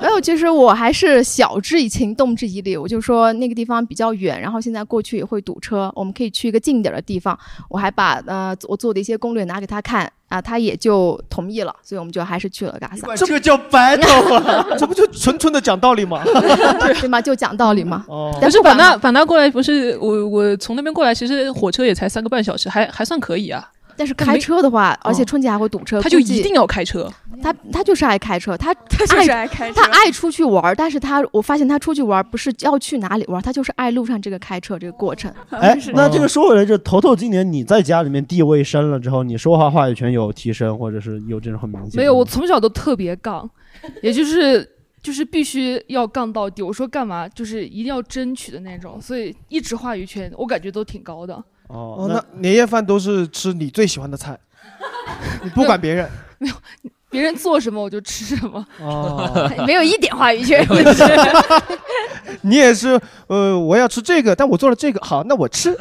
Speaker 12: 没有，其实我还是晓之以情，动之以理。我就说那个地方比较远，然后现在过去也会堵车，我们可以去一个近点的地方。我还把呃我做的一些攻略拿给他看啊，他也就同意了，所以我们就还是去了嘎萨。
Speaker 5: 这个叫 battle
Speaker 4: (laughs)
Speaker 5: 啊，这不就纯纯的讲道理吗？
Speaker 12: 对吗？就讲道理嘛。哦
Speaker 2: 但是版纳版纳过来不是我我从那边过来，其实火车也才三个半小时，还还算可以啊。
Speaker 12: 但是开车的话，而且春节还会堵
Speaker 3: 呃
Speaker 12: 车，
Speaker 2: 哦他就
Speaker 12: 估计
Speaker 2: 一定要开车。
Speaker 12: 他他就是爱开车，他他
Speaker 2: 就是爱开车
Speaker 12: 他爱出去玩儿，但是他我发现他出去玩儿不是要去哪里玩儿，他就是爱路上这个开车这个过程。
Speaker 5: 哎，那
Speaker 6: 哦
Speaker 5: 这个说回来，就头头今年你在家里面地位升了之后，你说话话语权有提升，或者是有这种很明显的？
Speaker 9: 没有，我从小都特别杠，也就是就是必须要杠到底。我说干嘛，就是一定要争取的那种，所以一直话语权我感觉都挺高的。
Speaker 5: 哦
Speaker 4: 哦，那年夜饭都是吃你最喜欢的菜，你不管别人。
Speaker 9: 别人做什么我就吃什
Speaker 5: (laughs)
Speaker 9: 么， (laughs)
Speaker 4: 哦
Speaker 9: 没有一点话语权
Speaker 4: (laughs) 你也是，呃，我要吃这个，但我做了这个，好，那我吃。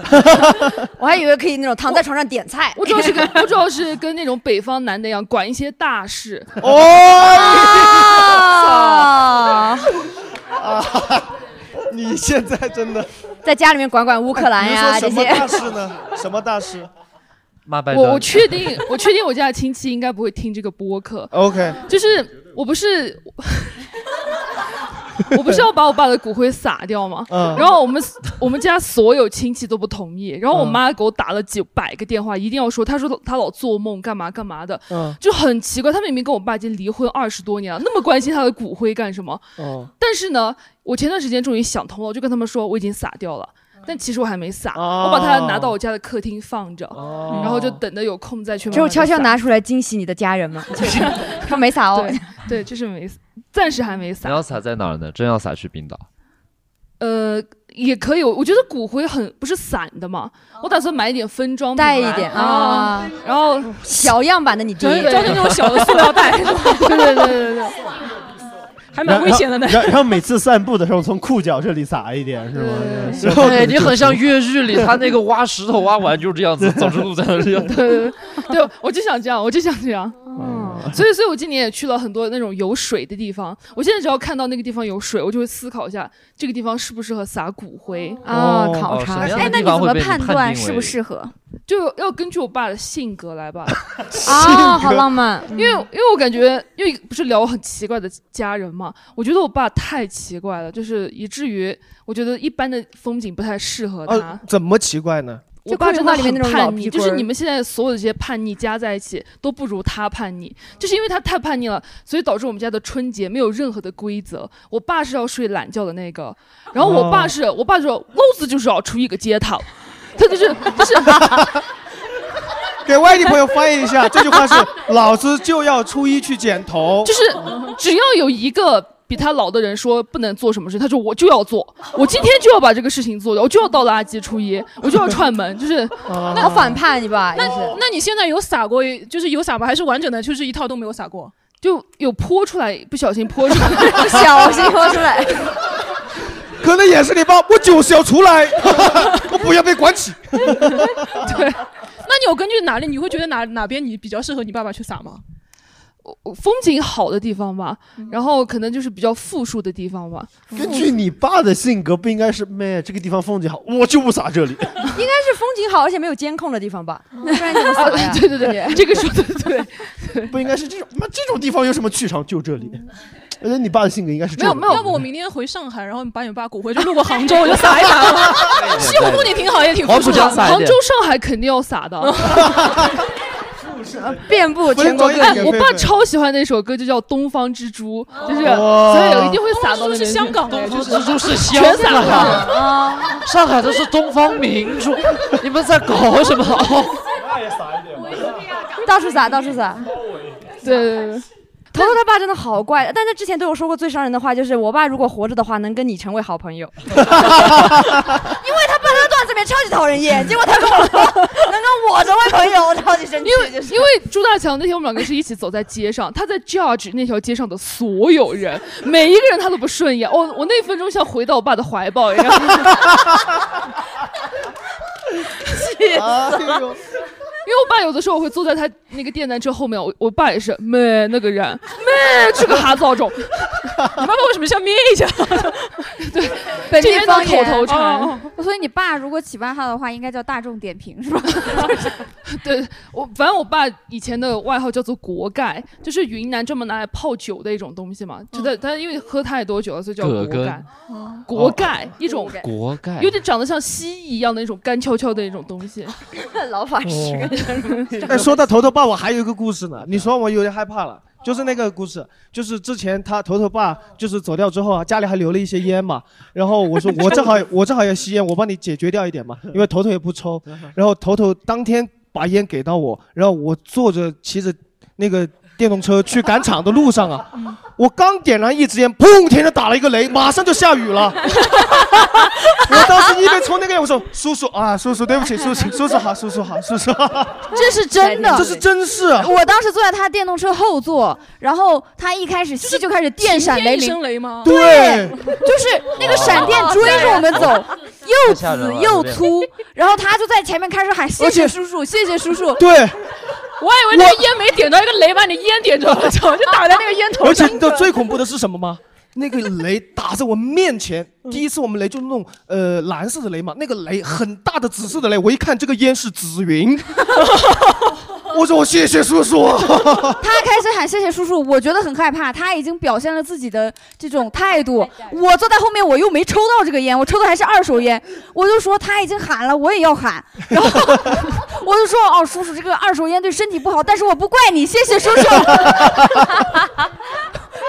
Speaker 3: 我还以为可以那种躺在床上点菜。
Speaker 9: 我主要
Speaker 3: (laughs)
Speaker 9: 是跟我主要是跟那种北方男的一样，管一些大事。
Speaker 3: (laughs) 哦，
Speaker 4: (laughs) 你现在真的
Speaker 3: (laughs) 在家里面管管乌克兰呀
Speaker 4: 哎
Speaker 3: 这
Speaker 4: 比如说什么
Speaker 3: 些。
Speaker 4: 大事呢？什么大事？
Speaker 6: 妈拜
Speaker 9: 我我
Speaker 6: (laughs)
Speaker 9: 确定，我确定我家的亲戚应该不会听这个播客。
Speaker 4: OK
Speaker 9: 就是我不是，我不是要把我爸的骨灰撒掉吗？
Speaker 4: 嗯
Speaker 9: 然后我们我们家所有亲戚都不同意，然后我
Speaker 4: 嗯
Speaker 9: 妈给我打了几百个电话，一定要说，她说她老做梦，干嘛干嘛的，
Speaker 4: 嗯
Speaker 9: 就很奇怪，她明明跟我爸已经离婚二十多年了，那么关心她的骨灰干什么？ (laughs)
Speaker 4: 哦，
Speaker 9: 但是呢，我前段时间终于想通了，我就跟他们说我已经撒掉了。
Speaker 4: 嗯
Speaker 9: 但其实我还没撒，
Speaker 4: 哦
Speaker 9: 我把它拿到我家的客厅放着，然后就等着有空再去慢
Speaker 3: (laughs) 只有
Speaker 9: 慢地撒。
Speaker 3: 悄悄拿出来惊喜你的家人们，就是他没撒哦。
Speaker 9: 对，对，就是没，暂时还没
Speaker 6: 你
Speaker 9: 撒。
Speaker 6: 要撒在哪儿呢？真要撒去冰岛。
Speaker 9: 呃，也可以，我觉得骨灰很不是散的嘛，我打算买一点分装品
Speaker 3: 带一
Speaker 9: 来
Speaker 3: 点啊，
Speaker 9: 然后
Speaker 3: 小样板的你
Speaker 9: 装
Speaker 3: 爹，
Speaker 9: 装进那种小的塑
Speaker 5: (laughs)
Speaker 9: 料袋，对对对对对，还蛮危险的呢。
Speaker 13: (laughs)
Speaker 5: 然后然后然后每次散步的时候从裤脚这里撒一点，是吗？
Speaker 6: (laughs) 然后你很像越狱里他那个挖石头挖完就是这样子，走之路在那 (laughs) 这样。
Speaker 9: 对 (laughs) 对对，我就想这样，我就想这样。
Speaker 6: 哦
Speaker 9: 所以，所以我今年也去了很多那种有水的地方。我现在只要看到那个地方有水，我就会思考一下这个地方适不适合撒骨灰
Speaker 6: 啊哦考察哦什么样的
Speaker 9: 哎，那
Speaker 6: 地
Speaker 9: 你
Speaker 6: 方
Speaker 9: 怎
Speaker 6: 会
Speaker 9: 么
Speaker 6: 被你
Speaker 9: 判
Speaker 6: 判
Speaker 9: 断
Speaker 6: 定
Speaker 9: 适
Speaker 6: 为
Speaker 9: 不适合？ (laughs) 就要根据我爸的性格
Speaker 6: (laughs)
Speaker 9: 来吧。
Speaker 3: 啊好浪漫
Speaker 9: (laughs) 因为因为我感觉，因为不是聊很奇怪的家人嘛，我觉得我爸太奇怪了，就是以至于我觉得一般的风景不太适合
Speaker 6: 哦
Speaker 9: 他。
Speaker 4: 啊，怎么奇怪呢？
Speaker 9: 我爸真的
Speaker 3: 里面那
Speaker 9: 很
Speaker 3: 种老
Speaker 9: 叛逆，
Speaker 3: 屁
Speaker 9: 就
Speaker 3: 棍
Speaker 9: 是
Speaker 3: 儿
Speaker 9: 你们现在所有的这些叛逆加在一起都不如他叛逆，就是因为他太叛逆了，所以导致我们家的春节没有任何的规则。我爸是要睡懒觉的那个，然后我爸是，我爸说，老子就是要出一个街头，他就是就是。
Speaker 4: 给外地朋友翻译一
Speaker 9: (laughs)
Speaker 4: 下，这句话是“老子就要初一去剪头”，
Speaker 9: 就是只要有一个比他老的人说不能做什么事，他说我就要做，我今天就要把这个事情做掉，我就要到了垃圾初一，我就要串门，就是
Speaker 3: 哦好反叛你吧？
Speaker 2: 那
Speaker 3: 也是
Speaker 2: 那你现在有撒过，就是有撒吗？还是完整的，就是一套都没有撒过？
Speaker 9: 就有泼出来，不小心泼出来，
Speaker 3: (laughs)
Speaker 9: 不
Speaker 3: 小心泼出来。
Speaker 4: 可能也是你爸，我就是要出来， (laughs) 我不要被管起。
Speaker 2: (laughs) 那你有根据哪里？你会觉得哪哪边你比较适合你爸爸去撒吗？
Speaker 9: (laughs) 风景好的地方吧，
Speaker 3: 嗯
Speaker 9: 然后可能就是比较富庶的地方吧。？
Speaker 14: 根据你爸的性格，不应该是妹这个地方风景好，我就不撒这里。
Speaker 3: (laughs) 应该是风景好而且没有监控的地方吧？不然你怎么撒呀 (laughs)
Speaker 9: 对对对，这个说的对，
Speaker 14: 不应该是这种。那这种地方有什么去场？
Speaker 9: 嗯
Speaker 14: 就这里。我觉得你爸的性格应该是这
Speaker 2: 没有
Speaker 14: 种。。
Speaker 2: 没有，要嗯不我明天回上海，然后你把你爸骨灰就路过杭州，我就撒一撒
Speaker 14: (laughs)
Speaker 2: 西湖风景挺好，也挺
Speaker 14: 黄浦
Speaker 2: 富庶
Speaker 14: 江
Speaker 2: 的。
Speaker 14: 撒一
Speaker 9: 杭
Speaker 14: 点
Speaker 9: 州、上海肯定要撒的。
Speaker 3: (laughs)
Speaker 9: (laughs)
Speaker 13: 嗯
Speaker 3: 遍布全国各地哦
Speaker 9: 哎我爸超喜欢那首歌，就叫《东方之珠》， (laughs) 就是所以我一定会撒到那边去。
Speaker 2: 东方之珠是香港
Speaker 9: 的，
Speaker 2: 的
Speaker 9: 就是
Speaker 6: 就是香
Speaker 9: 全撒
Speaker 6: 港
Speaker 9: 了。
Speaker 3: 啊，
Speaker 6: 上海的是东方明 (laughs) 珠，你们
Speaker 3: 哦
Speaker 6: 在搞 (laughs) 什么？
Speaker 14: 那也撒一点。
Speaker 13: (laughs)
Speaker 3: 到处撒，到处撒。
Speaker 9: 对对对。
Speaker 3: 头头他爸真的好怪，但他之前对我说过最伤人的话，就是我爸如果活着的话，能跟你成为好朋友，因为他爸那段子里面超级讨人厌，结果他跟我说能跟我成为朋
Speaker 9: (laughs)
Speaker 3: 友，我超级生气。
Speaker 9: 因为因为朱大强那天我们两个是一起走在街上，他在 judge 那条街上的所有人，每一个人他都不顺眼。我我那分钟像回到我爸的怀抱一样。
Speaker 3: 气死
Speaker 13: 哎
Speaker 3: 了！
Speaker 9: 因为我爸有的时候会坐在他那个电单车后面，我我爸也是，妹那个人，妹这个哈造种，你爸爸为什么像咩
Speaker 2: (laughs)
Speaker 9: 一下？
Speaker 13: 本
Speaker 9: 这
Speaker 13: 地
Speaker 9: 边
Speaker 13: 方
Speaker 9: 叫口
Speaker 13: 言
Speaker 9: 头禅
Speaker 13: 哦哦哦所以你爸如果起外号的话，应该叫大众点评是吧？
Speaker 9: (laughs) 对我，反正我爸以前的外号叫做锅盖，就是云南专门拿来泡酒的一种东西嘛。就
Speaker 13: 嗯
Speaker 9: 在他因为喝太多酒了，所以叫
Speaker 6: 葛
Speaker 9: 锅
Speaker 6: 根
Speaker 9: 盖。
Speaker 13: 哦
Speaker 9: 锅盖一种
Speaker 6: 锅盖
Speaker 9: 有点长得像蜥蜴一样的那种干翘翘的一种东西。
Speaker 3: (laughs) 老法
Speaker 4: 师哦跟
Speaker 9: 师
Speaker 3: (laughs)
Speaker 4: 哎，说到头头爸，我还有一个故事呢。你说我有点害怕了，就是那个故事，就是之前他头头爸就是走掉之后啊，家里还留了一些烟嘛。然后我说我正好我正好要吸烟，我帮你解决掉一点嘛，因为头头也不抽。然后头头当天把烟给到我，然后我坐着骑着那个电动车去赶场的路上啊，我刚点燃一支烟，砰！天上打了一个雷，马上就下雨了。我当时一边抽那个烟，我说叔叔啊，叔叔对不起，叔叔，叔叔好，叔叔好，叔叔好。
Speaker 13: 这是真 (laughs) 的，
Speaker 4: 这是真事啊。
Speaker 13: 我当时坐在他电动车后座，然后他一开始吸就开始电闪雷
Speaker 2: 晴天一
Speaker 13: 鸣，
Speaker 2: 声雷吗
Speaker 13: 对，就是那个闪电
Speaker 9: 哦
Speaker 2: 哇
Speaker 13: 追着我们
Speaker 9: (laughs)
Speaker 4: 哦
Speaker 13: 走，又
Speaker 2: 太吓人
Speaker 13: 紫
Speaker 2: 了
Speaker 13: (laughs) 又
Speaker 2: 有点
Speaker 13: 粗，然后他就在前面开始喊：“谢
Speaker 2: 而
Speaker 13: 谢
Speaker 2: 且
Speaker 13: 叔叔，谢谢叔叔。”
Speaker 4: 对，
Speaker 2: 我还以为那个烟没点到，一个雷把你烟点着了，就打在那个烟头
Speaker 4: 而且
Speaker 2: 上。
Speaker 4: 你知道最恐怖的是什么吗？那个雷打在我面前，
Speaker 2: 嗯
Speaker 4: 第一次我们雷就是那种呃蓝色的雷嘛，那个雷很大的紫色的雷，我一看这个烟是紫云， (laughs) 我说我谢谢叔叔。
Speaker 2: 哦
Speaker 13: 他开始喊谢谢叔叔，我觉得很害怕，他已经表现了自己的这种态度。我坐在后面，我又没抽到这个烟，我抽的还是二手烟，我就说他已经喊了，我也要喊， (laughs) 然后我就说哦，叔叔这个二手烟对身体不好，但是我不怪你，谢谢叔叔。 (laughs)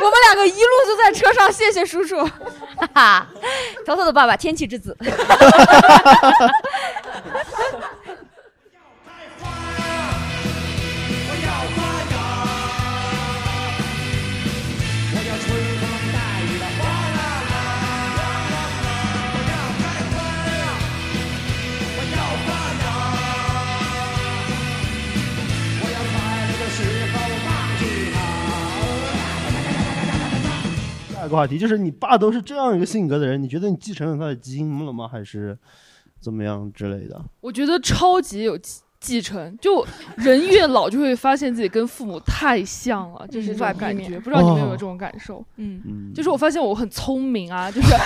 Speaker 3: 我们两个一路就在 (laughs) 车上，谢谢叔 (laughs) 叔。哈哈，头头的爸爸，天气之子。 (laughs)
Speaker 5: 下一个话题就是你爸都是这样一个性格的人，你觉得你继承了他的基因了吗？还是怎么样之类的？
Speaker 9: 我觉得超级有继继承，就人越老就会发现自己跟父母太像
Speaker 3: 嗯
Speaker 9: 了，就是这种感觉。不知道你们有没有这种感
Speaker 3: 哦
Speaker 9: 受？嗯，就是我发现我很聪明啊，就是
Speaker 6: 就是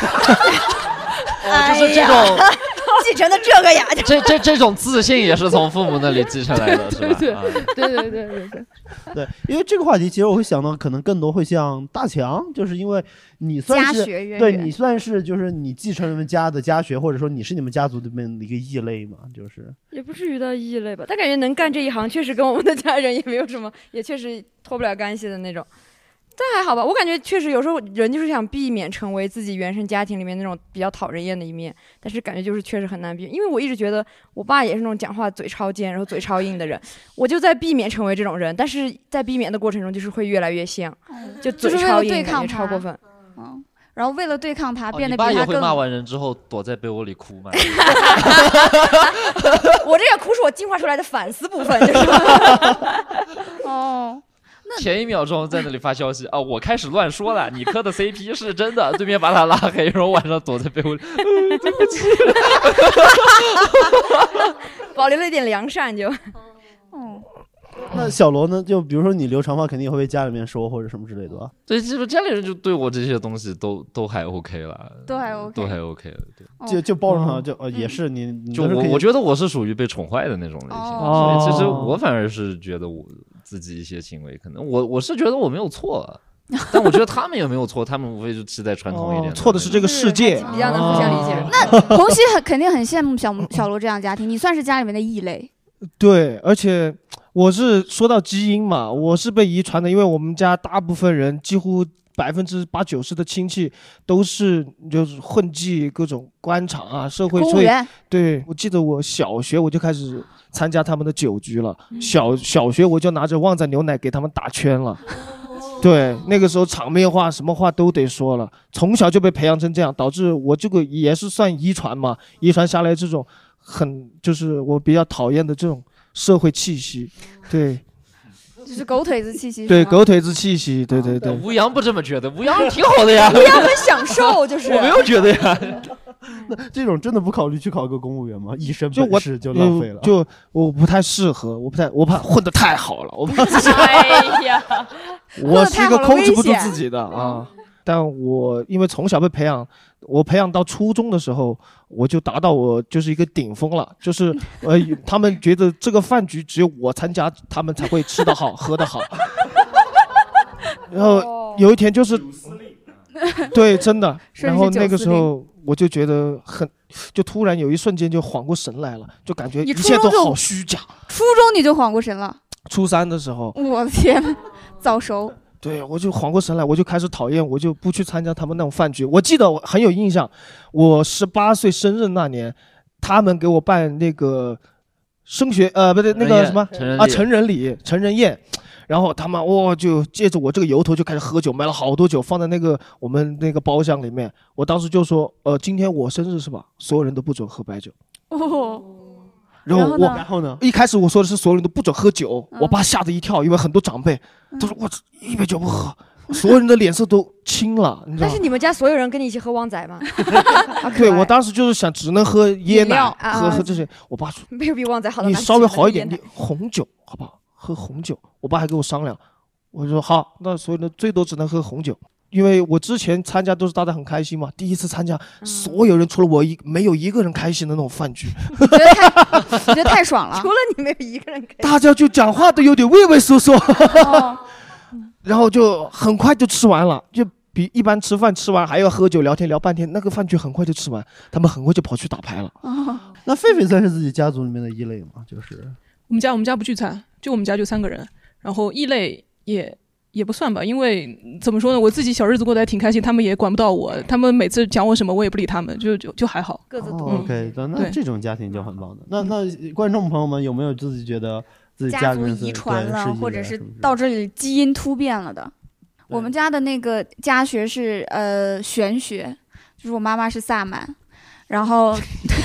Speaker 6: 这种
Speaker 3: 哎 (laughs) 继承的这个呀，
Speaker 6: 这这这种自信也是从父母那里继承来的，是吧？啊
Speaker 9: (laughs) 对对对对
Speaker 13: (laughs)
Speaker 9: 对，
Speaker 5: 对，因为这个话题，其实我会想到，可能更多会像大强，就是因为你算
Speaker 13: 家
Speaker 5: 是
Speaker 13: 学渊
Speaker 5: 对
Speaker 13: 源
Speaker 5: 你算是就是你继承人们家的家学，或者说你是你们家族里面的一个异类嘛，就是
Speaker 3: 也不至于到异类吧。但感觉能干这一行，确实跟我们的家人也没有什么，也确实脱不了干系的那种。但还好吧，我感觉确实有时候人就是想避免成为自己原生家庭里面那种比较讨人厌的一面，但是感觉就是确实很难避免，因为我一直觉得我爸也是那种讲话嘴超尖，然后嘴超硬的人， (laughs) 我就在避免成为这种人，但是在避免的过程中就是会越来越像，就
Speaker 13: 就是
Speaker 3: 嘴
Speaker 13: 为
Speaker 3: 超
Speaker 13: 了
Speaker 3: 硬，
Speaker 13: 对
Speaker 3: 感
Speaker 13: 抗
Speaker 3: 觉超过
Speaker 13: 他
Speaker 3: 分。
Speaker 13: 嗯，然后为了对抗他，
Speaker 6: 哦
Speaker 13: 变
Speaker 6: 你
Speaker 13: 得
Speaker 6: 爸
Speaker 13: 比
Speaker 6: 也
Speaker 13: 他
Speaker 6: 会
Speaker 13: 更
Speaker 6: 骂完人之后躲在被窝里哭吗？
Speaker 3: (laughs) 我这个哭是我进化出来的反思部分，就是 (laughs)
Speaker 13: 哦。
Speaker 6: 前一秒钟在那里发消息啊，我开始乱说了， (laughs) 你磕的 CP 是真的， (laughs) 对面把他拉黑，然后晚上躲在被窝里， (laughs)
Speaker 3: 保留了一点良善就。
Speaker 13: 哦
Speaker 5: 那小罗呢？就比如说你留长发，肯定也会被家里面说或者什么之类的吧？
Speaker 6: 所以基本家里人就对我这些东西都都还 OK 了，
Speaker 13: 都还 OK
Speaker 6: 都还 OK 了，对。
Speaker 13: 哦
Speaker 5: 就就包容他，就
Speaker 13: 嗯
Speaker 5: 呃也是你，你
Speaker 6: 就
Speaker 5: 都是
Speaker 6: 我
Speaker 5: 可以
Speaker 6: 我觉得我是属于被宠坏的那种类型，
Speaker 5: 哦
Speaker 6: 所以其实我反而是觉得我自己一些行为，可能我我是觉得我没有错， (laughs) 但我觉得他们也没有错，他们无非就期待传统一点。
Speaker 5: 哦错的是这个世界，
Speaker 6: 比较能互相理解
Speaker 13: 那红熙很肯定很羡慕小小罗这样的家庭，你算是家里面的异类。
Speaker 4: 对，而且我是说到基因嘛，我是被遗传的，因为我们家大部分人几乎百分之八九十的亲戚都是就是混迹各种官场啊、社会，
Speaker 13: 公务
Speaker 4: 所以
Speaker 13: 员
Speaker 4: 对我记得我小学我就开始参加他们的酒局了，小小学我就拿着旺仔牛奶给他们打圈了。对，那个时候场面话什么话都得说了，从小就被培养成这样，导致我这个也是算遗传嘛，遗传下来这种很就是我比较讨厌的这种社会气息，对
Speaker 13: 就是狗腿子气息。
Speaker 4: 对，狗腿子气息，对对对。
Speaker 6: 吴阳不这么觉得，吴阳挺好的呀，
Speaker 3: 不要很享受，就是
Speaker 6: 我没有觉得
Speaker 5: (laughs)
Speaker 6: 呀。
Speaker 5: 啊
Speaker 13: 嗯
Speaker 5: 那这种真的不考虑去考个公务员吗？一身
Speaker 4: 就
Speaker 5: 本
Speaker 4: 我
Speaker 5: 事就浪费了。
Speaker 4: 就我不太适合，我不太，我怕混得太好了，
Speaker 8: (laughs)
Speaker 4: 我怕自己，
Speaker 8: 哎呀，
Speaker 4: (laughs) 我是一个控制不住自己的
Speaker 8: 嗯
Speaker 4: 啊。但我因为从小被培养，我培养到初中的时候，我就达到我就是一个顶峰了，
Speaker 8: (laughs)
Speaker 4: 就是呃，他们觉得这个饭局只有我参加，他们才会吃得好，喝得好。然后有一天就是，对，真的。
Speaker 8: 哦顺
Speaker 4: 然
Speaker 8: 势
Speaker 4: 后
Speaker 8: 九
Speaker 4: 那个
Speaker 8: 四
Speaker 4: 时
Speaker 8: 零
Speaker 4: 候我就觉得很，就突然有一瞬间就缓过神来了，就感觉
Speaker 13: 你
Speaker 4: 一
Speaker 13: 初
Speaker 4: 切
Speaker 13: 中
Speaker 4: 都
Speaker 13: 就
Speaker 4: 好虚假。
Speaker 13: 初中你就缓过神了，
Speaker 4: 初三的时候，
Speaker 13: 我的天，早熟。
Speaker 4: 对我就缓过神来，我就开始讨厌，我就不去参加他们那种饭局。我记得我很有印象，我十八岁生日那年，他们给我办那个升学呃不对那
Speaker 6: 人
Speaker 4: 个
Speaker 6: 宴
Speaker 4: 什么
Speaker 6: 成人
Speaker 4: 啊
Speaker 6: 礼
Speaker 4: 成人礼成人宴，然后他们哇、就借着我这个由头就开始喝酒，买了好多酒放在那个我们那个包厢里面。我当时就说呃今天我生日是吧？所有人都不准喝白酒。
Speaker 13: 哦，
Speaker 4: 然后
Speaker 13: 然后
Speaker 4: 我，
Speaker 13: 呢然
Speaker 5: 后呢？
Speaker 4: 一开始我说的是所有人都不准喝酒，
Speaker 6: 嗯
Speaker 4: 我爸吓得一跳，因为很多长辈，
Speaker 3: 嗯
Speaker 4: 他说我一杯酒不喝，所有人的脸色都青了，你知道
Speaker 3: 但
Speaker 4: 吗
Speaker 3: 是？你们家所有人跟你一起喝旺仔吗？ (laughs)
Speaker 4: 对我当时就是想只能喝椰
Speaker 3: 饮
Speaker 4: 奶
Speaker 3: 料，啊
Speaker 4: 喝喝这些。我爸说
Speaker 3: 没有比旺仔好到
Speaker 4: 你
Speaker 3: 哪里
Speaker 4: 稍微
Speaker 3: 去
Speaker 4: 好一
Speaker 3: 的
Speaker 4: 点，你红酒好不好？喝红酒。我爸还跟我商量，我说好，那所有人最多只能喝红酒。因为我之前参加都是大家很开心嘛，第一次参加，
Speaker 3: 嗯
Speaker 4: 所有人除了我一没有一个人开心的那种饭局，
Speaker 13: 你这太爽了。
Speaker 3: 除了你没有一个人可以。
Speaker 4: 大家就讲话都有点畏畏缩缩，哦 (laughs) 然后就很快就吃完了，就比一般吃饭吃完还要喝酒聊天聊半天，那个饭局很快就吃完，他们很快就跑去打牌了。
Speaker 13: 哦，
Speaker 5: 那狒狒算是自己家族里面的异类吗？就是
Speaker 2: 我们家我们家不聚餐，就我们家就三个人，然后异类也也不算吧，因为嗯怎么说呢，我自己小日子过得还挺开心，他们也管不到我，他们每次讲我什么我也不理他们，就就就还好。
Speaker 3: 各自
Speaker 5: 哦
Speaker 13: 嗯
Speaker 5: OK，那那
Speaker 2: 对
Speaker 5: 这种家庭就很棒的。那那观众朋友们有没有自己觉得自己
Speaker 13: 家
Speaker 5: 里
Speaker 13: 族
Speaker 5: 面是
Speaker 13: 遗传
Speaker 5: 对
Speaker 13: 了，
Speaker 5: 异
Speaker 13: 或者
Speaker 5: 类
Speaker 13: 是
Speaker 5: 什么
Speaker 13: 到这里基因突变了的。我们家的那个家学是呃玄学，就是我妈妈是萨满，然后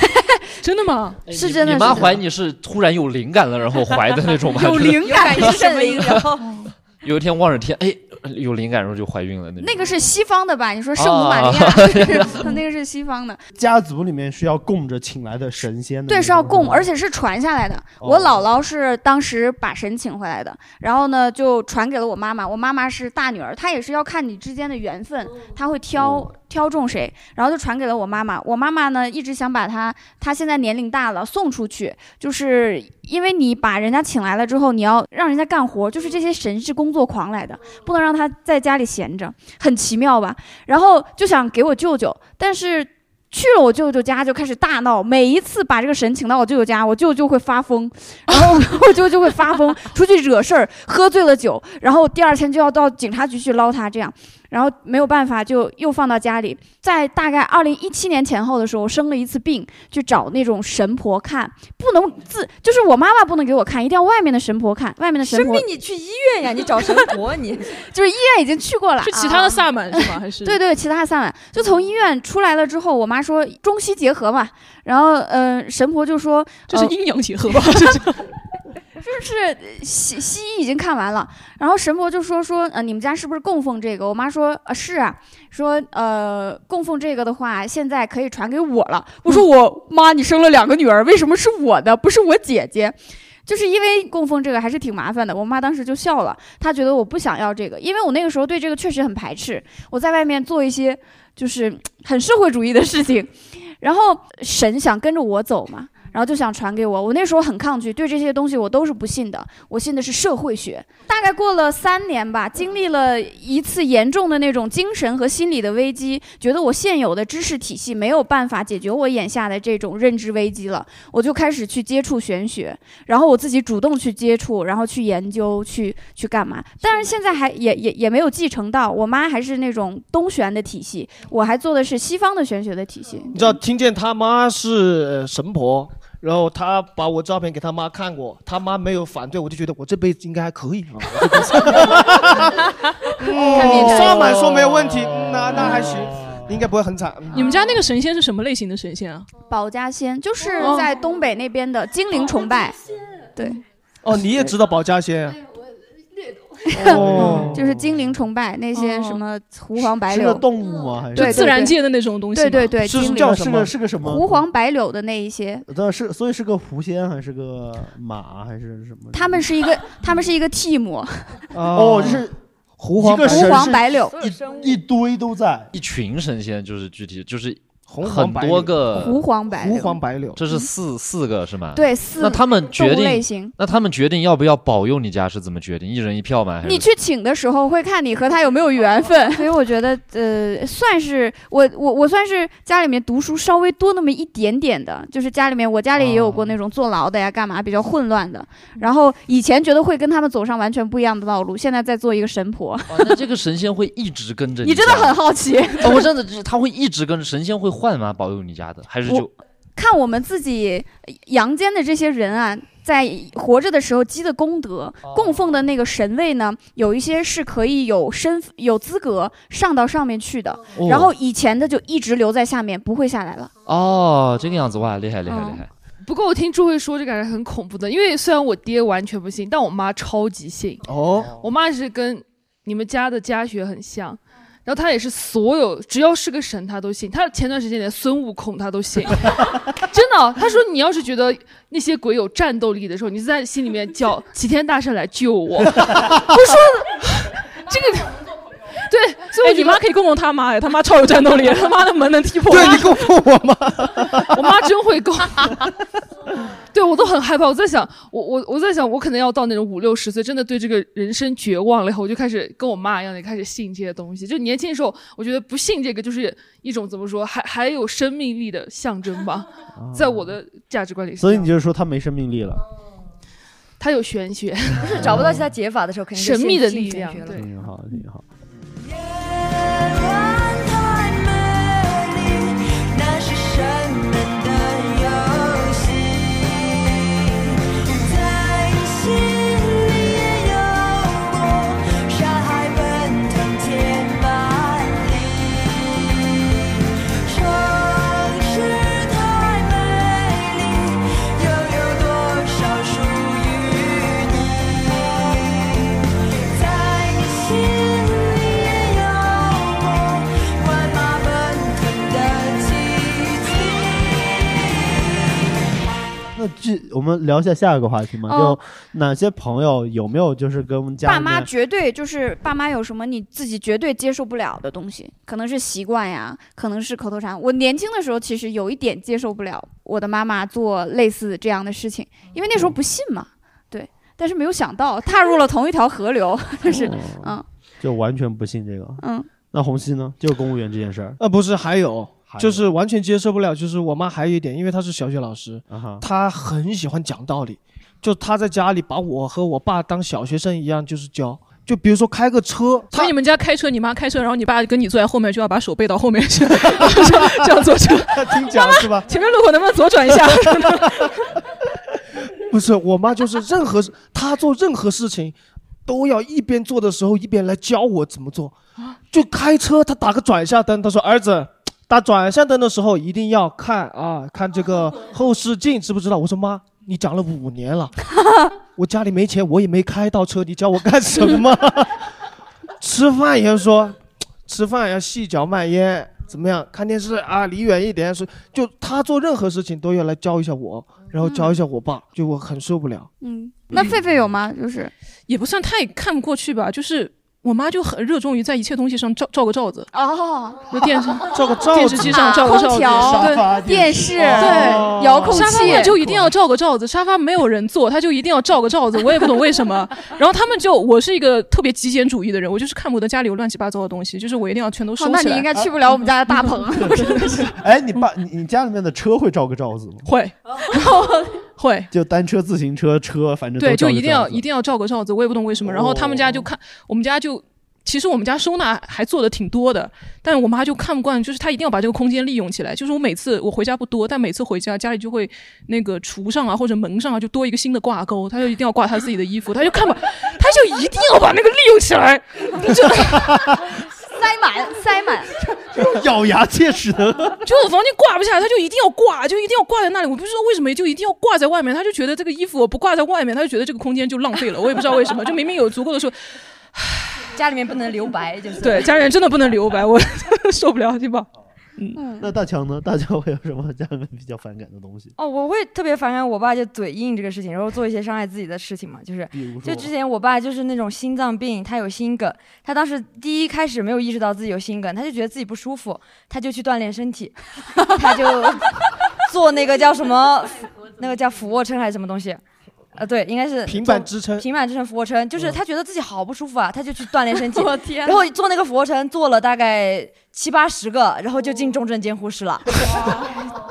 Speaker 13: (laughs)
Speaker 2: 真的吗？
Speaker 13: 是真的
Speaker 6: 哎你
Speaker 13: 是
Speaker 6: 妈
Speaker 13: 真的
Speaker 6: 怀你是突然有灵感了，然后怀的那种
Speaker 1: (laughs)
Speaker 6: 吗？
Speaker 13: 有灵感
Speaker 3: 有感是什么意思
Speaker 13: 然后
Speaker 6: 有一天望着天，哎，有灵感，然后就怀孕了那种。
Speaker 13: 那个是西方的吧？你说圣母玛利亚，
Speaker 6: 哦 (laughs)
Speaker 13: 那个是西方的，
Speaker 5: 家族里面是要供着请来的神仙的那种，哦
Speaker 13: 对，是要供，而且是传下来的。我姥姥是当时把神请回来的，然后呢
Speaker 5: 哦
Speaker 13: 就传给了我妈妈。我妈妈是大女儿，她也是要看你之间的缘分，她会挑
Speaker 1: 挑中谁，然后就传给了我妈妈。我妈妈呢一直想把她，她现在年龄大了，送出去，就是因为你把人家请来了之后，你要让人家干活，就是这些神是工作狂来的，不能让他在家里闲着，很奇妙吧？然后就想给我舅舅，但是。去了我舅舅家就开始大闹，每一次把这个神请到我舅舅家，我舅舅就会发疯，然
Speaker 15: 哦
Speaker 1: 后 (laughs) 我舅舅就会发疯，出去惹事儿，喝醉了酒，然后第二天就要到警察局去捞他，这样，然后没有办法就又放到家里，在大概二零一七年前后的时候生了一次病，去找那种神婆看，不能自就是我妈妈不能给我看，一定要外面的神婆看，外面的神
Speaker 15: 生
Speaker 1: 婆
Speaker 15: 病你去医院呀，你找神
Speaker 1: (laughs)
Speaker 15: 婆你。
Speaker 1: 就是医院已经去过了，
Speaker 15: 是其他的
Speaker 1: 萨
Speaker 15: 满
Speaker 2: 是吗还是
Speaker 1: 对对，其他的萨满。就从医院出来了之后，我妈说中西结合嘛，然后嗯、呃神婆就说呃
Speaker 2: 这是阴阳结
Speaker 1: (laughs)
Speaker 2: 合吧
Speaker 1: 这是。就是呃西西医已经看完了，然后神婆就说说呃你们家是不是供奉这个？我妈说呃是啊，说呃供奉这个的话，现在可以传给我了。我说我妈你生了两个女儿，为什么是我的不是我姐姐？就是因为供奉这个还是挺麻烦的，我妈当时就笑了，她觉得我不想要这个，因为我那个时候对这个确实很排斥，我在外面做一些就是嗯很社会主义的事情，然后神想跟着我走嘛，然后就想传给我，我那时候很抗拒，对这些东西我都是不信的，我信的是社会学。大概过了三年吧，经历了一次严重的那种精神和心理的危机，觉得我现有的知识体系没有办法解决我眼下的这种认知危机了，我就开始去接触玄学，然后我自己主动去接触，然后去研究，去去干嘛。但是现在还也也也没有继承到，我妈还是那种东玄的体系，我还做的是西方的玄学的体系。
Speaker 4: 你知道，听见他妈是神婆，然后他把我照片给他妈看过，他妈没有反对，我就觉得我这辈子应该还可以 (laughs) 啊。萨满说没有问题，嗯那那还行，
Speaker 5: 哦
Speaker 4: 应该不会很惨。嗯
Speaker 2: 你们家那个神仙是什么类型的神仙啊？
Speaker 1: 保家仙就是在东北那边的精灵崇拜，对， (laughs)
Speaker 4: 哦，你也知道保家仙？
Speaker 1: 哦就是精灵崇拜那些什么狐黄白
Speaker 5: 是
Speaker 1: 柳
Speaker 5: 个动物吗？还
Speaker 1: 对对对对
Speaker 5: 是
Speaker 1: 对对，
Speaker 5: 是
Speaker 1: 精
Speaker 5: 是
Speaker 1: 灵
Speaker 5: 叫是个是个什么？
Speaker 1: 狐黄白柳的那一些，
Speaker 5: 呃是所以是个狐仙还是个马还是什么？
Speaker 1: 他们是一个，他们是一个 team，
Speaker 5: 哦，这是
Speaker 4: 狐
Speaker 5: 一个神是
Speaker 1: 白柳，
Speaker 5: 一一堆都在。
Speaker 6: 一群神仙就是具体就是
Speaker 4: 黄
Speaker 6: 很
Speaker 4: 白
Speaker 6: 多
Speaker 4: 柳
Speaker 1: (laughs)
Speaker 6: 个
Speaker 1: 狐黄白嗯
Speaker 4: 狐黄白柳，
Speaker 6: 这是四四个是吗？
Speaker 1: 对四
Speaker 6: 那他们决
Speaker 1: 动物类
Speaker 6: 定
Speaker 1: 型，
Speaker 6: 那他们决定要不要保佑你家是怎么决定？一人一票吗？还
Speaker 1: 你
Speaker 6: 是
Speaker 1: 去请的时候会看你和他有没有缘分，哦所以我觉得呃，算是我我我算是家里面读书稍微多那么一点点的，就是家里面我家里也有
Speaker 6: 哦
Speaker 1: 过那种坐牢的呀，干嘛比较混乱的，
Speaker 6: 嗯
Speaker 1: 然后以前觉得会跟他们走上完全不一样的道路，现在在做一个神婆，
Speaker 6: 哇那这个神仙会一直跟着
Speaker 1: 你
Speaker 6: 家
Speaker 1: 真的很好奇
Speaker 6: (laughs) 哦我真的就是他会一直跟着神仙会换吗？保佑你家的还是就
Speaker 1: 我看我们自己阳间的这些人啊，在活着的时候积的功德，供奉的那个神位呢，有一些是可以有身有资格上到上面去的，
Speaker 6: 哦
Speaker 1: 然后以前的就一直留在下面，不会下来了。
Speaker 6: 哦这个样子哇，厉害厉害
Speaker 1: 嗯
Speaker 6: 厉害！
Speaker 9: 不过我听朱慧说，就感觉很恐怖的，因为虽然我爹完全不信，但我妈超级信。
Speaker 4: 哦，
Speaker 9: 我妈是跟你们家的家学很像，然后她也是所有只要是个神她都信，她前段时间连孙悟空她都信，真的。她说你要是觉得那些鬼有战斗力的时候，你就在心里面叫齐天大圣来救我。我说这个。对，所以我
Speaker 2: 哎你妈可以供奉他妈呀，他妈超有战斗力，他妈的门能踢破。
Speaker 4: 对你供奉我
Speaker 2: 妈，
Speaker 9: (laughs) 我妈真会供。对我都很害怕，我在想，我我我在想，我可能要到那种五六十岁，真的对这个人生绝望了以后，我就开始跟我妈一样的开始信这些东西。就年轻的时候，我觉得不信这个就是一种怎么说，还还有生命力的象
Speaker 5: (laughs)
Speaker 9: 征吧，在我的价值观里是这
Speaker 5: 所以
Speaker 9: 样。
Speaker 5: 你就是说他没生命力了？
Speaker 9: 它有玄学，不
Speaker 3: 是找不到其他解法的时候肯定就
Speaker 9: 神秘的
Speaker 3: 信
Speaker 9: 力
Speaker 3: 玄
Speaker 9: 量
Speaker 3: 学，了
Speaker 9: 对。
Speaker 5: 挺好，挺好。
Speaker 7: 那是生命的游戏，在心里也有过山海奔腾千万里。城市太美丽，又有多少属于你？在心里。
Speaker 5: 具，我们聊一下下一个话题嘛，
Speaker 1: 哦
Speaker 5: 就哪些朋友有没有就是跟我们家
Speaker 1: 爸
Speaker 5: 里
Speaker 1: 妈
Speaker 5: 面
Speaker 1: 绝对就是爸妈有什么你自己绝对接受不了的东西，可能是习惯呀，可能是口头禅。我年轻的时候其实有一点接受不了我的妈妈做类似这样的事情，因为那时
Speaker 5: 嗯
Speaker 1: 候不信嘛，对。但是没有想
Speaker 6: 嗯
Speaker 1: 到踏入了同一条河
Speaker 5: (laughs)
Speaker 1: 流，就是
Speaker 5: 哦
Speaker 1: 嗯
Speaker 5: 就完全不信这个？
Speaker 1: 嗯，
Speaker 5: 那红熙呢？就公务员这件
Speaker 13: (laughs)
Speaker 5: 事儿， (laughs)
Speaker 4: 呃，不是，还有
Speaker 5: 还有
Speaker 4: 就是完全接受不了，就是我妈还有一点，因为她是小学老师，
Speaker 5: 哈
Speaker 4: 她很喜欢讲道理，就她在家里把我和我爸当小学生一样，就是教。就比如说开个 (laughs) 车，
Speaker 2: 所以你们家开车，你妈开车，然后你爸跟你坐在后面，就要把手背到后面去， (laughs) 这样坐车。
Speaker 4: 听 (laughs) 讲是吧？
Speaker 2: 前面路口能不能左转一下？ (laughs)
Speaker 4: 不是，我妈就是任何事，她做任何事情，都要一边做的时候一边来教我怎么做。就开车，她打个转向灯，她说：“儿子，打转向灯的时候一定要看啊，看这个后视镜，知不知道？”我说：“妈，你讲了五年了，我家里没钱，我也没开到车，你教我干什么？”吃饭也说，吃饭要细嚼慢咽，怎么样？看电视啊，离远一点。是，就他做任何事情都要来教一下我，然后教一下我爸，就我很受不了。
Speaker 1: 嗯。那狒狒有吗？就是
Speaker 2: 也不算太看不过去吧，就是我妈就很热衷于在一切东西上照照个罩子。
Speaker 1: 哦，
Speaker 2: 就电视
Speaker 4: (laughs) 照个罩
Speaker 2: 电视机上
Speaker 1: 啊
Speaker 2: 照个罩
Speaker 1: 空
Speaker 2: 子，
Speaker 1: 调
Speaker 2: 对
Speaker 1: 电视哦
Speaker 2: 对
Speaker 1: 遥控器
Speaker 2: 沙发嘛就一定要照个罩子，沙发没有人坐，他就一定要照个罩子，我也不懂为什么。然后他们就我是一个特别极简主义的人，我就是看不得家里有乱七八糟的东西，就是我一定要全都收
Speaker 1: 哦
Speaker 2: 起
Speaker 1: 那
Speaker 2: 来。
Speaker 1: 你应该去不了我们家的大棚
Speaker 5: 哎，你爸，你你家里面的车会照个罩子吗？
Speaker 1: (laughs)
Speaker 2: 会，会，
Speaker 5: 就单车、自行车、车，反正都
Speaker 2: 对，就
Speaker 5: 照个
Speaker 2: 一定
Speaker 5: 罩
Speaker 2: 要
Speaker 5: 子哦
Speaker 2: 一定要照个罩子，我也不懂为什么。然后他们家就看我们家就。其实我们家收纳还做的挺多的，但我妈就看不惯，就是她一定要把这个空间利用起来。就是我每次我回家不多，但每次回家家里就会那个橱上啊或者门上啊就多一个新的挂钩，她就一定要挂她自己的衣服，她就看不，她就一定要把那个利用起
Speaker 5: (laughs)
Speaker 2: 来， (laughs) 就
Speaker 1: 塞满塞满，
Speaker 5: 咬牙切齿的。 (laughs)
Speaker 2: (laughs) 就我房间挂不下来，他就一定要挂，就一定要挂在那里。我不知道为什么，就一定要挂在外面。他就觉得这个衣服我不挂在外面，他就觉得这个空间就浪费了。我也不知道为什么，就明明有足够的说，
Speaker 15: 家里面不能留白，就是
Speaker 2: 对家里人真的不能留白，我 (laughs) 受不了，对吧？
Speaker 5: 哦嗯
Speaker 3: 嗯
Speaker 5: 那大强呢？大强会有什么家里面比较反感的东西？ (laughs)
Speaker 3: 哦，我会特别反感我爸就嘴硬这个事情，然后做一些伤害自己的事情嘛，就是
Speaker 5: 比如，
Speaker 3: 就
Speaker 5: 说
Speaker 3: 之前我爸就是那种心脏病，他有心梗，他当时第一开始没有意识到自己有心梗，他就觉得自己不舒服，他就去锻炼身体， (laughs) 他
Speaker 13: (laughs)
Speaker 3: 就做那个叫什么，那个叫俯卧撑还是什么东西。呃，对，应该是
Speaker 4: 平板
Speaker 3: 做
Speaker 4: 支撑嗯
Speaker 3: 平板支撑俯卧撑，就是他觉得自己好不舒服啊，他就去锻炼身体
Speaker 13: (laughs) ，我天
Speaker 3: 然后做那个俯卧撑，做了大概七八十个，然后就进重症监护室
Speaker 4: (laughs)
Speaker 3: 了。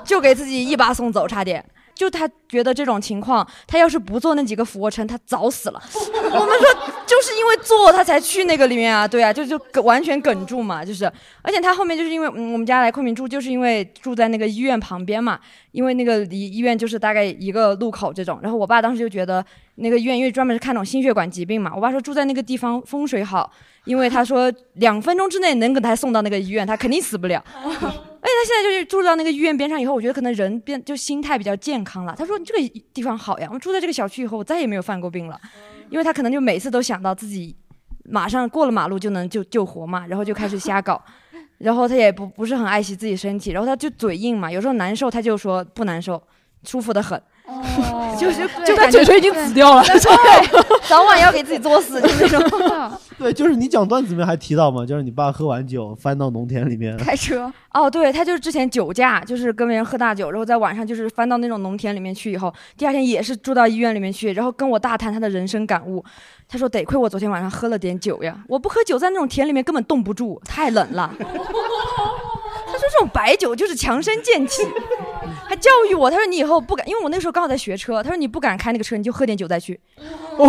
Speaker 3: 就给自己一把送走，差点。就他觉得这种情况，他要是不做那几个俯卧撑，他早死了。我们说，就是因为做他才去那个里面啊，对啊，就就梗完全梗住嘛，就是。而且他后面就是因为，嗯，我们家来昆明住，就是因为住在那个医院旁边嘛，因为那个离医院就是大概一个路口这种。然后我爸当时就觉得那个医院，因为专门是看那种心血管疾病嘛，我爸说住在那个地方风水好，因为他说两分钟之内能给他送到那个医院，他肯定死不了。而且哎他现在就是住到那个医院边上以后，我觉得可能人变就心态比较健康了。他说这个地方好呀，我住在这个小区以后，我再也没有犯过病了，因为他可能就每次都想到自己马上过了马路就能救救活嘛，然后就开始瞎搞，然后他也不不是很爱惜自己身体，然后他就嘴硬嘛，有时候难受他就说不难受，舒服的很。就就
Speaker 2: 对
Speaker 3: 就
Speaker 2: 他
Speaker 3: 感
Speaker 2: 嘴
Speaker 3: 觉
Speaker 2: 唇已经紫掉了
Speaker 3: 对，早晚要给自己作死，就是那种。
Speaker 5: 对，就是你讲段子里面还提到嘛，就是你爸喝完酒翻到农田里面，
Speaker 3: 车。哦，对，他就是之前酒驾，就是跟别人喝大酒，然后在晚上就是翻到那种农田里面去，以后第二天也是住到医院里面去，然后跟我大谈他的人生感悟。他说：“得亏我昨天晚上喝了点酒呀，我不喝酒在那种田里面根本冻不住，太冷了。” (laughs) 他说：“这种白酒就是强身健体。”还教育我，他说：“你以后不敢，因为我那时候刚好在学车，他说你不敢开那个车，你就喝点酒再去。”哇！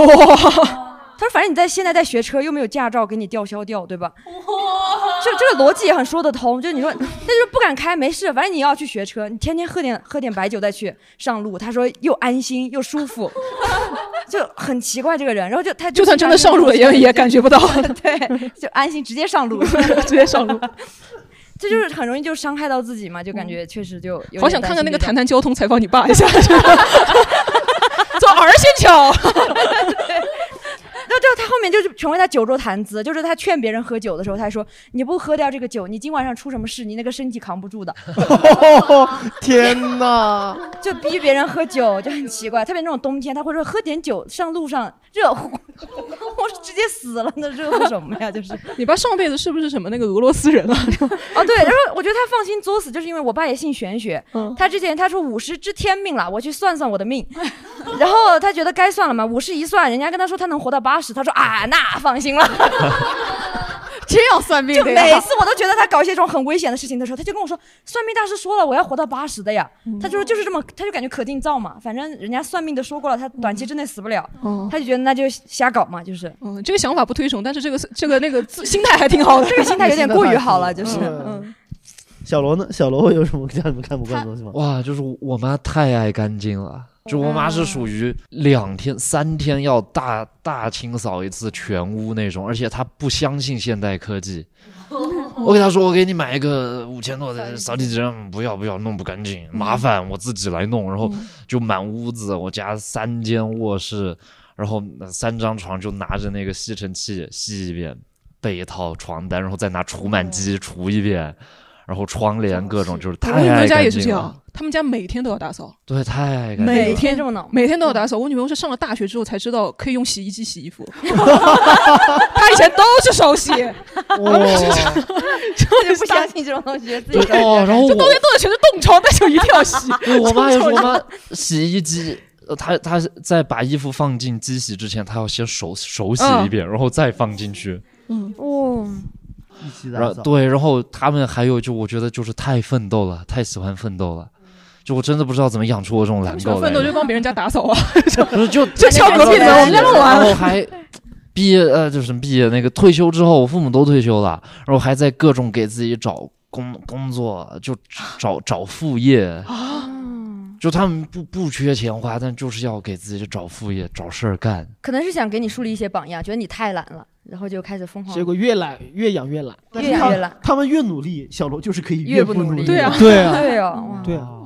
Speaker 3: 他说：“反正你在现在在学车，又没有驾照给你吊销掉，对吧？”这这个逻辑也很说得通，就是你说，那就是不敢开，没事，反正你要去学车，你天天喝点喝点白酒再去上路。他说又安心又舒服，就很奇怪这个人。然后就他
Speaker 2: 就算真的上路了，也也感觉不到。
Speaker 3: (laughs) 对，就安心直接上路，
Speaker 2: (laughs) 直接上路。
Speaker 3: (laughs) 这就是很容易就伤害到自己嘛，就感觉确实就有点
Speaker 2: 好想看看那个谈
Speaker 3: 担心
Speaker 2: 谈交通采访你爸一下， (laughs) 走儿先巧。哦
Speaker 3: (laughs) 这种。那就他后面就是成为他酒桌谈资，就是他劝别人喝酒的时候，他说：“你不喝掉这个酒，你今晚上出什么事，你那个身体扛不住的。
Speaker 4: (laughs) 天哪！”
Speaker 3: (laughs) 就逼别人喝酒，就很奇怪。特别那种冬天，他会说喝点酒，上路上热乎， (laughs) 我直接死了，那热乎什么呀？就是
Speaker 2: 你爸上辈子是不是什么那个俄罗斯人啊？
Speaker 3: (laughs) 哦，对，然后我觉得他放心作死，就是因为我爸也信玄学。
Speaker 2: 嗯
Speaker 3: 他之前他说五十知天命了，我去算算我的命， (laughs) 然后他觉得该算了嘛，五十一算，人家跟他说他能活到八十，他说
Speaker 2: (laughs)
Speaker 3: 啊，那放心了。
Speaker 13: 真要算命
Speaker 3: 就
Speaker 13: 的呀
Speaker 3: 每次我都觉得他搞一些这种很危险的事情的时候，他就跟我说，算命大师说了，我要活到八十的呀。
Speaker 2: 嗯
Speaker 3: 他就说就是这么，他就感觉可定造嘛，反正人家算命的说过了，他短期之内死不了，他就觉得那就瞎搞嘛，就是。
Speaker 2: 嗯，这个想法不推崇，但是这个这个那个自 (laughs) 心态还挺好的，
Speaker 3: (laughs) 这个心态有点过于
Speaker 2: (laughs)
Speaker 3: 好了，就是。
Speaker 2: 嗯
Speaker 5: 小罗呢？小罗有什么让你们看不惯的东西吗？
Speaker 6: 哇，就是我妈太爱干净了，就我妈是属于两天三天要大大清扫一次全屋那种，而且她不相信现代科技。
Speaker 3: 嗯
Speaker 6: 我给她说，我给你买一个五千多的扫地机器人，嗯不要不要，弄不干净，麻烦，我自己来弄。然后就满屋子，我家三间卧室，然后那三张床，就拿着那个吸尘器吸一遍，被套、床单，然后再拿除螨机除一遍。然后窗帘各种就是太
Speaker 2: 我女朋友
Speaker 6: 爱
Speaker 2: 家
Speaker 6: 干
Speaker 2: 也是
Speaker 6: 净
Speaker 2: 这
Speaker 6: 了，
Speaker 2: 样，他们家每天都要打扫，
Speaker 6: 对，太爱干净了。
Speaker 2: 每
Speaker 6: 天
Speaker 2: 这么
Speaker 3: 弄，
Speaker 2: 每天都要打扫。我女朋友是上了大学之后才知道可以用洗衣机洗衣服，她以前都是手
Speaker 3: (laughs)
Speaker 6: (laughs)
Speaker 2: 洗，
Speaker 3: 就不相信这种东西，自己
Speaker 2: (laughs)
Speaker 6: 对哦然后
Speaker 2: 这冬
Speaker 6: 我。
Speaker 2: 天做的全是冻疮，但是我一定要洗
Speaker 6: (laughs) 对我妈
Speaker 2: (laughs)
Speaker 6: 也是，我妈洗衣机，呃她她在把衣服放进机洗之前，她要先手手洗
Speaker 2: 嗯
Speaker 6: 一遍，然后再放进去。
Speaker 3: 嗯，哦，
Speaker 5: 一起
Speaker 6: 然
Speaker 5: 打
Speaker 6: 后
Speaker 5: 扫。
Speaker 6: 对，然后他们还有就我觉得就是太奋斗了，太喜欢奋斗了。就我真的不知道怎么养出我这种懒
Speaker 2: 喜欢
Speaker 6: 狗来
Speaker 2: 奋斗就
Speaker 6: 的。
Speaker 2: 帮别人家打扫啊，
Speaker 6: 不是就
Speaker 2: 就敲隔壁门，我们家弄完
Speaker 6: 然后
Speaker 2: 了，
Speaker 6: 还毕业呃，就是什么毕业那个退休之后，我父母都退休了，然后还在各种给自己找工工作，就找找副业。
Speaker 2: 哦
Speaker 6: 就他们不不缺钱花，但就是要给自己找副业、找事儿
Speaker 2: (laughs)
Speaker 6: 干。
Speaker 3: 可能是想给你树立一些榜样，觉得你太懒了，然后就开始疯狂。
Speaker 14: 结果越懒越养越懒，但是
Speaker 3: 哦越养
Speaker 14: 他
Speaker 3: 越懒
Speaker 14: 他们越努力，小罗就是可以
Speaker 3: 越
Speaker 14: 不
Speaker 3: 不
Speaker 14: 努
Speaker 3: 努
Speaker 14: 力。
Speaker 3: 力
Speaker 14: 对
Speaker 3: 对啊
Speaker 2: (laughs)
Speaker 14: 对啊，
Speaker 3: (laughs) 对啊
Speaker 2: 嗯
Speaker 3: 哇
Speaker 14: 对啊。
Speaker 5: 哦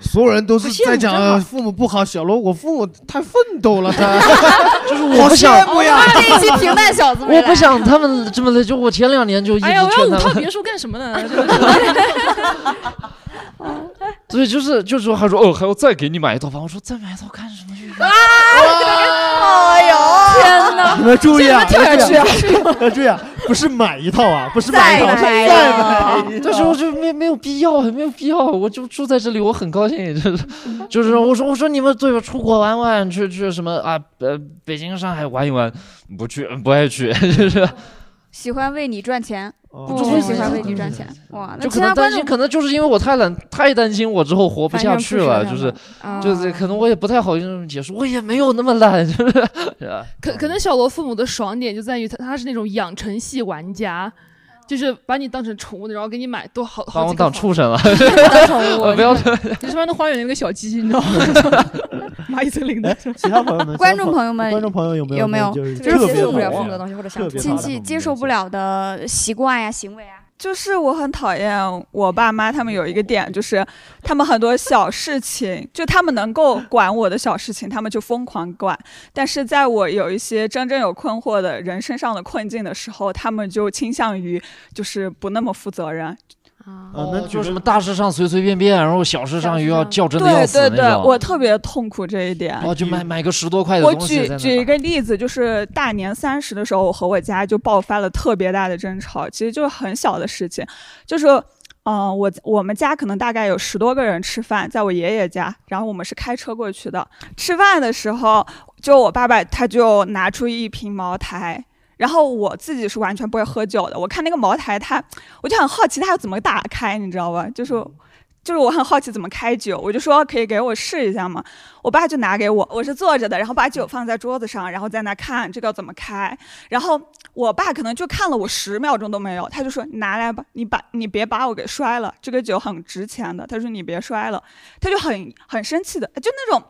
Speaker 4: 所有人都是在
Speaker 14: 我羡慕真好
Speaker 4: 讲呃父母不好，小罗我父母太奋斗了，他
Speaker 6: 就是
Speaker 4: 我
Speaker 6: 不想
Speaker 4: 羡慕呀。
Speaker 6: 我不想他们这么累。就我前两年就一直
Speaker 2: 哎呀，我要
Speaker 6: 劝
Speaker 2: 五
Speaker 6: 他
Speaker 2: 套
Speaker 6: 们， (laughs)
Speaker 2: 别墅干什么呢？真的是
Speaker 6: 所以就是就是说，他说哦，还要再给你买一套房。我说再买一套干什
Speaker 2: (laughs)
Speaker 6: 么？
Speaker 2: 啊！
Speaker 3: 哎呦，天
Speaker 2: 哪！
Speaker 14: 你们注意啊！
Speaker 2: 这怎么跳下
Speaker 14: 你们注意啊！要注意啊！不是买一套啊，不是买一套，
Speaker 6: 再
Speaker 14: 是
Speaker 6: 买一
Speaker 14: 再
Speaker 6: 套
Speaker 14: 买一套。
Speaker 6: 但是我就没没有必要，没有必要，我就住在这里，我很高兴，就是就是我说我说你们对吧，出国玩玩，去去什么啊呃北京上海玩一玩，不去不爱去，就是
Speaker 13: 喜欢为你赚钱，
Speaker 6: 哦
Speaker 13: 只是喜欢为你赚钱。
Speaker 5: 哦
Speaker 13: 哇，那
Speaker 6: 就
Speaker 13: 其
Speaker 6: 可
Speaker 13: 他
Speaker 6: 能
Speaker 13: 观
Speaker 6: 担
Speaker 13: 众
Speaker 6: 心，可能就是因为我太懒，太担心我之后活不下去
Speaker 13: 繁
Speaker 6: 了，就
Speaker 13: 荣富
Speaker 6: 是
Speaker 13: 士
Speaker 6: 就是可能我也不太好意思这么解释，我也没有那么懒，就是是吧
Speaker 9: 可可能小罗父母的爽点就在于他他是那种养成系玩家，就是把你当成宠物的，然后给你买多好
Speaker 6: 把
Speaker 9: 好
Speaker 6: 我
Speaker 9: 几个
Speaker 6: 当
Speaker 9: 房
Speaker 6: 畜生了，
Speaker 9: 当宠物
Speaker 6: 我不要。
Speaker 2: 你是不是那花园里那个小鸡，你知道吗？蚂蚁森林的。
Speaker 5: 哎其他朋友们，
Speaker 13: 观众朋友们
Speaker 5: 观众朋友有没有
Speaker 13: 有没有
Speaker 5: 就是
Speaker 13: 就是
Speaker 5: 特别
Speaker 13: 接受不了
Speaker 5: 讨厌
Speaker 13: 父母的 (laughs)
Speaker 3: 东西或者
Speaker 5: 特别
Speaker 13: 亲
Speaker 5: 讨厌
Speaker 13: 戚接受不了的习惯呀、行为啊。
Speaker 16: 就是我很讨厌我爸妈，他们有一个点，就是他们很多小事情，就他们能够管我的小事情，他们就疯狂管；但是在我有一些真正有困惑的人身上的困境的时候，他们就倾向于就是不那么负责任。
Speaker 6: 哦就是什么大事上随随便便，然后小事上又要较真的要
Speaker 16: 对
Speaker 6: 死那
Speaker 16: 对对，
Speaker 6: 种。
Speaker 16: 我特别痛苦这一
Speaker 1: 啊
Speaker 16: 点。
Speaker 6: 哦，就买买个十多块的
Speaker 16: 我
Speaker 6: 东西
Speaker 16: 举
Speaker 6: 在那
Speaker 16: 举一个例子，就是大年三十的时候，我和我家就爆发了特别大的争吵，其实就是很小的事情，就是。嗯，我我们家可能大概有十多个人吃饭，在我爷爷家，然后我们是开车过去的。吃饭的时候，就我爸爸他就拿出一瓶茅台，然后我自己是完全不会喝酒的。我看那个茅台它，我就很好奇它要怎么打开，你知道吧？就是就是我很好奇怎么开酒，我就说可以给我试一下吗？我爸就拿给我，我是坐着的，然后把酒放在桌子上，然后在那看这个怎么开。然后我爸可能就看了我十秒钟都没有，他就说拿来吧，你把你别把我给摔了，这个酒很值钱的。他说你别摔了，他就很很生气的，就那种。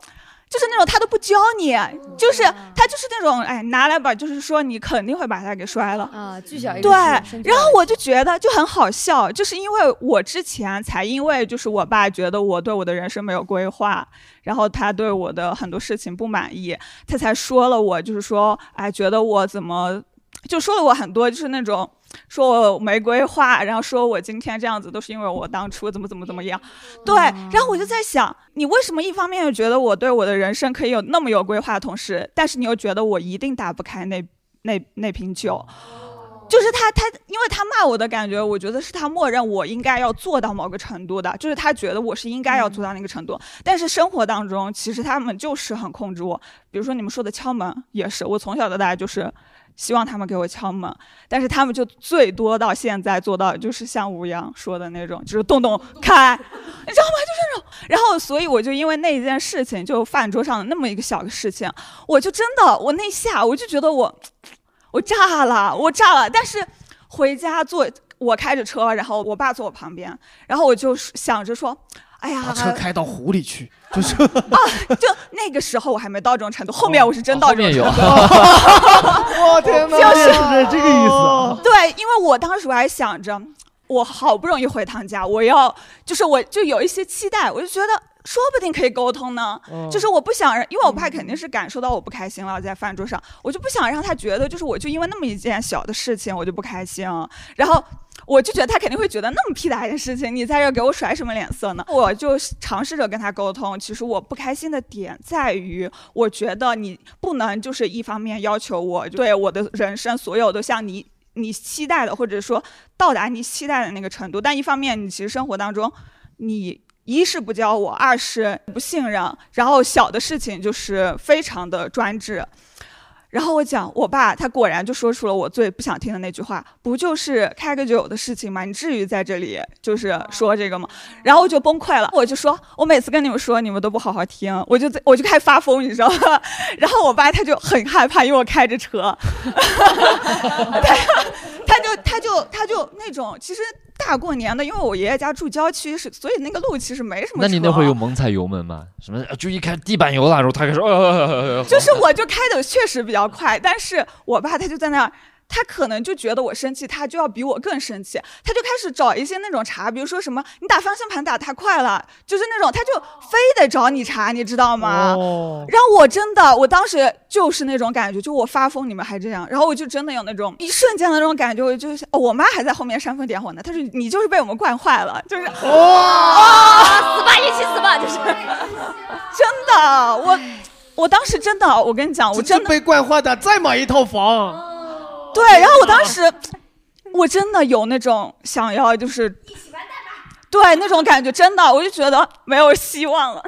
Speaker 16: 就是那种他都不教你，
Speaker 15: 哦
Speaker 16: 就是他就是那种哎拿来吧，就是说你肯定会把它给摔了
Speaker 15: 啊，巨小一个
Speaker 16: 对
Speaker 15: 身身，体
Speaker 16: 然后我就觉得就很好笑，就是因为我之前才因为就是我爸觉得我对我的人生没有规划，然后他对我的很多事情不满意，他才说了我就是说哎觉得我怎么就说了我很多就是那种。说我没规划，然后说我今天这样子都是因为我当初怎么怎么怎么样，对，然后我就在想，你为什么一方面又觉得我对我的人生可以有那么有规划，同时，但是你又觉得我一定打不开那那那瓶酒，就是他他，因为他骂我的感觉，我觉得是他默认我应该要做到某个程度的，就是他觉得我是应该要做到那个程度。但是生活当中，其实他们就是很控制我，比如说你们说的敲门也是，我从小到大就是希望他们给我敲门，但是他们就最多到现在做到就是像吴阳说的那种，就是动动开，你知道吗？就是那种。然后，所以我就因为那一件事情，就饭桌上的那么一个小的事情，我就真的我那下我就觉得我。我炸了，我炸了。但是回家坐，我开着车，然后我爸坐我旁边，然后我就想着说，哎呀，
Speaker 4: 把车开到湖里去，就是
Speaker 16: 就那个时候我还没到这种程度，后
Speaker 4: 哦
Speaker 16: 面我是真到这种程度。 (laughs)
Speaker 14: 我天哪，
Speaker 16: 就是
Speaker 14: 是这个意思啊。
Speaker 16: 对，因为我当时我还想着，我好不容易回趟家，我要就是我就有一些期待，我就觉得说不定可以沟通呢。
Speaker 17: 嗯
Speaker 16: 就是我不想让，因为我爸肯定是感受到我不开心了，在饭桌上，我就不想让他觉得就是我就因为那么一件小的事情我就不开心，然后。我就觉得他肯定会觉得那么屁大一件事情，你在这给我甩什么脸色呢？我就尝试着跟他沟通，其实我不开心的点在于，我觉得你不能就是一方面要求我对我的人生所有都像你你期待的，或者说到达你期待的那个程度，但一方面你其实生活当中你。一是不教我，二是不信任，然后小的事情就是非常的专制，然后我讲，我爸他果然就说出了我最不想听的那句话，不就是开个酒的事情吗？你至于在这里就是说这个吗？然后我就崩溃了，我就说，我每次跟你们说，你们都不好好听，我就在我就开始发疯，你知道吗？ (laughs) 然后我爸他就很害怕，因为我开着车， (laughs) 他就他就他就那种，其实大过年的，因为我爷爷家住郊区，是所以那个路其实没什么车。
Speaker 6: 那你那
Speaker 1: 啊
Speaker 6: 会有猛踩油门吗？什么呃就一开地板油了，然后他开始，哦哦哦哦哦 (laughs)
Speaker 16: 就是我就开的确实比较快，但是我爸他就在那儿。他可能就觉得我生气，他就要比我更生气，他就开始找一些那种茬，比如说什么你打方向盘打太快了，就是那种他就非得找你茬，你知道吗？
Speaker 14: 哦
Speaker 16: 然后我真的，我当时就是那种感觉，就我发疯，你们还这样，然后我就真的有那种一瞬间的那种感觉，我就想、哦、我妈还在后面煽风点火呢，她说你就是被我们惯坏了，就是哦哇、
Speaker 15: 死吧，一起死吧，就是。
Speaker 16: 真的，我我当时真的，我跟你讲，我真的
Speaker 14: 被惯坏的，再买一套房。
Speaker 16: 对，然后我当时我真的有那种想要就是对那种感觉，真的，我就觉得没有希望了，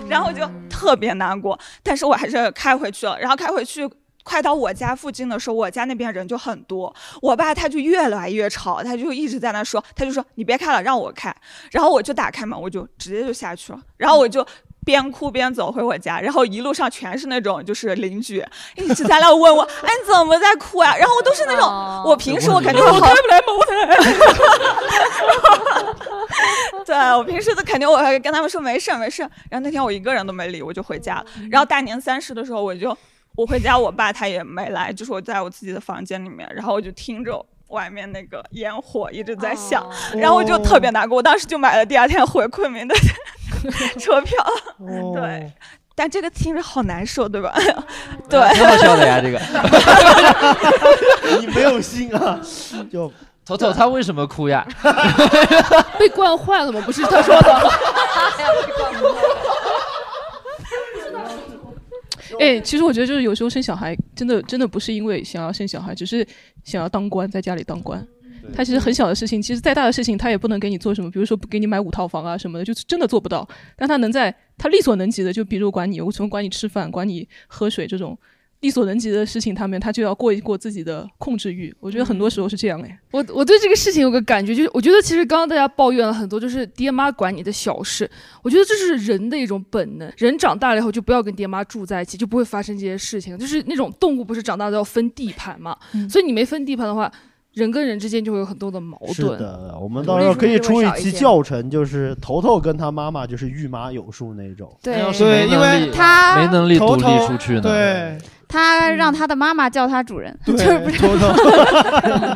Speaker 16: 嗯然后我就特别难过，但是我还是开回去了，然后开回去。快到我家附近的时候，我家那边人就很多，我爸他就越来越吵，他就一直在那说，他就说你别开了，让我开。然后我就打开门，我就直接就下去了，然后我就边哭边走回我家，然后一路上全是那种就是邻居一直在那问我，哎你怎么在哭啊？然后我都是那种，我平时我肯定
Speaker 14: 我
Speaker 16: 好
Speaker 14: 开
Speaker 16: 不来 (laughs) 对我平时都肯定我会跟他们说没事儿没事儿，然后那天我一个人都没理，我就回家了。然后大年三十的时候，我就我回家，我爸他也没来，就是我在我自己的房间里面，然后我就听着。外面那个烟火一直在响然后我就特别难过。我当时就买了第二天回昆明的 (laughs) 车票， (laughs) 对，但这个听着好难受，对吧？ (laughs) 对，
Speaker 6: 挺好 (laughs) 笑的呀，这个。
Speaker 14: (laughs) 你没有心啊！就
Speaker 6: (laughs) 头头他为什么哭
Speaker 1: (laughs)
Speaker 6: 呀？
Speaker 9: (laughs) 被惯坏了吗？不是他说的。
Speaker 2: 哎，其实我觉得就是有时候生小孩，真的真的不是因为想要生小孩，只是想要当官，在家里当官。他其实很小的事情，其实再大的事情他也不能给你做什么，比如说不给你买五套房啊什么的，就是真的做不到。但他能在他力所能及的，就比如管你，我从管你吃饭、管你喝水这种力所能及的事情，他们他就要过一过自己的控制欲。我觉得很多时候是这样哎。
Speaker 9: 我我对这个事情有个感觉，就是我觉得其实刚刚大家抱怨了很多，就是爹妈管你的小事，我觉得这是人的一种本能。人长大了以后就不要跟爹妈住在一起，就
Speaker 2: 嗯
Speaker 9: 不会发生这些事情。就是那种动物不是长大都要分地盘嘛，所以你没分地盘的话，人跟人之间就会有很多的矛
Speaker 5: 是
Speaker 9: 盾。
Speaker 5: 的，我们到时候可以出一期教程，就是头头跟他妈妈就是御马有术那种。
Speaker 1: 对哎
Speaker 6: 要是
Speaker 5: 对，
Speaker 6: 没
Speaker 5: 因
Speaker 6: 能
Speaker 5: 为
Speaker 6: 力
Speaker 1: 他
Speaker 6: 没能力独
Speaker 5: 头
Speaker 6: 立
Speaker 5: 头
Speaker 6: 出去呢
Speaker 5: 对，
Speaker 1: 他让他的妈妈叫他主人，就是不是？
Speaker 5: 头头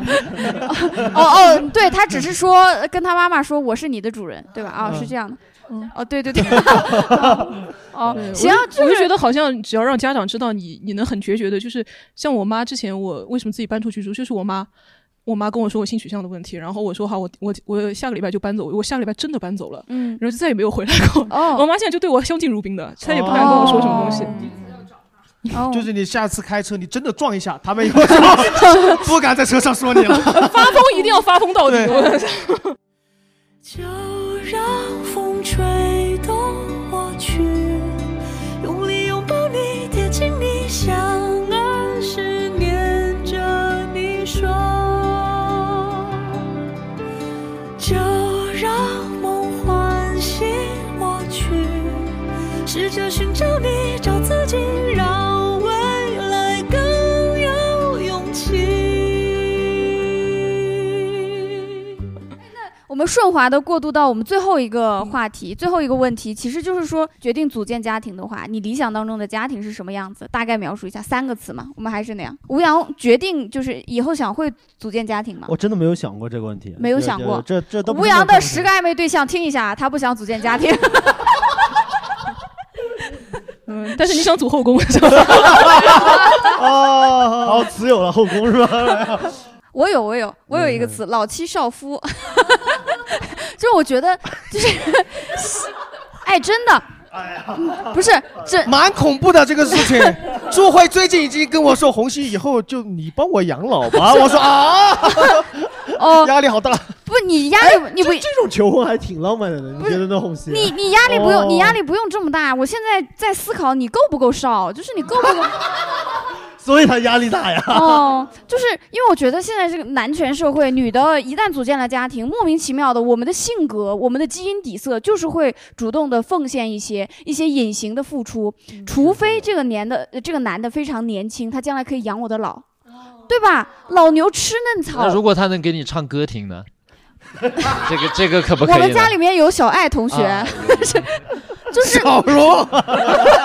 Speaker 1: (laughs) 哦哦，对他只是说跟他妈妈说我是你的主人，对吧？啊、
Speaker 2: 嗯
Speaker 1: 是这样的。哦，对对对。
Speaker 2: (laughs)
Speaker 1: 哦，行
Speaker 2: 我
Speaker 1: 啊，
Speaker 2: 就我就觉得好像只要让家长知道你，你能很决绝的，就是像我妈之前我为什么自己搬出去住，就是我妈。我妈跟我说我性取向的问题，然后我说好，我我我下个礼拜就搬走，我下个礼拜真的搬走了，
Speaker 1: 嗯，
Speaker 2: 然后就再也没有回来过。
Speaker 1: 哦，
Speaker 2: 我妈现在就对我相敬如宾的，她也不敢跟我说什么东西。
Speaker 3: 哦
Speaker 4: (laughs) 就是哦你下次开车，你真的撞一下，他们以后就不敢在车上说你了。
Speaker 2: 发疯一定要发疯到底。
Speaker 9: (laughs)
Speaker 7: 就让风吹动我去，用力拥抱你，贴近你，相爱时念着你说。就啊让梦唤醒我去，试着寻找你，找自己，让未来更有勇气。
Speaker 1: 我们顺滑的过渡到我们最后一个话题，最后一个问题，其实就是说，决定组建家庭的话，你理想当中的家庭是什么样子？大概描述一下，三个词嘛。我们还是那样，吴阳决定就是以后想会组建家庭吗？
Speaker 5: 我真的没有想过这个问题，
Speaker 1: 没有想过
Speaker 5: 这这这都不
Speaker 1: 吴
Speaker 5: 是
Speaker 1: 阳
Speaker 5: 问题
Speaker 1: 的十个暧昧对象，听一下，他不想组建家庭。
Speaker 2: (laughs) 嗯，但是你想组后宫，
Speaker 5: 哦， (laughs) 好，只有了后宫是吧？
Speaker 1: 我有，我有，我有一
Speaker 5: 嗯
Speaker 1: 个词，老妻少夫。 (laughs) 就我觉得，就是，哎，真的，嗯不是这
Speaker 4: 蛮恐怖的这个事情。朱慧最近已经跟我说，红星以后就你帮我养老吧。我说啊，
Speaker 1: 哦，
Speaker 4: 压力好大。
Speaker 1: 不，你压力你不
Speaker 5: 哎这种求婚还挺浪漫的呢，你觉得呢，红星？
Speaker 1: 你你压力不用，你压
Speaker 5: 力，
Speaker 1: 力不用这么大。我现在在思考，你够不够少，就是你够不够
Speaker 5: 所以他压力大呀。
Speaker 1: 哦，就是因为我觉得现在这个男权社会，女的一旦组建了家庭，莫名其妙的，我们的性格、我们的基因底色就是会主动的奉献一些一些隐形的付出，除非这个年的呃这个男的非常年轻，他将来可以养我的老。对吧？老牛吃嫩草
Speaker 6: 那。如果他能给你唱歌听呢？这个这个可不可以
Speaker 1: 我
Speaker 6: 呢？
Speaker 1: 们家里面有小爱同学，
Speaker 6: 啊
Speaker 1: (laughs) 是就是
Speaker 6: 小荣 (laughs)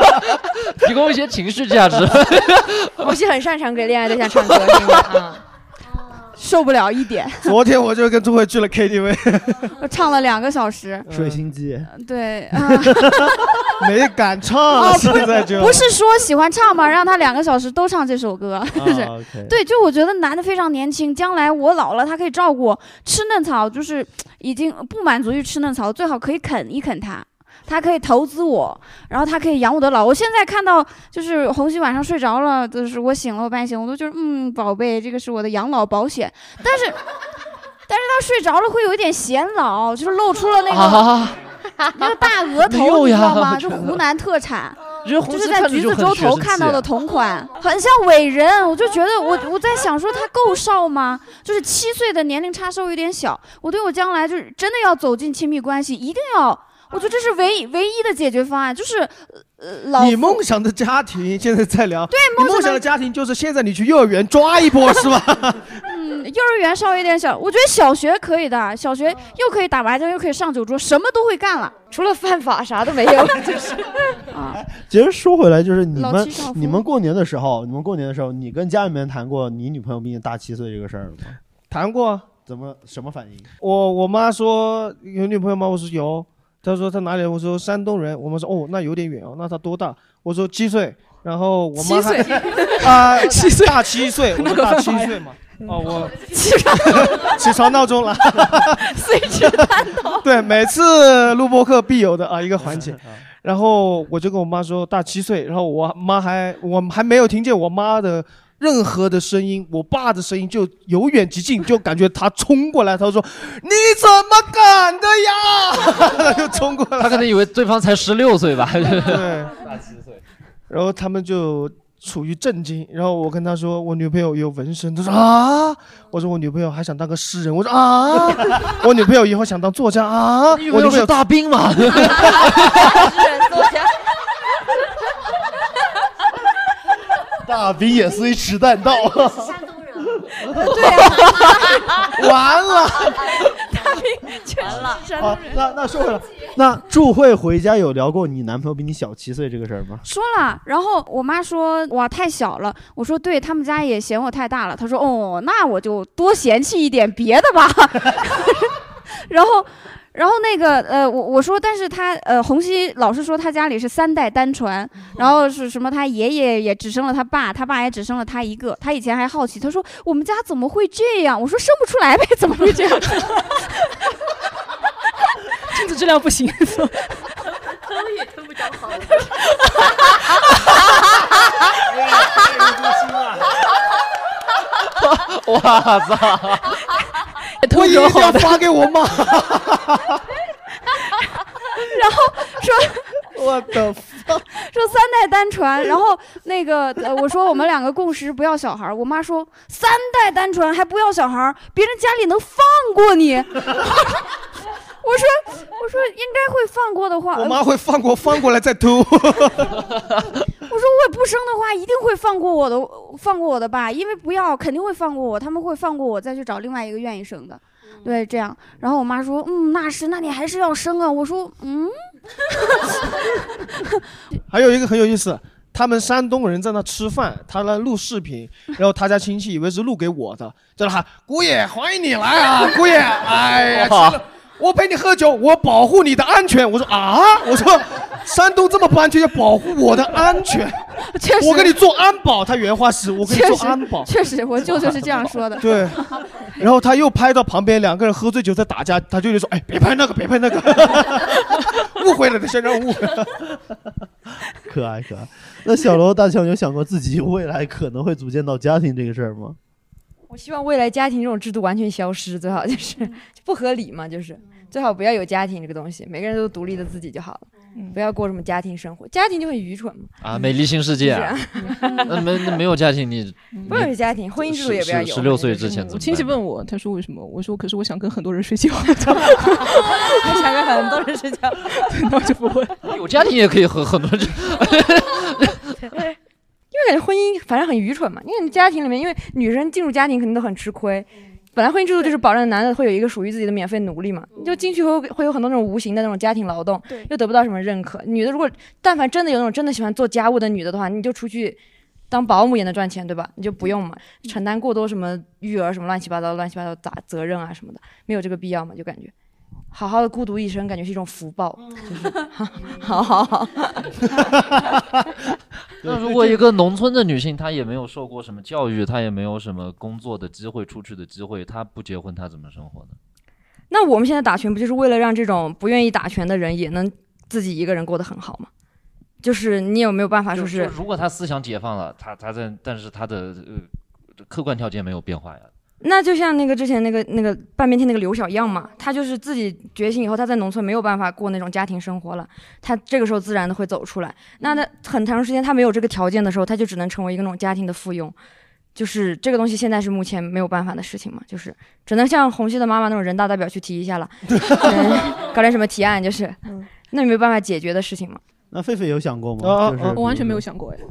Speaker 6: 提供一些情绪价值。 (laughs)
Speaker 3: (laughs) 我是很擅长给恋爱对象唱歌，是吗啊，
Speaker 1: 受不了一点，
Speaker 4: 昨天我就跟朱慧去了 KTV，
Speaker 1: 我 (laughs) 唱了两个小时。
Speaker 5: (laughs)
Speaker 6: 嗯
Speaker 5: 水星记
Speaker 1: 对， (laughs) 啊
Speaker 4: 没敢唱了，哦现在就
Speaker 1: 哦不是说喜欢唱吗？让他两个小时都唱这首歌， (laughs) 就是、
Speaker 4: 啊 OK
Speaker 1: 对，就我觉得男的非常年轻，将来我老了，他可以照顾我。吃嫩草就是已经不满足于吃嫩草，最好可以啃一啃它。他可以投资我，然后他可以养我的老。我现在看到就是红星晚上睡着了，就是我醒了，我半醒，我都觉得嗯，宝贝，这个是我的养老保险。但是，但是他睡着了会有一点显老，就是露出
Speaker 4: (laughs)
Speaker 1: 了那个、
Speaker 6: 啊
Speaker 1: (laughs) 那个大额
Speaker 6: 没
Speaker 1: 头，
Speaker 6: 有
Speaker 1: 你知
Speaker 6: 呀
Speaker 1: 道吗？
Speaker 6: 我
Speaker 1: 就
Speaker 6: 觉得
Speaker 1: 湖南特产。
Speaker 6: 觉得红
Speaker 1: 就是
Speaker 6: 丝
Speaker 1: 在
Speaker 6: 看着
Speaker 1: 橘
Speaker 6: 就
Speaker 1: 子
Speaker 6: 很
Speaker 1: 洲
Speaker 6: 学
Speaker 1: 头
Speaker 6: 自
Speaker 1: 看
Speaker 6: 己
Speaker 1: 到
Speaker 6: 啊
Speaker 1: 的同款，很像伟人，我就觉得我我在想说他够少吗？就是七岁的年龄差稍微有点小，我对我将来就是真的要走进亲密关系，一定要，我觉得这是唯一唯一的解决方案，就是呃老
Speaker 4: 你梦想的家庭现在在聊，对
Speaker 1: 梦
Speaker 4: 你梦
Speaker 1: 想
Speaker 4: 想
Speaker 1: 的
Speaker 4: 的家庭就是现在你去幼儿园抓一波
Speaker 1: (laughs)
Speaker 4: 是吧？
Speaker 1: 嗯幼儿园稍微有点小，我觉得小学可以的，小学又可以打麻将，又可以上酒桌，什么都会干了，
Speaker 3: 除了犯法啥都没
Speaker 6: (laughs)
Speaker 3: 有，
Speaker 1: 就是啊。
Speaker 5: (laughs) 其实说回来，就是你
Speaker 1: 老
Speaker 5: 们
Speaker 1: 妻少夫
Speaker 5: 你们过年的时候，你们过年的时候，你跟家里面谈过你女朋友比你大七岁这个事儿吗？
Speaker 4: 谈
Speaker 14: 啊
Speaker 4: 过，
Speaker 5: 怎么什么反应？ (laughs)
Speaker 4: 我我妈说有女朋友吗？我说有。她说她哪里人？我说山东人。我妈说哦，那有点远哦。那她多大？我说七岁。然后我妈还
Speaker 5: 七岁
Speaker 4: 啊，
Speaker 5: 七岁
Speaker 4: 大七岁，
Speaker 1: (laughs)
Speaker 4: 我
Speaker 5: 那
Speaker 4: 说
Speaker 5: 可
Speaker 4: 大
Speaker 5: 犯
Speaker 4: 七
Speaker 5: 法呀
Speaker 4: 岁
Speaker 2: 啊
Speaker 4: 嘛。
Speaker 12: 嗯
Speaker 4: 哦，
Speaker 12: (laughs)
Speaker 4: 我
Speaker 1: 起
Speaker 4: 床起床闹钟了，
Speaker 1: 随之
Speaker 4: 探讨。 (laughs) 对，每次录播课必有的啊一个环 (laughs) 节。然后我就跟我妈说大七岁，然后我妈还我还没有听见我妈的任何的声音，我爸的声音就由远及近，就感觉他冲过来，他说你怎么敢的呀？ (laughs) 他就冲过来，
Speaker 6: 他可能以为对方才十
Speaker 4: (laughs)
Speaker 6: 六岁吧。
Speaker 4: 对，
Speaker 6: 大七岁。
Speaker 4: 然后他们就处于震惊。然后我跟他说，我女朋友有纹身，他说啊，我说我女朋友还想当个诗人，我说啊，
Speaker 14: (laughs)
Speaker 4: 我女朋友以后想当作家啊，我
Speaker 6: 你以
Speaker 4: 女
Speaker 6: 为
Speaker 4: 朋
Speaker 6: 我
Speaker 4: 友
Speaker 6: 是大兵吗
Speaker 5: 大兵也虽迟但到。
Speaker 1: (laughs) 对啊，
Speaker 14: 完了，
Speaker 8: 大兵全了。
Speaker 5: 啊，那那说回来，那祝慧回家有聊过你男朋友比你小七岁这个事儿吗？
Speaker 1: 说了，然后我妈说哇太小了，我说对他们家也嫌我太大了，她说哦那我就多嫌弃一点别的吧， (laughs) 然后。然后那个呃，我我说，但是他呃，洪熙老是说他家里是三代单传，
Speaker 13: 嗯
Speaker 1: 然后是什么？他爷爷也只生了他爸，他爸也只生了他一个。他以前还好奇，他说我们家怎么会这样？我说生不出来呗，怎么会这样？ (laughs)
Speaker 13: 亲子质量不行，
Speaker 8: 疼也疼不着好。
Speaker 14: 哇
Speaker 1: (laughs)
Speaker 14: 操！我一定要发给我妈。
Speaker 1: 然后说，
Speaker 14: 我
Speaker 1: (laughs)
Speaker 14: 的，
Speaker 1: 说三代单传。然后那个，呃我说我们两个共识不要小孩儿。我妈说三代单传还不要小孩儿，别人家里能放过
Speaker 14: (laughs)
Speaker 1: 你？我说，我说应该会放过的话，
Speaker 14: (laughs) 我妈会放过，翻过来再
Speaker 1: (laughs)
Speaker 14: 偷。
Speaker 1: 我说我也不生的话，一定会放过我的，放过我的吧，因为不要肯定会放过我，他们会放过我，再去找另外一个愿意生的，
Speaker 14: 嗯
Speaker 1: 对，这样。然后我妈说，嗯，那是，那你还是要生啊。我说，嗯，
Speaker 14: 还有一个很有意思，他们山东人在那吃饭，他那录视频，然后他家亲戚以为是录给我的，在那喊姑爷欢迎你来啊，姑
Speaker 1: (laughs)
Speaker 14: 爷，哎呀，吃了我陪你喝酒，我保护你的安全。我说啊，我说 (laughs) 山东这么不安全，要保护我的安全，
Speaker 1: 确实
Speaker 14: 我给你做安保。他原话是，我给你
Speaker 1: 确
Speaker 14: 做
Speaker 1: 实
Speaker 14: 安保，
Speaker 1: 确实，我舅舅是这样说的。 (laughs)
Speaker 14: 对，然后他又拍到旁边两个人喝醉酒在打架，他舅舅说：“哎，别拍那个，别 (laughs) 拍那个，误会了，他先让误会了。
Speaker 5: (laughs) 可爱可爱。那小楼大强有想过自己未来可能会组建到家庭这个事儿吗？
Speaker 3: 我希望未来家庭这种制度完全消失，最好 (laughs) 就是不合理嘛，就是最好不要有家庭这个东西，每个人都独立的自己就好了，不要过什么家庭生活，家庭就很愚 (laughs) 蠢嘛。
Speaker 6: 啊，美丽新世界啊
Speaker 3: 是！
Speaker 6: 那没那没有家
Speaker 3: (laughs)
Speaker 6: 庭，你
Speaker 3: 不要有家庭，婚姻制度也不要有。嗯
Speaker 6: 十六岁之前怎
Speaker 2: 我
Speaker 6: 么
Speaker 2: 亲戚问我，他说为什么？我说可是我想跟很多人睡
Speaker 3: (laughs)
Speaker 2: 觉，
Speaker 3: 我想跟很多人睡觉，
Speaker 6: 办？有家庭也可以和很多人。 (laughs)
Speaker 3: (laughs) 因为感觉婚姻反正很愚蠢嘛，因为你家庭里面，因为女生进入家庭肯定都很吃亏。本来婚姻制度就是保证男的会有一个属于自己的免费奴隶嘛，你就进去会会有很多那种无形的那种家庭劳动，又得不到什么认可。女的如果但凡真的有那种真的喜欢做家务的女的的话，你就出去当保姆也能赚钱，对吧？你就不用嘛，承担过多什么育儿什么乱七八糟乱七八糟杂责任啊什么的，没有这个必要嘛，就感觉好好的孤独一生，感觉是一种福报，就是 (laughs) 好好好。 (laughs)
Speaker 6: (laughs) 那如果一个农村的女性，她也没有受过什么教育，她也没有什么工作的机会、出去的机会，她不结婚，她怎么生活呢？
Speaker 3: 那我们现在打拳不就是为了让这种不愿意打拳的人也能自己一个人过得很好吗？就是你有没有办法说
Speaker 6: 就是如果她思想解放了，她她在，但是她的呃客观条件没有变化呀。
Speaker 3: 那就像那个之前那个那个半边天那个刘小样嘛，他就是自己觉醒以后，他在农村没有办法过那种家庭生活了，他这个时候自然的会走出来。那他很长时间他没有这个条件的时候，他就只能成为一个那种家庭的附庸，就是这个东西现在是目前没有办法的事情嘛，就是只能像红熙的妈妈那种人大代表去提一
Speaker 2: (laughs)
Speaker 3: 下了，嗯搞点什么提案，就是那没有办法解决的事情嘛。
Speaker 5: 那狒狒有想过吗？
Speaker 3: 啊
Speaker 5: 就是
Speaker 3: 啊
Speaker 2: 我完全没
Speaker 5: 有。
Speaker 2: 有想过哎。
Speaker 5: 哦，嗯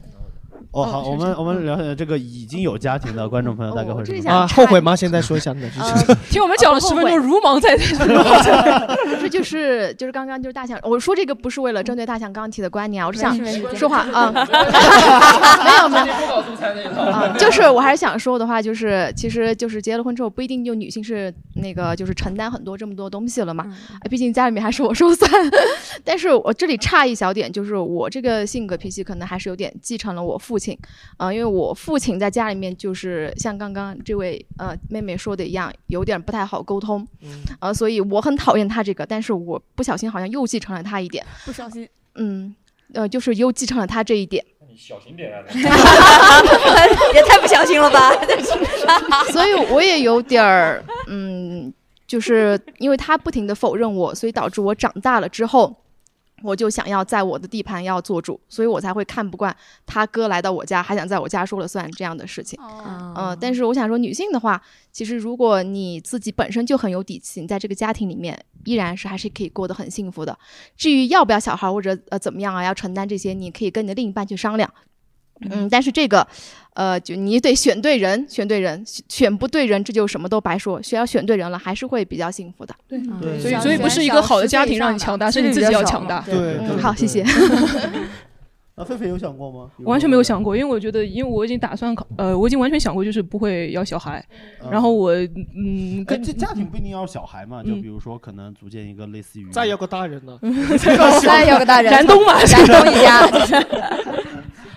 Speaker 2: 哦
Speaker 5: 好，
Speaker 2: 是
Speaker 5: 我
Speaker 2: 这
Speaker 5: 们
Speaker 2: 样
Speaker 5: 我们了解这个已经有家庭的观众朋友大概会
Speaker 2: 这
Speaker 5: 什么
Speaker 2: 想
Speaker 5: 啊？
Speaker 2: 插
Speaker 5: 后
Speaker 2: 一
Speaker 5: 悔吗？现在说一下你的事 (laughs) 情。
Speaker 2: 听我们讲了哦十分钟，如
Speaker 12: (laughs)
Speaker 2: 芒在背。
Speaker 12: 这就是就是刚刚就是大象，我说这个不是为了针对大象刚刚提的观念啊，我是想
Speaker 3: 没事没事
Speaker 12: 说话啊，(laughs)
Speaker 3: 没
Speaker 12: 没
Speaker 3: 有
Speaker 12: 有
Speaker 3: 没
Speaker 12: 没
Speaker 3: 有
Speaker 12: 有。啊，就是我还是想说的话，就是其实就是结了婚之后，不一定就女性是那个就是承担很多这么多东西了嘛，哎毕竟家里面还是我说算。 (laughs) 但是我这里差一小点，就是我这个性格脾气可能还是有点继承了我父亲，啊、因为我父亲在家里面就是像刚刚这位呃妹妹说的一样，有点不太好沟通，呃，所以我很讨厌他这个，但是我不小心好像又继承了他一点，
Speaker 13: 不小心。
Speaker 12: 嗯，呃，就是又继承了他这一点。
Speaker 6: 小心点啊！
Speaker 3: (laughs) 也太不小心了吧！
Speaker 12: (laughs) 所以我也有点儿，嗯，就是因为他不停的否认我，所以导致我长大了之后，我就想要在我的地盘要做主，所以我才会看不惯他哥来到我家还想在我家说了算这样的事情。
Speaker 3: 嗯啊
Speaker 12: 呃，但是我想说，女性的话，其实如果你自己本身就很有底气，你在这个家庭里面依然是还是可以过得很幸福的。至于要不要小孩或者呃怎么样啊，要承担这些，你可以跟你的另一半去商量。嗯，但是这个，呃，就你得选对人，选对人，选选不对人，这就什么都白说。只要选对人了，还是会比较幸福的。
Speaker 2: 对
Speaker 12: 嗯
Speaker 2: 所以所以不是一个好的家庭让你强大，是你自己要强大。
Speaker 12: 嗯好，谢谢。
Speaker 5: 啊，狒狒有想过吗？
Speaker 2: 完
Speaker 4: 啊
Speaker 2: 全没有想过，因为我觉得，因为我已经打算考，呃，我已经完全想过，就是不会要小孩。然后我，
Speaker 4: 哎
Speaker 2: 嗯，
Speaker 5: 跟
Speaker 2: 跟
Speaker 5: 这家庭不一定要小孩嘛，就比如说可能组建一个类似于
Speaker 14: 再要个大人呢
Speaker 5: (laughs) 再要个大人
Speaker 2: 燃冬嘛，
Speaker 5: 燃冬一家 (laughs)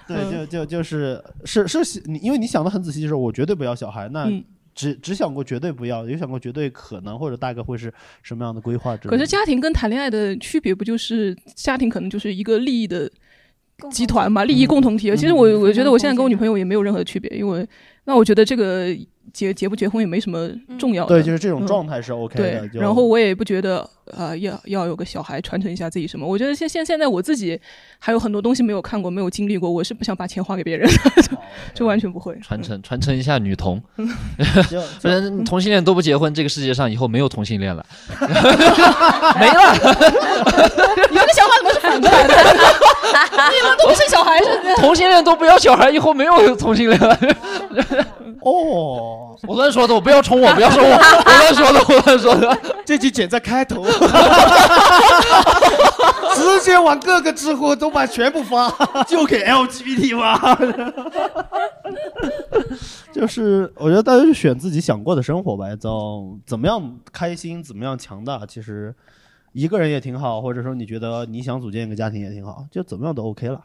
Speaker 5: 对，
Speaker 2: 嗯
Speaker 5: 就就就是是是，你因为你想的很仔细，就是我绝对不要小孩，那
Speaker 2: 嗯
Speaker 5: 只只想过绝对不要，有想过绝对可能或者大概会是什么样的规划之类
Speaker 2: 可
Speaker 5: 的？
Speaker 2: 是家庭跟谈恋爱的区别，不就是家庭可能就是一个利益的集团嘛，利益共同体。
Speaker 5: 嗯
Speaker 2: 其实
Speaker 11: 嗯
Speaker 2: 我我觉得我现在跟我女朋友也没有任何区别，因为那我觉得这个结结不结婚也没什么
Speaker 11: 嗯
Speaker 2: 重要的。嗯
Speaker 5: 对，就是这种状态是 OK 的。
Speaker 2: 对，
Speaker 5: 就
Speaker 2: 然后我也不觉得呃要要有个小孩传承一下自己什么。我觉得现现现在我自己还有很多东西没有看过，没有经历过，我是不想把钱花给别人的，
Speaker 5: 哦
Speaker 2: 就 (laughs) 就完全不会。(laughs)
Speaker 5: (laughs)
Speaker 6: 传承传承一下女 (laughs) 同
Speaker 2: 嗯，
Speaker 6: (laughs) 不然同性恋都不结婚，这个世界上以后没有同性 (laughs) 恋了。
Speaker 2: 没了，你们的想法怎么是反过来的？你们都不是小孩是不是？
Speaker 6: 同性恋都不要小孩，以后没有同性恋了。
Speaker 5: (laughs) 哦，
Speaker 6: (laughs) 我乱说的，我不要冲我，不要冲我，我乱说的，我乱说的。
Speaker 4: (laughs)
Speaker 14: 这集剪在开头，直接往各个知乎豆瓣全部发，
Speaker 5: 就给 LGBT 吧。就是我觉得大家就选自己想过的生活吧，就怎么样开心，怎么样强大。其实一个人也挺好，或者说你觉得你想组建一个家庭也挺好，就怎么样都 OK 了。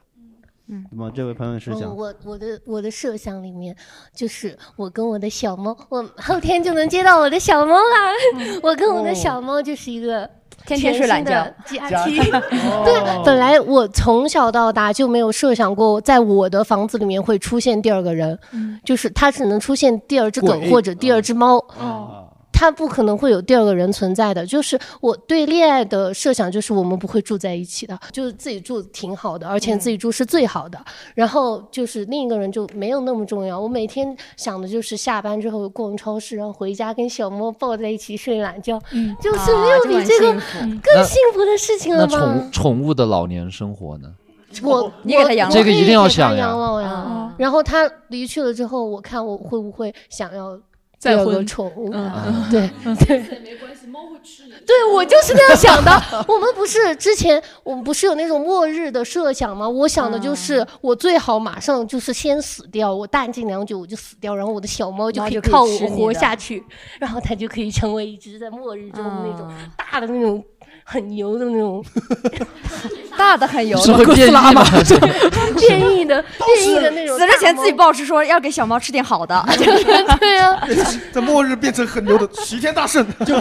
Speaker 11: 嗯，
Speaker 5: 那么这位朋友是
Speaker 11: 嗯
Speaker 5: 想，
Speaker 11: 我我的我的设想里面，就是我跟我的小猫，我后天就能接到我的小猫啦。 (laughs) 我跟我的小猫就是一个
Speaker 3: 天天睡懒觉
Speaker 11: 全新的
Speaker 3: 家
Speaker 11: 家庭。
Speaker 3: 哦
Speaker 11: (laughs) 对，本来我从小到大就没有设想过，在我的房子里面会出现第二个人，就是它只能出现第二只狗
Speaker 17: 鬼
Speaker 11: 或者第二只猫。
Speaker 7: 哦
Speaker 11: 它不可能会有第二个人存在的。就是我对恋爱的设想，就是我们不会住在一起的，就是自己住挺好的，而且自己住是最好的。然后就是另一个人就没有那么重要。我每天想的就是下班之后逛超市，然后回家跟小猫抱在一起睡懒觉，
Speaker 17: 嗯
Speaker 11: 就是没有比这个
Speaker 17: 啊这蛮幸福
Speaker 11: 更幸福的事情
Speaker 6: 那
Speaker 11: 了
Speaker 6: 宠
Speaker 11: 吧？
Speaker 6: 宠物的老年生活呢？
Speaker 11: 我
Speaker 3: 你给它养老
Speaker 11: 我
Speaker 6: 这个一定要想
Speaker 11: 我可以给
Speaker 6: 呀
Speaker 11: 它养老
Speaker 17: 哦
Speaker 11: 呀。然后它离去了之后，我看我会不会想要
Speaker 17: 再
Speaker 11: 第二
Speaker 17: 婚
Speaker 11: 个宠物？啊
Speaker 17: 嗯
Speaker 11: 对对。
Speaker 17: 没关系，猫会吃你。
Speaker 11: 对，我就是那样想的。我们不是之前我们不是有那种末日的设想吗？我想的
Speaker 17: 嗯
Speaker 11: 就是我最好马上就是先死掉，我淡尽良久我就死掉，然后我的小猫就
Speaker 17: 猫
Speaker 11: 可以
Speaker 17: 就可以
Speaker 11: 靠
Speaker 17: 吃
Speaker 11: 我
Speaker 17: 你
Speaker 11: 活
Speaker 17: 的
Speaker 11: 下去，然后它就可以成为一只在末日中那种
Speaker 17: 嗯
Speaker 11: 大的那种很牛的那
Speaker 6: (laughs)
Speaker 11: 种
Speaker 3: 大的很油，
Speaker 11: 是会 (laughs) 变异吗
Speaker 6: 啊
Speaker 3: 哥斯拉吗
Speaker 11: 变异的变异的那种
Speaker 3: 死
Speaker 11: 大猫。
Speaker 3: 之前自己保持说要给小猫吃点好
Speaker 11: (laughs)
Speaker 3: 的。
Speaker 11: 对
Speaker 3: (laughs)
Speaker 11: 呀、啊，
Speaker 14: 在末日变成很牛的齐天大圣，
Speaker 5: 就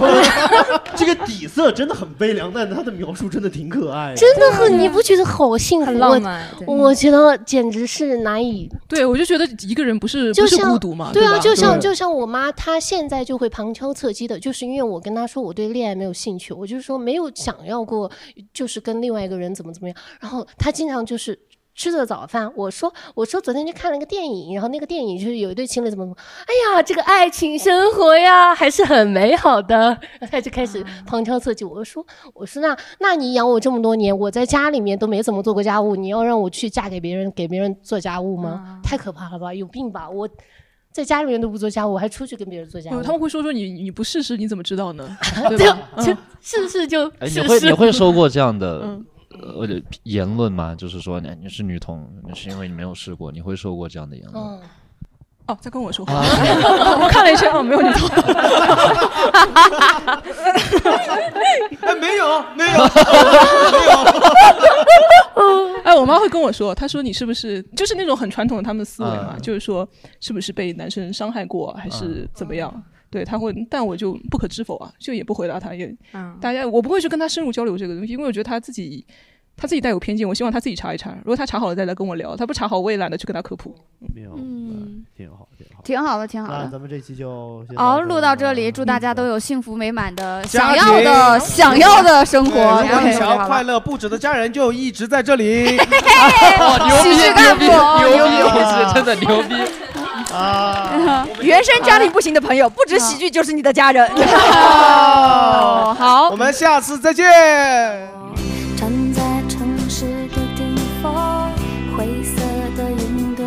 Speaker 5: 这个底色真的很悲凉，但他的描述真的挺可爱的，
Speaker 11: 真的很，你不觉得好幸福？
Speaker 5: 啊很浪漫
Speaker 11: 我我觉得简直是难以
Speaker 2: 对，我就觉得一个人不是
Speaker 11: 就
Speaker 2: 不是
Speaker 11: 像
Speaker 2: 孤独嘛，
Speaker 11: 对啊，
Speaker 2: 吧
Speaker 11: 就像
Speaker 2: 对
Speaker 11: 就像我妈，她现在就会旁敲侧击的，就是因为我跟她说我对恋爱没有兴趣，我就是说没有想要过，就是跟另外一个人怎么怎么样，然后她经常就是。吃着早饭，我说 (laughs) 我说昨天去看了个电影，然后那个电影就是有一对情侣怎么怎么，哎呀，这个爱情生活呀还是很美好的。然后她就开始旁敲侧击，我说我说那那你养我这么多年，我在家里面都没怎么做过家务，你要让我去嫁给别人给别人做家务吗？太可怕了吧，有病吧！我在家里面都不做家务，我还出去跟别人做家
Speaker 2: 有
Speaker 11: 务，
Speaker 2: 他们会说说你你不试试你怎么知道
Speaker 11: (laughs)
Speaker 2: 呢？对
Speaker 11: 对
Speaker 2: 吧
Speaker 11: 啊？
Speaker 2: 嗯
Speaker 11: 就、是不是就
Speaker 6: 哎，你
Speaker 11: 是
Speaker 6: 会
Speaker 11: 是
Speaker 6: 你会收过这样的
Speaker 11: 嗯
Speaker 6: 呃言论吗？就是说哎你你是女同，你是因为你没有试过，你会收过这样的言论？
Speaker 11: 嗯，
Speaker 2: 哦，在跟我说话，
Speaker 6: 啊
Speaker 2: 我看了一圈，哦，没
Speaker 11: (laughs)
Speaker 2: 有你头。
Speaker 14: 哎，没有没有，
Speaker 2: 哎，我妈会跟我说，她说你是不是就是那种很传统的他们思维嘛，
Speaker 6: 嗯
Speaker 2: 就是说是不是被男生伤害过，还是怎么样？对，她会，但我就不可知否啊，就也不回答她，也、 (laughs) 大家我不会去跟她深入交流这个东西，因为我觉得她自己她自己带有偏见，我希望她自己查一查，如果她查好了再来跟我聊，她不查好我也懒得去跟她科普。
Speaker 1: 嗯，
Speaker 5: 哎挺好，挺好。
Speaker 1: 挺好的，挺好
Speaker 5: 那
Speaker 1: 的。
Speaker 5: 咱们这期就先
Speaker 1: 好，
Speaker 5: 这里
Speaker 1: 哦录到这里，祝大家都有幸福美满的、想
Speaker 14: 家
Speaker 1: 要的、
Speaker 14: 庭
Speaker 1: 想要的生活。
Speaker 14: 对如果你
Speaker 1: OK，
Speaker 14: 想要快乐不止的家人，就一直在这里。
Speaker 1: 哇
Speaker 4: (laughs)
Speaker 1: 牛喜
Speaker 14: 逼
Speaker 1: 剧干部
Speaker 14: 牛
Speaker 1: 牛逼
Speaker 14: 逼！
Speaker 6: 是真的牛逼！
Speaker 3: 啊，原生家庭不行的朋友，不
Speaker 11: 啊
Speaker 3: 止喜剧就是你的家人。 (laughs)
Speaker 14: 好，
Speaker 3: 哦
Speaker 1: 好，
Speaker 14: 我们下次再见。
Speaker 17: 站在城市的顶峰，灰色的云朵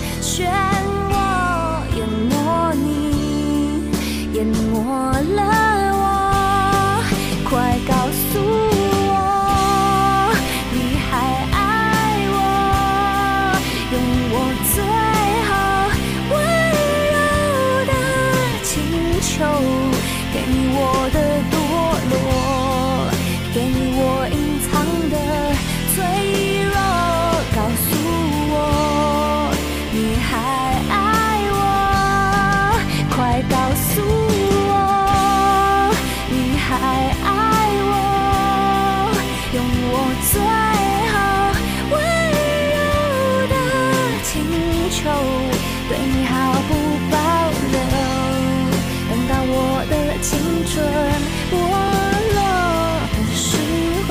Speaker 7: 漩涡淹没你，淹没了我，快告诉我，你还爱我，用我最后温柔的请求，给你我的堕落，给你我隐藏的脆弱，告诉我，你还爱我，快告诉我，你还爱我，用我最后温柔的请求，对你毫不保留，等到我的青春剥落的时候，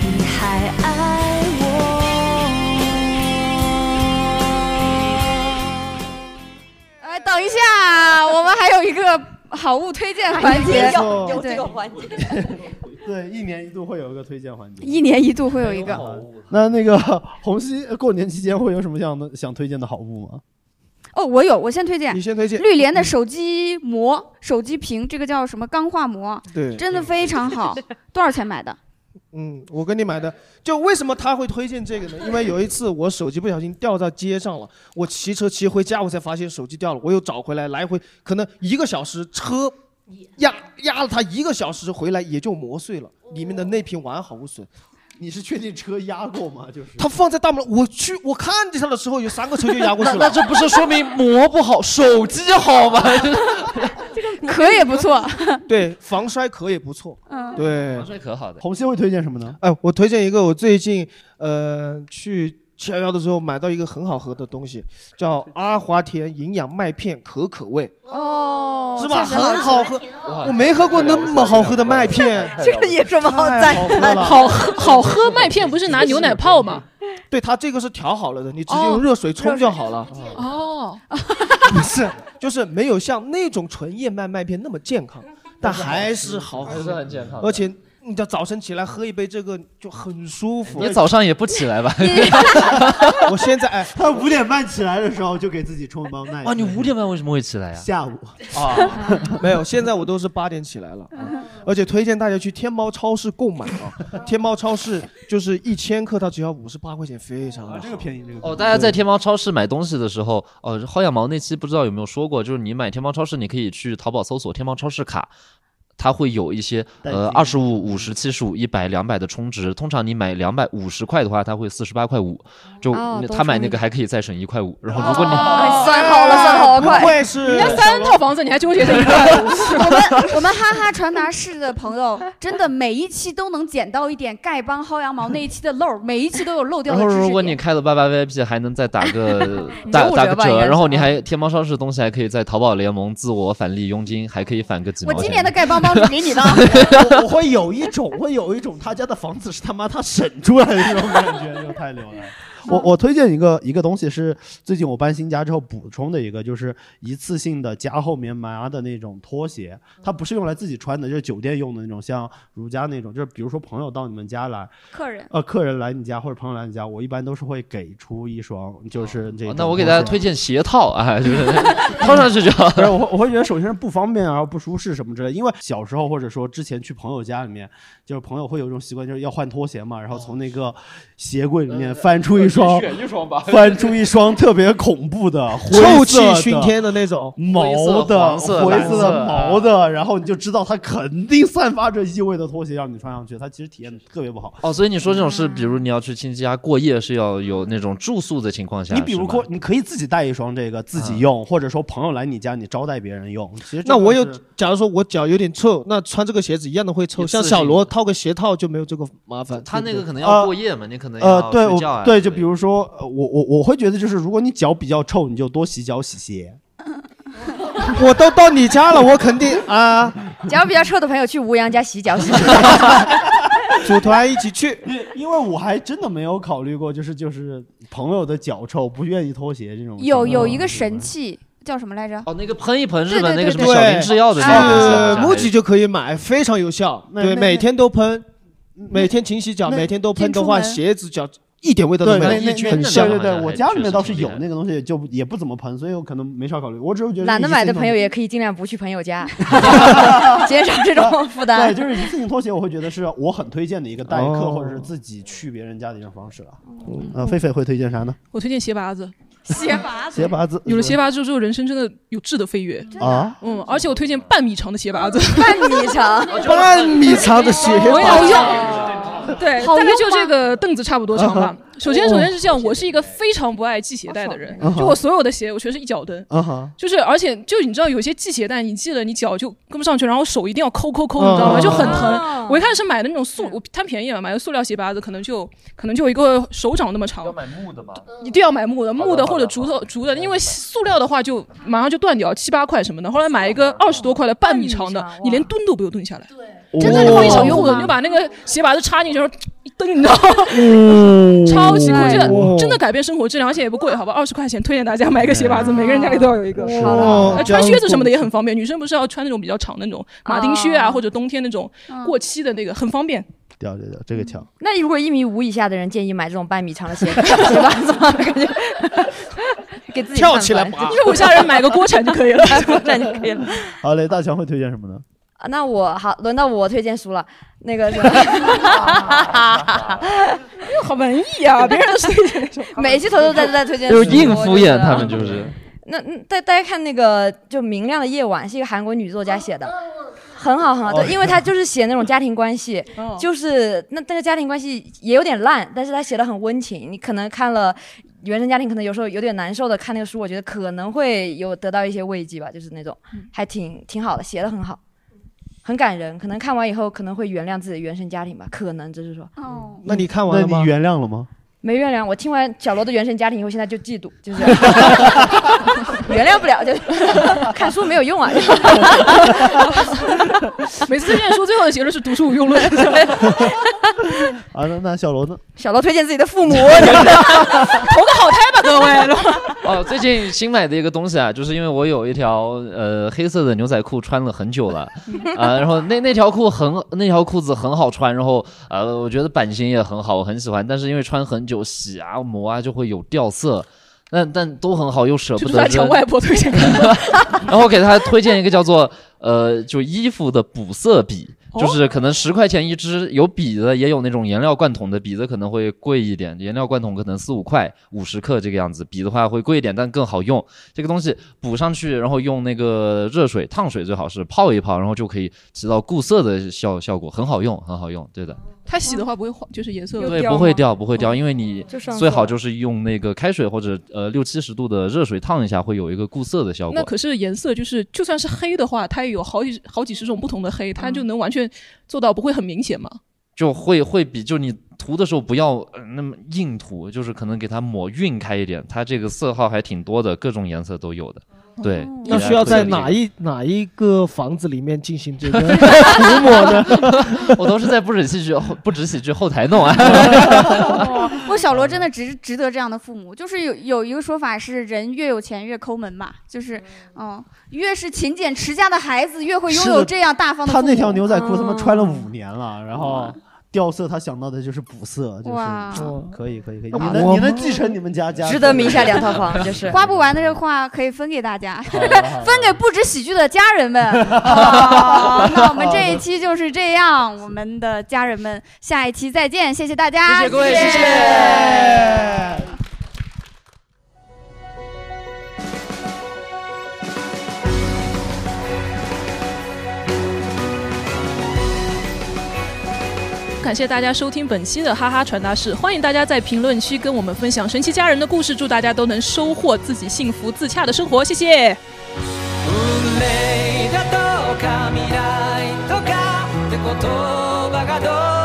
Speaker 7: 你还爱我。
Speaker 1: 哎，等一下，我们还有一个好物推荐环节，
Speaker 5: 有有
Speaker 1: 对
Speaker 5: 这个环节
Speaker 3: (laughs)
Speaker 5: 对，一年一度会有一个推荐环节，
Speaker 1: 一年一度会有一个。
Speaker 5: 那那个 (laughs) 红熙呃过年期间会有什么想的想推荐的好物吗？
Speaker 1: 哦，我有，我先推荐。
Speaker 5: 你先推荐
Speaker 1: 绿联的手机膜、手机屏，这个叫什么钢化膜？
Speaker 4: 对
Speaker 1: 真的非常好。多少钱买的？
Speaker 4: (laughs) 嗯，我跟你买的，就为什么他会推荐这个呢？因为有一次我手机不小心掉在街上了，我骑车骑回家，我才发现手机掉了，我又找回来，来回可能一个小时，车压压了它一个小时，回来也就磨碎了，里面的内屏完好无损。
Speaker 5: 你是确定车压过吗？就是
Speaker 4: 它放在大门，我去，我看见它的时候有三个车就
Speaker 6: (laughs)
Speaker 4: 压过去了。
Speaker 6: 那那这不是说明
Speaker 5: (laughs)
Speaker 6: 膜不好，手机
Speaker 1: (laughs)
Speaker 6: 好吗？
Speaker 1: 壳也不错，
Speaker 4: (laughs) 对，防摔壳也不错。
Speaker 1: 嗯
Speaker 4: 对，
Speaker 6: 防摔壳好的。
Speaker 5: 红熙会
Speaker 1: (laughs)
Speaker 5: 推荐什么呢？
Speaker 4: 哎，我推荐一个，我最近呃去七幺幺的时候买到一个很好喝的东西，叫阿华田营养麦片可可味，
Speaker 1: 哦，
Speaker 4: 是吧？
Speaker 1: 确实
Speaker 4: 很好喝，
Speaker 6: 啊
Speaker 4: 我没喝过那么好喝的麦片，
Speaker 2: 这个
Speaker 4: 也
Speaker 2: 什么好
Speaker 4: 太
Speaker 2: 赞
Speaker 4: 好喝了
Speaker 2: 哦哎好喝好喝麦片不是拿牛奶泡吗？
Speaker 4: 对，它这个是调好了的，你直接用热水冲就好了。
Speaker 2: 哦，
Speaker 4: 不是，就是没有像那种纯燕麦麦片那么健康，但还是好喝，
Speaker 6: 还是很啊健康的
Speaker 4: 而且你的早晨起来喝一杯这个就很舒服。
Speaker 6: 你早上也不起来吧？ (laughs)
Speaker 4: 我现
Speaker 1: (laughs)
Speaker 4: 在哎，
Speaker 5: 他五点半起来的时候就给自己冲一
Speaker 1: 啊
Speaker 5: 包奶。
Speaker 6: 哦，你五点半为什么会起来呀？
Speaker 5: 下午
Speaker 6: 啊，
Speaker 5: (laughs)
Speaker 4: (laughs) 没有，现在我都是八点起来了，
Speaker 5: 嗯
Speaker 4: 而且推荐大家去天猫超市购买啊。天猫超市就是一千克，它只要五十八块钱，非常好。
Speaker 5: 啊这个便宜，这个
Speaker 4: 哦
Speaker 6: 大家在天猫超市买东西的时候，哦，薅羊毛那期不知道有没有说过，就是你买天猫超市，你可以去淘宝搜索天猫超市卡。它会有一些呃二十五、五十、七十五、一百、两百的充值。通常你买两百五十块的话，它会四十八块五，就
Speaker 1: 哦
Speaker 6: 那
Speaker 1: 多
Speaker 6: 他买
Speaker 1: 充一哦
Speaker 6: 那个还可以再省一块五。然后如果你
Speaker 1: 哎
Speaker 2: 算好了算好了快不愧是
Speaker 1: 人家三套房子，你还纠结这一块？我们我们哈哈传达室的朋友，真的每一期都能捡到一点丐帮薅羊毛那一期的漏儿，每一期都有漏掉
Speaker 6: 然
Speaker 1: 的
Speaker 6: 后
Speaker 1: 知识
Speaker 6: 如
Speaker 1: 点。
Speaker 6: 果你开了八八 VIP，还能再打个
Speaker 1: (laughs)
Speaker 6: 打
Speaker 1: 九五折
Speaker 6: 打个
Speaker 1: 吧应该
Speaker 6: 折，
Speaker 1: 是啊
Speaker 6: 然后你还天猫超市的东西还可以在淘宝联盟自我返利佣金，还可以返个几毛
Speaker 1: 我
Speaker 6: 钱。
Speaker 1: 今年的丐帮帮主给你的，
Speaker 5: (laughs) 我会
Speaker 1: (laughs)
Speaker 5: 有一种，会有一种他家的房子是他妈他省出来的那种感觉，就太牛了。我我推荐一个一个东西是最近我搬新家之后补充的一个，就是一次性的加厚棉麻的那种拖鞋，它不是用来自己穿的，就是酒店用的那种，像如家那种，就是比如说朋友到你们家来，
Speaker 1: 客人
Speaker 5: 呃客人来你家或者朋友来你家，我一般都是会给出一双，就是这、
Speaker 6: 哦那我给大家推荐鞋套啊，就是 (laughs) 套上去就好。
Speaker 5: 不是，我我会觉得首先是不方便，然啊后不舒适什么之类的。因为小时候或者说之前去朋友家里面，就是朋友会有一种习惯，就是要换拖鞋嘛，然后从那个鞋柜里面翻出一双，
Speaker 4: 选呃一双吧
Speaker 5: 翻
Speaker 4: (laughs)
Speaker 5: 出一双特别恐怖的灰色
Speaker 4: 臭气熏天的那种
Speaker 5: 毛
Speaker 4: 灰色
Speaker 5: 的、
Speaker 4: 黄色
Speaker 5: 灰
Speaker 4: 蓝
Speaker 5: 色
Speaker 4: 色
Speaker 5: 的毛的，然后你就知道它肯定散发着异味的拖鞋让你穿上去，它其实体验特别不好。
Speaker 6: 哦，所以你说这种是，比如你要去亲戚家过夜，是要有那种住宿的情况下。
Speaker 5: 你比如
Speaker 6: 是吗
Speaker 5: 说，你可以自己带一双这个自己用，或者说朋友来你家你招待别人用。其实这
Speaker 4: 那
Speaker 5: 个
Speaker 4: 我有
Speaker 5: 是，
Speaker 4: 假如说我脚有点臭，那穿这个鞋子一样的会臭。
Speaker 5: 一次性
Speaker 4: 像小罗套个鞋套就没有这个麻烦。
Speaker 6: 他那个可能
Speaker 4: 呃
Speaker 5: 啊
Speaker 6: 要过夜嘛，你可能
Speaker 5: 呃，
Speaker 6: 要
Speaker 5: 对，
Speaker 6: 睡觉
Speaker 5: 我
Speaker 6: 啊。
Speaker 5: 对，就比如说，呃我我我会觉得就是，如果你脚比较臭，你就多洗脚洗鞋。
Speaker 4: 我都到你家了，我
Speaker 5: (laughs)
Speaker 4: 肯定啊，
Speaker 3: 脚比较臭的朋友去吴阳家洗
Speaker 14: (laughs)
Speaker 3: 脚洗脚。
Speaker 4: 组团一起去。
Speaker 5: (laughs) 因为我还真的没有考虑过，就是就是朋友的脚臭不愿意脱鞋这种情况。啊
Speaker 1: 有有一个神器叫什么来着？
Speaker 6: 哦，那个喷一喷
Speaker 1: 对对对对
Speaker 4: 对，
Speaker 6: 小林制药的那个东西好像
Speaker 4: 是
Speaker 6: 还
Speaker 4: 木吉就可以买，非常有效。
Speaker 5: 那
Speaker 4: 对，
Speaker 5: 那
Speaker 4: 每天都喷。每天勤洗脚，
Speaker 5: 那
Speaker 4: 每天都喷
Speaker 5: 进
Speaker 4: 的
Speaker 5: 出
Speaker 4: 话，
Speaker 5: 门
Speaker 4: 鞋子脚一点味道都
Speaker 5: 对，
Speaker 4: 没
Speaker 5: 那
Speaker 4: 有，
Speaker 5: 那那
Speaker 4: 很香。啊
Speaker 5: 对对对，我家里面倒是有那个东西，就也不怎么喷，所以我可能没少考虑。我只是觉得
Speaker 3: 懒得买的朋友
Speaker 5: 也。
Speaker 3: 也可以尽量不去朋
Speaker 14: (laughs)
Speaker 3: 友家，减少这种负担。
Speaker 5: 对，就是一次性拖鞋，我会觉得是我很推荐的一个代
Speaker 4: 哦嗯
Speaker 5: 课或者是自己去别人家的一种方式了。呃，狒狒会推荐啥呢？
Speaker 2: 我推荐鞋拔子。
Speaker 5: 鞋拔子鞋拔子
Speaker 2: 有了鞋拔子之后，人生真的有质的飞跃
Speaker 5: 啊！
Speaker 2: 嗯，而且我推荐半米长的鞋啊拔子，
Speaker 3: 半米
Speaker 2: (laughs)
Speaker 3: 长
Speaker 4: 半米长的鞋
Speaker 2: 我也
Speaker 4: 好用
Speaker 2: 对，
Speaker 4: 好
Speaker 2: 大概
Speaker 4: 用
Speaker 2: 就这个凳子差不多长吧
Speaker 4: 啊哈。
Speaker 2: 首先，首先是这样，我是一个非常不爱系鞋带的人
Speaker 4: 啊，哈
Speaker 2: 就我所有的鞋，我全是一脚蹬。
Speaker 6: 嗯
Speaker 4: 啊哈，
Speaker 2: 就是，而且就你知道，有些系鞋带，你系了，你脚就跟不上去，然后手一定要抠抠抠，
Speaker 4: 嗯
Speaker 2: 你知道吗？就很
Speaker 4: 啊
Speaker 2: 疼。我一开嗯始是买的那种塑，我贪便宜嘛，买的塑料鞋拔子，可能就可能就有一个手掌那么长。要买木的吗？一定要买木的，木的或者竹头竹的，因为塑料的话就马上就断掉，七八块什么的。后来买一个二十多块的哦半米长的，你连蹲都不用蹲下来，真的非常酷的，你就把那个鞋拔子插进去，然后一蹬，你知道吗？ (laughs) 超级酷，这个真的改变生活质量，而且也不贵，好吧，二十块钱，推荐大家买一个鞋拔子，每个人家里都要有一个。
Speaker 4: 是哦
Speaker 2: 哎穿靴子什么的也很方便，女生不是要穿那种比较长的那种马丁靴啊，或者冬天那种过期的那个，很方便。
Speaker 5: 掉掉掉，这个强。
Speaker 3: 那如果一米五以下的人，建议买这种半米长 (laughs) 的鞋，鞋拔子吗？ (laughs) 感觉给自己
Speaker 2: 跳起来
Speaker 3: 看
Speaker 2: 拔
Speaker 3: 烦
Speaker 2: 一米五下人买个锅铲就可
Speaker 3: (laughs)
Speaker 2: 以了
Speaker 3: 锅铲就可以了。
Speaker 5: 好嘞，大强会推荐什么呢？
Speaker 3: 啊 (laughs) 那我好，轮到我推荐书了，那个 (laughs) 是。
Speaker 2: 好文艺
Speaker 3: (laughs)
Speaker 2: 啊！别人都推荐什么？
Speaker 3: 每期头都在在推荐书，
Speaker 6: 就是硬敷衍
Speaker 3: 我觉得
Speaker 6: 他们，就是
Speaker 3: 那嗯大大家看那个就《明亮的夜晚》，是一个韩国女作家写的，很好很好。对，因为她就是写那种家庭关系，就是那那个家庭关系也有点烂，但是她写的很温情。你可能看了原生家庭，可能有时候有点难受的，看那个书，我觉得可能会有得到一些慰藉吧，就是那种还挺挺好的，写的很好。很感人，可能看完以后可能会原谅自己的原生家庭吧，可能只是说，
Speaker 4: 那你看完了吗？
Speaker 5: 那你原谅了吗？
Speaker 3: 没原谅。我听完小罗的原生家庭以后，现在就嫉妒，就是原谅不了，就是 (laughs) 看书没有用啊。就是
Speaker 2: (laughs)
Speaker 3: (laughs)
Speaker 2: 每次推荐书最后的结论是读书无用论。 (laughs)
Speaker 5: 啊，那那小罗呢？
Speaker 3: 小罗推荐自己的父母， (laughs) 就是投个好胎吧，
Speaker 2: (laughs)
Speaker 3: 各位。
Speaker 6: 哦，最近新买的一个东西啊，就是因为我有一条呃黑色的牛仔裤穿了很久了， (laughs) 啊、然后那那条裤很那条裤子很好穿，然后呃我觉得版型也很好，我很喜欢，但是因为穿很久洗啊磨啊就会有掉色，但但都很好，又舍不
Speaker 2: 就是
Speaker 6: 得
Speaker 2: 他
Speaker 6: 扔
Speaker 2: 强。外婆推荐的，
Speaker 6: (laughs) 然后给他推荐一个叫做呃，就衣服的补色笔，
Speaker 2: 哦
Speaker 6: 就是可能十块钱一支，有笔的，也有那种颜料罐筒的，笔的可能会贵一点，颜料罐筒可能四五块，五十克这个样子，笔的话会贵一点，但更好用。这个东西补上去，然后用那个热水、烫水最好是泡一泡，然后就可以起到固色的效效果，很好用，很好用，对的。
Speaker 2: 他洗的话不会换，就是颜色
Speaker 6: 对，不会掉，不会掉，因为你
Speaker 2: 哦就上
Speaker 6: 最
Speaker 2: 色
Speaker 6: 好就是用那个开水或者呃六七十度的热水烫一下，会有一个固色的效果。
Speaker 2: 那可是颜色，就是就算是黑的话，它也有好几好几十种不同的黑，它就能完全做到不会很明显嘛。
Speaker 6: 就会会比就你涂的时候不要、呃那么硬涂，就是可能给它抹晕开一点。它这个色号还挺多的，各种颜色都有的。对，
Speaker 4: 哦那需要在哪
Speaker 6: (laughs)
Speaker 4: 一哪一个房子里面进行
Speaker 5: (laughs)
Speaker 4: 这个涂抹呢？ (laughs)
Speaker 6: 我都是在不止戏剧后不止喜剧后台弄
Speaker 4: (laughs)
Speaker 6: 啊。
Speaker 1: 不过小罗真的值值得这样的父母，就是有有一个说法是，人越有钱越抠门嘛，就是嗯，越是勤俭持家的孩子，越会拥
Speaker 5: 是
Speaker 1: 有
Speaker 5: 的
Speaker 1: 这样大方的
Speaker 5: 他
Speaker 1: 父母。嗯
Speaker 5: 那条牛仔裤他
Speaker 3: 嗯
Speaker 5: 妈穿了五年了，然后掉色，他想到的就是补色，就是
Speaker 1: 哇
Speaker 5: 可以可以可以，
Speaker 1: 好
Speaker 5: 你
Speaker 1: 的
Speaker 5: 能你能继承你们家家
Speaker 3: 值得名下两
Speaker 5: (laughs)
Speaker 3: 套房就是
Speaker 1: (laughs) 花不完的话可以分给大家， (laughs) 分给不止喜剧的家人们。
Speaker 5: (laughs)
Speaker 1: 好，那我们这一期就是这样，我们的家人们，下一期再见，谢谢大家，
Speaker 8: 谢谢各位谢谢
Speaker 2: 感谢大家收听本期的哈哈传达室，欢迎大家在评论区跟我们分享神奇家人的故事，祝大家都能收获自己幸福自洽的生活，谢谢。
Speaker 8: 運命だとか未来とかって言葉がど